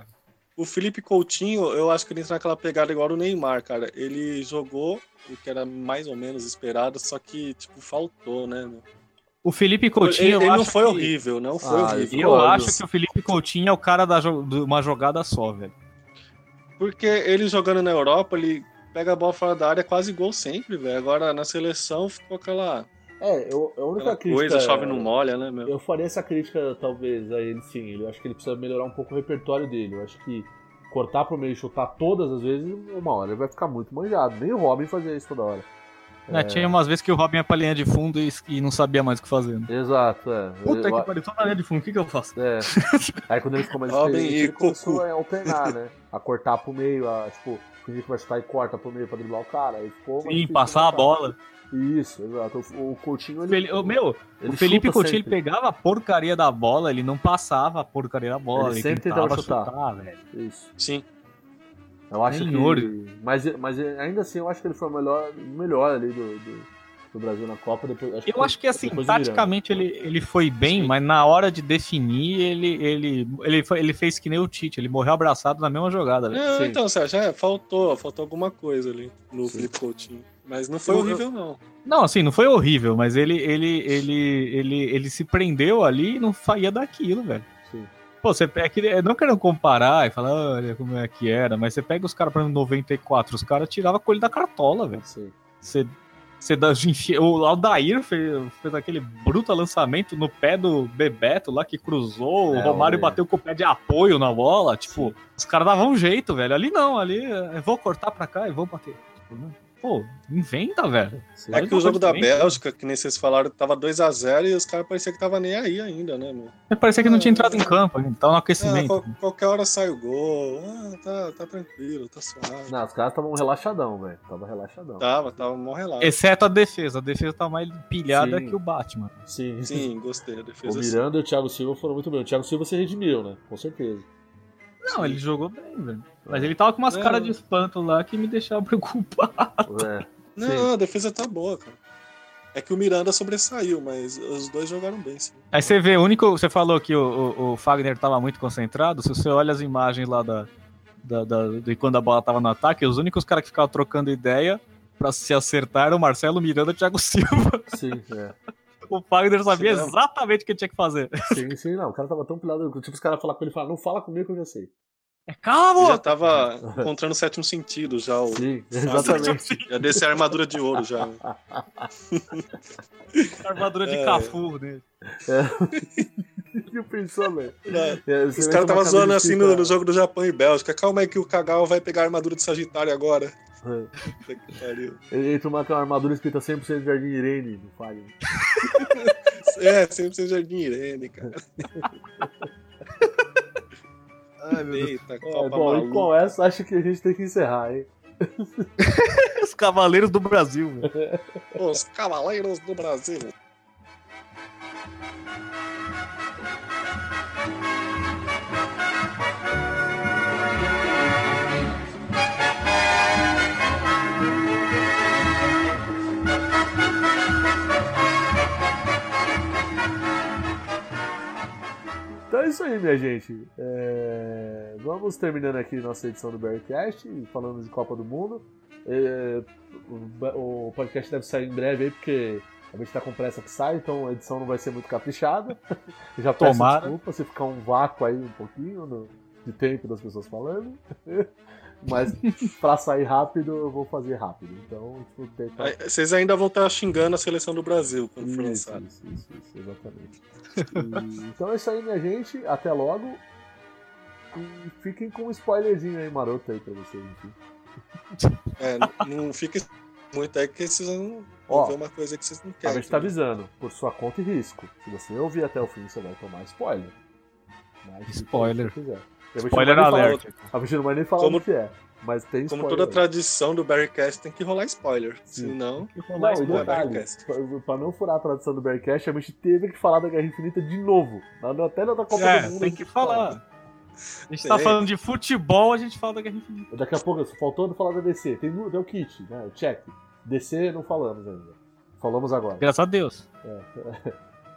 Speaker 2: O, o Felipe Coutinho, eu acho que ele entra naquela pegada igual o Neymar, cara. Ele jogou o que era mais ou menos esperado, só que, tipo, faltou, né? meu?
Speaker 4: O Felipe
Speaker 2: Ele,
Speaker 4: Coutinho,
Speaker 2: ele
Speaker 4: eu
Speaker 2: não
Speaker 4: acho
Speaker 2: foi
Speaker 4: que,
Speaker 2: horrível, não foi
Speaker 3: Ah,
Speaker 2: horrível.
Speaker 4: Eu
Speaker 3: Olha.
Speaker 4: acho que o Felipe Coutinho é o cara da jo- de uma jogada só, velho.
Speaker 2: Porque ele jogando na Europa, ele pega a bola fora da área, quase gol sempre, velho. Agora na seleção ficou aquela,
Speaker 3: É, eu, a única
Speaker 2: aquela
Speaker 3: crítica. é
Speaker 2: coisa, chove não molha, né, meu?
Speaker 3: Eu faria essa crítica, talvez, a ele sim. Eu acho que ele precisa melhorar um pouco o repertório dele. Eu acho que cortar pro meio e chutar todas as vezes, uma hora ele vai ficar muito manjado. Nem o Robin fazia isso toda hora.
Speaker 4: Né, Tinha umas vezes que o Robin ia pra linha de fundo e, e não sabia mais o que fazer. né?
Speaker 3: Exato, é.
Speaker 4: Puta
Speaker 3: Eu-
Speaker 4: que pariu, tô na linha de fundo, o que, que eu faço?
Speaker 3: É. Aí quando ele ficou mais
Speaker 2: Robin
Speaker 3: experiente,
Speaker 2: e
Speaker 3: ele começou
Speaker 2: Cucu.
Speaker 3: a alternar, né? A cortar pro meio, a, tipo, fingir que vai chutar e corta pro meio pra driblar o cara. Aí ficou mais
Speaker 4: Sim,
Speaker 3: difícil
Speaker 4: passar a
Speaker 3: marcar.
Speaker 4: bola.
Speaker 3: Isso, exato. O, o Coutinho, ele...
Speaker 4: Fel- o meu,
Speaker 3: ele
Speaker 4: o Felipe
Speaker 3: chuta
Speaker 4: Coutinho ele
Speaker 3: sempre.
Speaker 4: pegava a porcaria da bola, ele não passava a porcaria da bola.
Speaker 3: Ele sempre tentava chutar.
Speaker 4: velho.
Speaker 3: É Isso.
Speaker 2: Sim.
Speaker 3: Eu acho
Speaker 4: Senhor.
Speaker 3: que... Mas, mas ainda assim, eu acho que ele foi o melhor, melhor ali do, do, do Brasil na Copa. Depois,
Speaker 4: Eu acho que assim,
Speaker 3: depois do Miranda.
Speaker 4: taticamente ele, ele foi bem,
Speaker 2: Sim.
Speaker 4: mas na hora de definir, ele, ele, ele, foi- ele fez que nem o Tite, ele morreu abraçado na mesma jogada, velho.
Speaker 2: Não,
Speaker 3: Sim.
Speaker 2: então, Sérgio, é, faltou, faltou alguma coisa ali no Felipe Coutinho. Mas não foi
Speaker 3: Eu-
Speaker 2: horrível, não.
Speaker 4: Não, assim, não foi horrível, mas ele, ele, ele, ele, ele se prendeu ali e não saía daquilo, velho.
Speaker 3: Sim.
Speaker 4: Pô, você é que, é, não querendo comparar e falar, olha como é que era, mas você pega os caras, por exemplo, 94, os caras tiravam coelho da cartola, velho.
Speaker 3: Sim.
Speaker 4: Você, você dá, enfia- o Aldair fez, fez aquele bruto lançamento no pé do Bebeto lá que cruzou,
Speaker 3: É,
Speaker 4: o Romário
Speaker 3: olha.
Speaker 4: bateu com o pé de apoio na é, bola. Tipo, os caras davam um jeito, velho. Ali não, ali eu vou cortar pra cá e vou bater. Tipo, né? Pô, inventa, velho. Você
Speaker 2: É
Speaker 4: vai
Speaker 2: que o jogo da
Speaker 4: inventa.
Speaker 2: Bélgica, que nem vocês falaram, tava 2x0 e os caras pareciam que tava nem aí ainda, né, meu?
Speaker 4: É, Parecia que não tinha entrado em campo, ainda, tava no
Speaker 2: Ah,
Speaker 4: aquecimento.
Speaker 2: qual- qualquer hora sai o gol. Ah, tá, tá tranquilo, tá suave.
Speaker 3: Não, os caras estavam relaxadão, velho. Tava relaxadão.
Speaker 4: Tá.
Speaker 2: Tava, tava mó relaxado.
Speaker 4: Exceto a defesa. A defesa tá mais pilhada
Speaker 3: Sim.
Speaker 4: que o Batman.
Speaker 3: Sim.
Speaker 2: Sim, gostei. A
Speaker 3: O
Speaker 4: assim.
Speaker 2: defesa sim.
Speaker 3: Miranda e o Thiago Silva foram muito bem. O Thiago Silva se redimiu, né? Com certeza.
Speaker 4: Não, ele jogou bem, velho. Mas ele tava com umas
Speaker 2: É.
Speaker 4: caras de espanto lá que me deixavam preocupado.
Speaker 3: É.
Speaker 2: Não,
Speaker 3: Sim.
Speaker 2: não, a defesa tá boa, cara. É que o Miranda sobressaiu, mas os dois jogaram bem, sim.
Speaker 4: Aí você vê, o único. Você falou que o, o, o Fagner tava muito concentrado. Se você olha as imagens lá da, da- da- de quando a bola tava no ataque, os únicos caras que ficavam trocando ideia pra se acertar eram o Marcelo Miranda e o Thiago Silva.
Speaker 3: Sim, é.
Speaker 4: O Fagner sabia
Speaker 2: Sim, né?
Speaker 4: exatamente o que tinha que fazer.
Speaker 3: Sim, sim, não. O cara tava tão pilado. Tipo, os caras falaram com ele e falaram, não fala comigo que eu já sei.
Speaker 4: Calma,
Speaker 2: Ele já
Speaker 4: moço!
Speaker 2: tava encontrando o sétimo sentido já. O...
Speaker 3: Sim,
Speaker 2: exatamente. Já descer a armadura de ouro já. né?
Speaker 4: Armadura de
Speaker 2: É.
Speaker 4: Cafu, né?
Speaker 3: que pensou, velho?
Speaker 2: É,
Speaker 3: É, tá
Speaker 2: Os caras estavam zoando assim no, no jogo do Japão e Bélgica. Calma aí que o Kagawa vai pegar a armadura de Sagitário agora.
Speaker 3: É.
Speaker 2: Puta que pariu.
Speaker 3: Ele entra uma armadura escrita 100% Jardim Irene no Fagner.
Speaker 2: É, sempre sem Jardim Irene, cara. Ai, meu Deus. Eita, Copa
Speaker 3: É, bom, e
Speaker 2: maluca.
Speaker 3: com essa, acho que a gente tem que encerrar, hein?
Speaker 4: Os Cavaleiros do Brasil, velho.
Speaker 2: Os Cavaleiros do Brasil.
Speaker 3: Então é isso aí, minha gente. É, Vamos terminando aqui nossa edição do Bearcast, falando de Copa do Mundo. É, O o podcast deve sair em breve aí, porque a gente tá com pressa que sai, então a edição não vai ser muito caprichada. Eu Já peço
Speaker 4: Tomara.
Speaker 3: desculpa se ficar um vácuo aí um pouquinho no- de tempo das pessoas falando. Mas pra sair rápido, eu vou fazer rápido. Então, tipo, tentar...
Speaker 2: Aí, Vocês ainda vão estar xingando a seleção do Brasil quando for
Speaker 3: Isso,
Speaker 2: lançado.
Speaker 3: isso, isso, isso, exatamente. E, então é isso aí, minha gente. Até logo. E fiquem com um spoilerzinho aí maroto aí pra vocês. enfim.
Speaker 2: É, não fica muito aí que vocês vão
Speaker 3: Ó,
Speaker 2: ver uma coisa que é vocês não
Speaker 3: A
Speaker 2: querem.
Speaker 3: gente tá avisando, por sua conta e risco. Se você ouvir até o fim, você vai tomar spoiler. Mas fica
Speaker 4: Spoiler.
Speaker 3: se quiser. Eu vou te
Speaker 4: Spoiler
Speaker 3: mandar falar-
Speaker 4: alert.
Speaker 3: A gente não vai nem falar
Speaker 2: Como-
Speaker 3: o que é, mas tem spoiler.
Speaker 2: Como toda tradição do Barrycast, tem que rolar spoiler. Senão,
Speaker 3: Não, e
Speaker 2: spoiler,
Speaker 3: detalhe,
Speaker 2: Bearcast.
Speaker 3: pra- pra não furar a tradição do Bearcast, a gente teve que falar da Guerra Infinita de novo. Na- Até na da Copa do
Speaker 4: É,
Speaker 3: Mundo.
Speaker 4: tem que falar. A gente tá
Speaker 2: Tem.
Speaker 4: falando de futebol, a gente fala da Guerra Infinita.
Speaker 3: Daqui a pouco, faltou falar da DC. Tem o, deu o kit, né? O check. DC não falamos ainda. Falamos agora.
Speaker 4: Graças a Deus.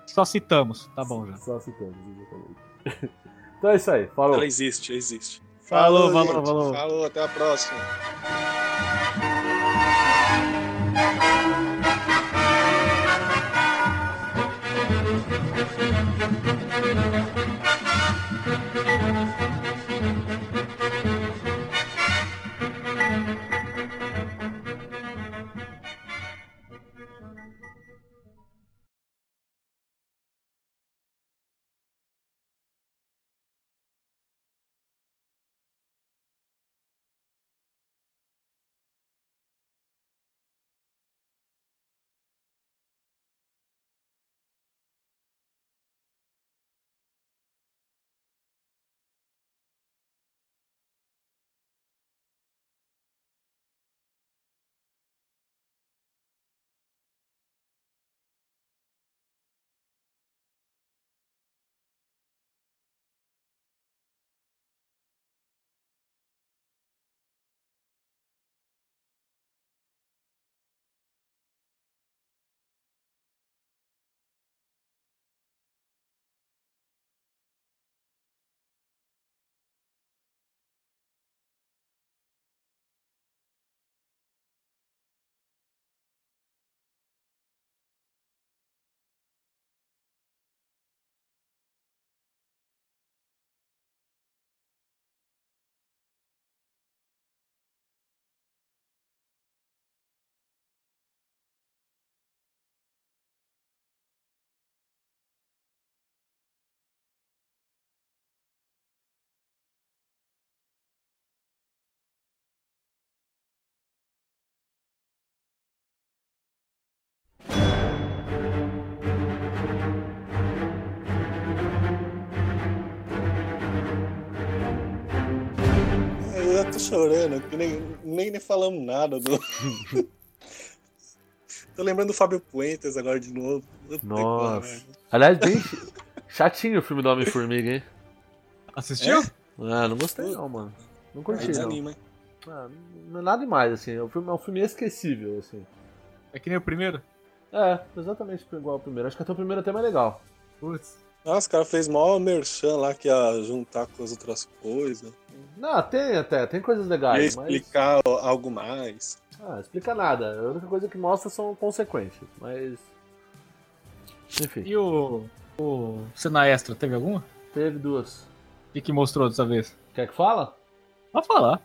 Speaker 4: Só citamos. Tá bom já.
Speaker 3: Só citamos, exatamente. Então é isso aí. Falou.
Speaker 2: Ela existe, existe.
Speaker 4: Falou, falou,
Speaker 2: gente.
Speaker 4: falou.
Speaker 2: Falou, até a próxima. chorando, que nem, nem, nem falamos nada do. Tô lembrando do Fábio Puentes agora de novo. Puta que
Speaker 3: Nossa.
Speaker 2: pariu.
Speaker 3: Aliás, bem ch- chatinho o filme do Homem-Formiga, hein?
Speaker 4: Assistiu?
Speaker 3: Ah, não gostei não, mano. Não
Speaker 2: Aí
Speaker 3: curti, não.
Speaker 2: desanima, hein?
Speaker 3: Ah, não é nada demais, assim. É um filme, é um filme esquecível, assim.
Speaker 4: É, que nem o primeiro?
Speaker 3: É, exatamente igual ao primeiro. Acho que até o primeiro até é mais legal.
Speaker 4: Putz.
Speaker 2: Nossa, o cara fez mó merchan lá que ia juntar com as outras coisas.
Speaker 3: Não, tem até, tem coisas
Speaker 2: ia
Speaker 3: legais, Ah, mas.
Speaker 2: explicar algo mais.
Speaker 3: Ah, explica nada. A única coisa que mostra são consequências, mas. Enfim,
Speaker 4: E o. O Cena Extra, teve alguma?
Speaker 3: teve duas.
Speaker 4: O que, que mostrou dessa vez?
Speaker 3: Quer que fala?
Speaker 4: Pode falar.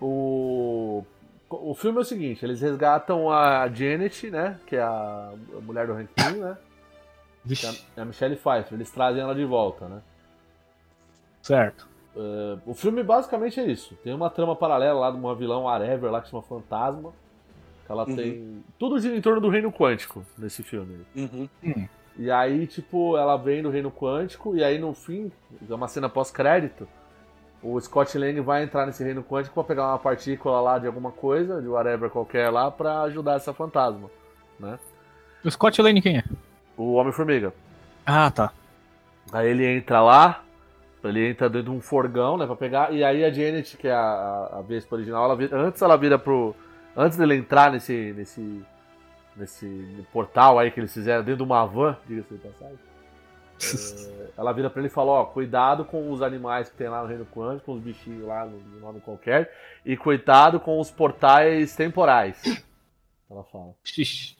Speaker 3: O. O filme é o seguinte, eles resgatam a Janet, né? Que é a a mulher do ranking, né? Que
Speaker 4: Vixe.
Speaker 3: é a- é a Michelle Pfeiffer. Eles trazem ela de volta, né?
Speaker 4: Certo.
Speaker 3: O filme basicamente é isso. Tem uma trama paralela lá de uma vilã, uma Arever lá que chama Fantasma. Que ela
Speaker 2: Uhum.
Speaker 3: tem. Tudo gira em torno do reino quântico nesse filme.
Speaker 2: Uhum.
Speaker 3: E aí, tipo, ela vem do reino quântico, e aí no fim, é uma cena pós-crédito, o Scott Lang vai entrar nesse reino quântico pra pegar uma partícula lá de alguma coisa, de whatever qualquer lá, pra ajudar essa fantasma.
Speaker 4: O Scott Lane quem é?
Speaker 3: O Homem-Formiga.
Speaker 4: Ah, tá.
Speaker 3: Aí ele entra lá, ele entra dentro de um forgão, né, pra pegar, e aí a Janet, que é a, a, a Vespa original, ela vira- antes ela vira pro... Antes dele entrar nesse... nesse nesse portal aí que eles fizeram dentro de uma van, diga-se de passagem. é, Ela vira pra ele e fala, ó, cuidado com os animais que tem lá no Reino Quântico, com os bichinhos lá no no nome qualquer, e cuidado com os portais temporais. Ela fala.
Speaker 4: Xixi.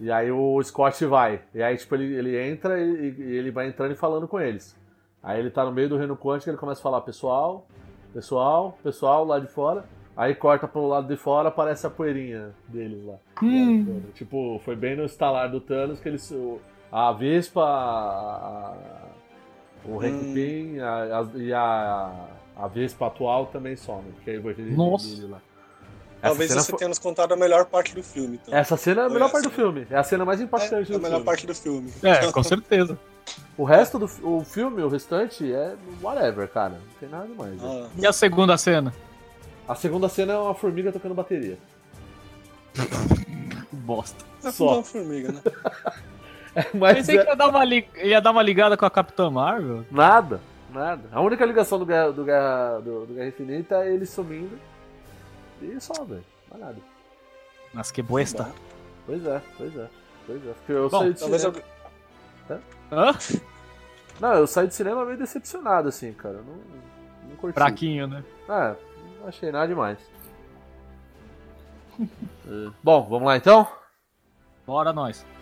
Speaker 3: E aí o Scott vai. E aí, tipo, ele, ele entra e, e ele vai entrando e falando com eles. Aí ele tá no meio do Reino Quântico, ele começa a falar, pessoal, pessoal, pessoal, lá de fora. Aí corta pro lado de fora, aparece a poeirinha deles lá.
Speaker 4: Hum.
Speaker 3: Tipo, foi bem no estalar do Thanos que eles. o- A Vespa, a- a- o Hank
Speaker 2: Hum.
Speaker 3: Pym a- a- e a, a Vespa atual também somem. Porque aí vai ter
Speaker 4: Nossa.
Speaker 3: dele lá.
Speaker 2: Talvez
Speaker 3: essa
Speaker 2: você
Speaker 3: cena, foi-
Speaker 2: tenha nos contado a melhor parte do filme. Então.
Speaker 3: essa cena é a
Speaker 2: Foi
Speaker 3: melhor
Speaker 2: essa,
Speaker 3: parte do
Speaker 2: né?
Speaker 3: filme. É a cena mais impactante
Speaker 2: É a
Speaker 3: do
Speaker 2: melhor
Speaker 3: filme.
Speaker 2: parte do filme.
Speaker 4: É, com certeza.
Speaker 3: O resto do fi- o filme, o restante, é whatever, cara. Não tem nada demais. né?
Speaker 2: Ah,
Speaker 4: E a segunda cena?
Speaker 3: A segunda cena é uma formiga tocando bateria.
Speaker 4: Que bosta.
Speaker 2: é
Speaker 3: Só.
Speaker 2: uma formiga, né?
Speaker 3: Mas
Speaker 4: Pensei
Speaker 3: é-
Speaker 4: que ia dar, uma li- ia dar uma ligada com a Capitã Marvel.
Speaker 3: nada, nada. A única ligação do Guerra, do Guerra, do, do Guerra Infinita é ele sumindo. E só, velho. Não é nada.
Speaker 4: Mas que bosta.
Speaker 3: Pois é, pois é. Pois é. Porque eu
Speaker 4: Bom,
Speaker 3: saí de
Speaker 2: Talvez
Speaker 3: cinema...
Speaker 2: eu...
Speaker 4: Hã?
Speaker 3: Não, eu saí de cinema meio decepcionado, assim, cara. Eu Não, não curti.
Speaker 4: Fraquinho, né?
Speaker 3: Ah, não achei nada demais. É. Bom, vamos lá então?
Speaker 4: Bora nós.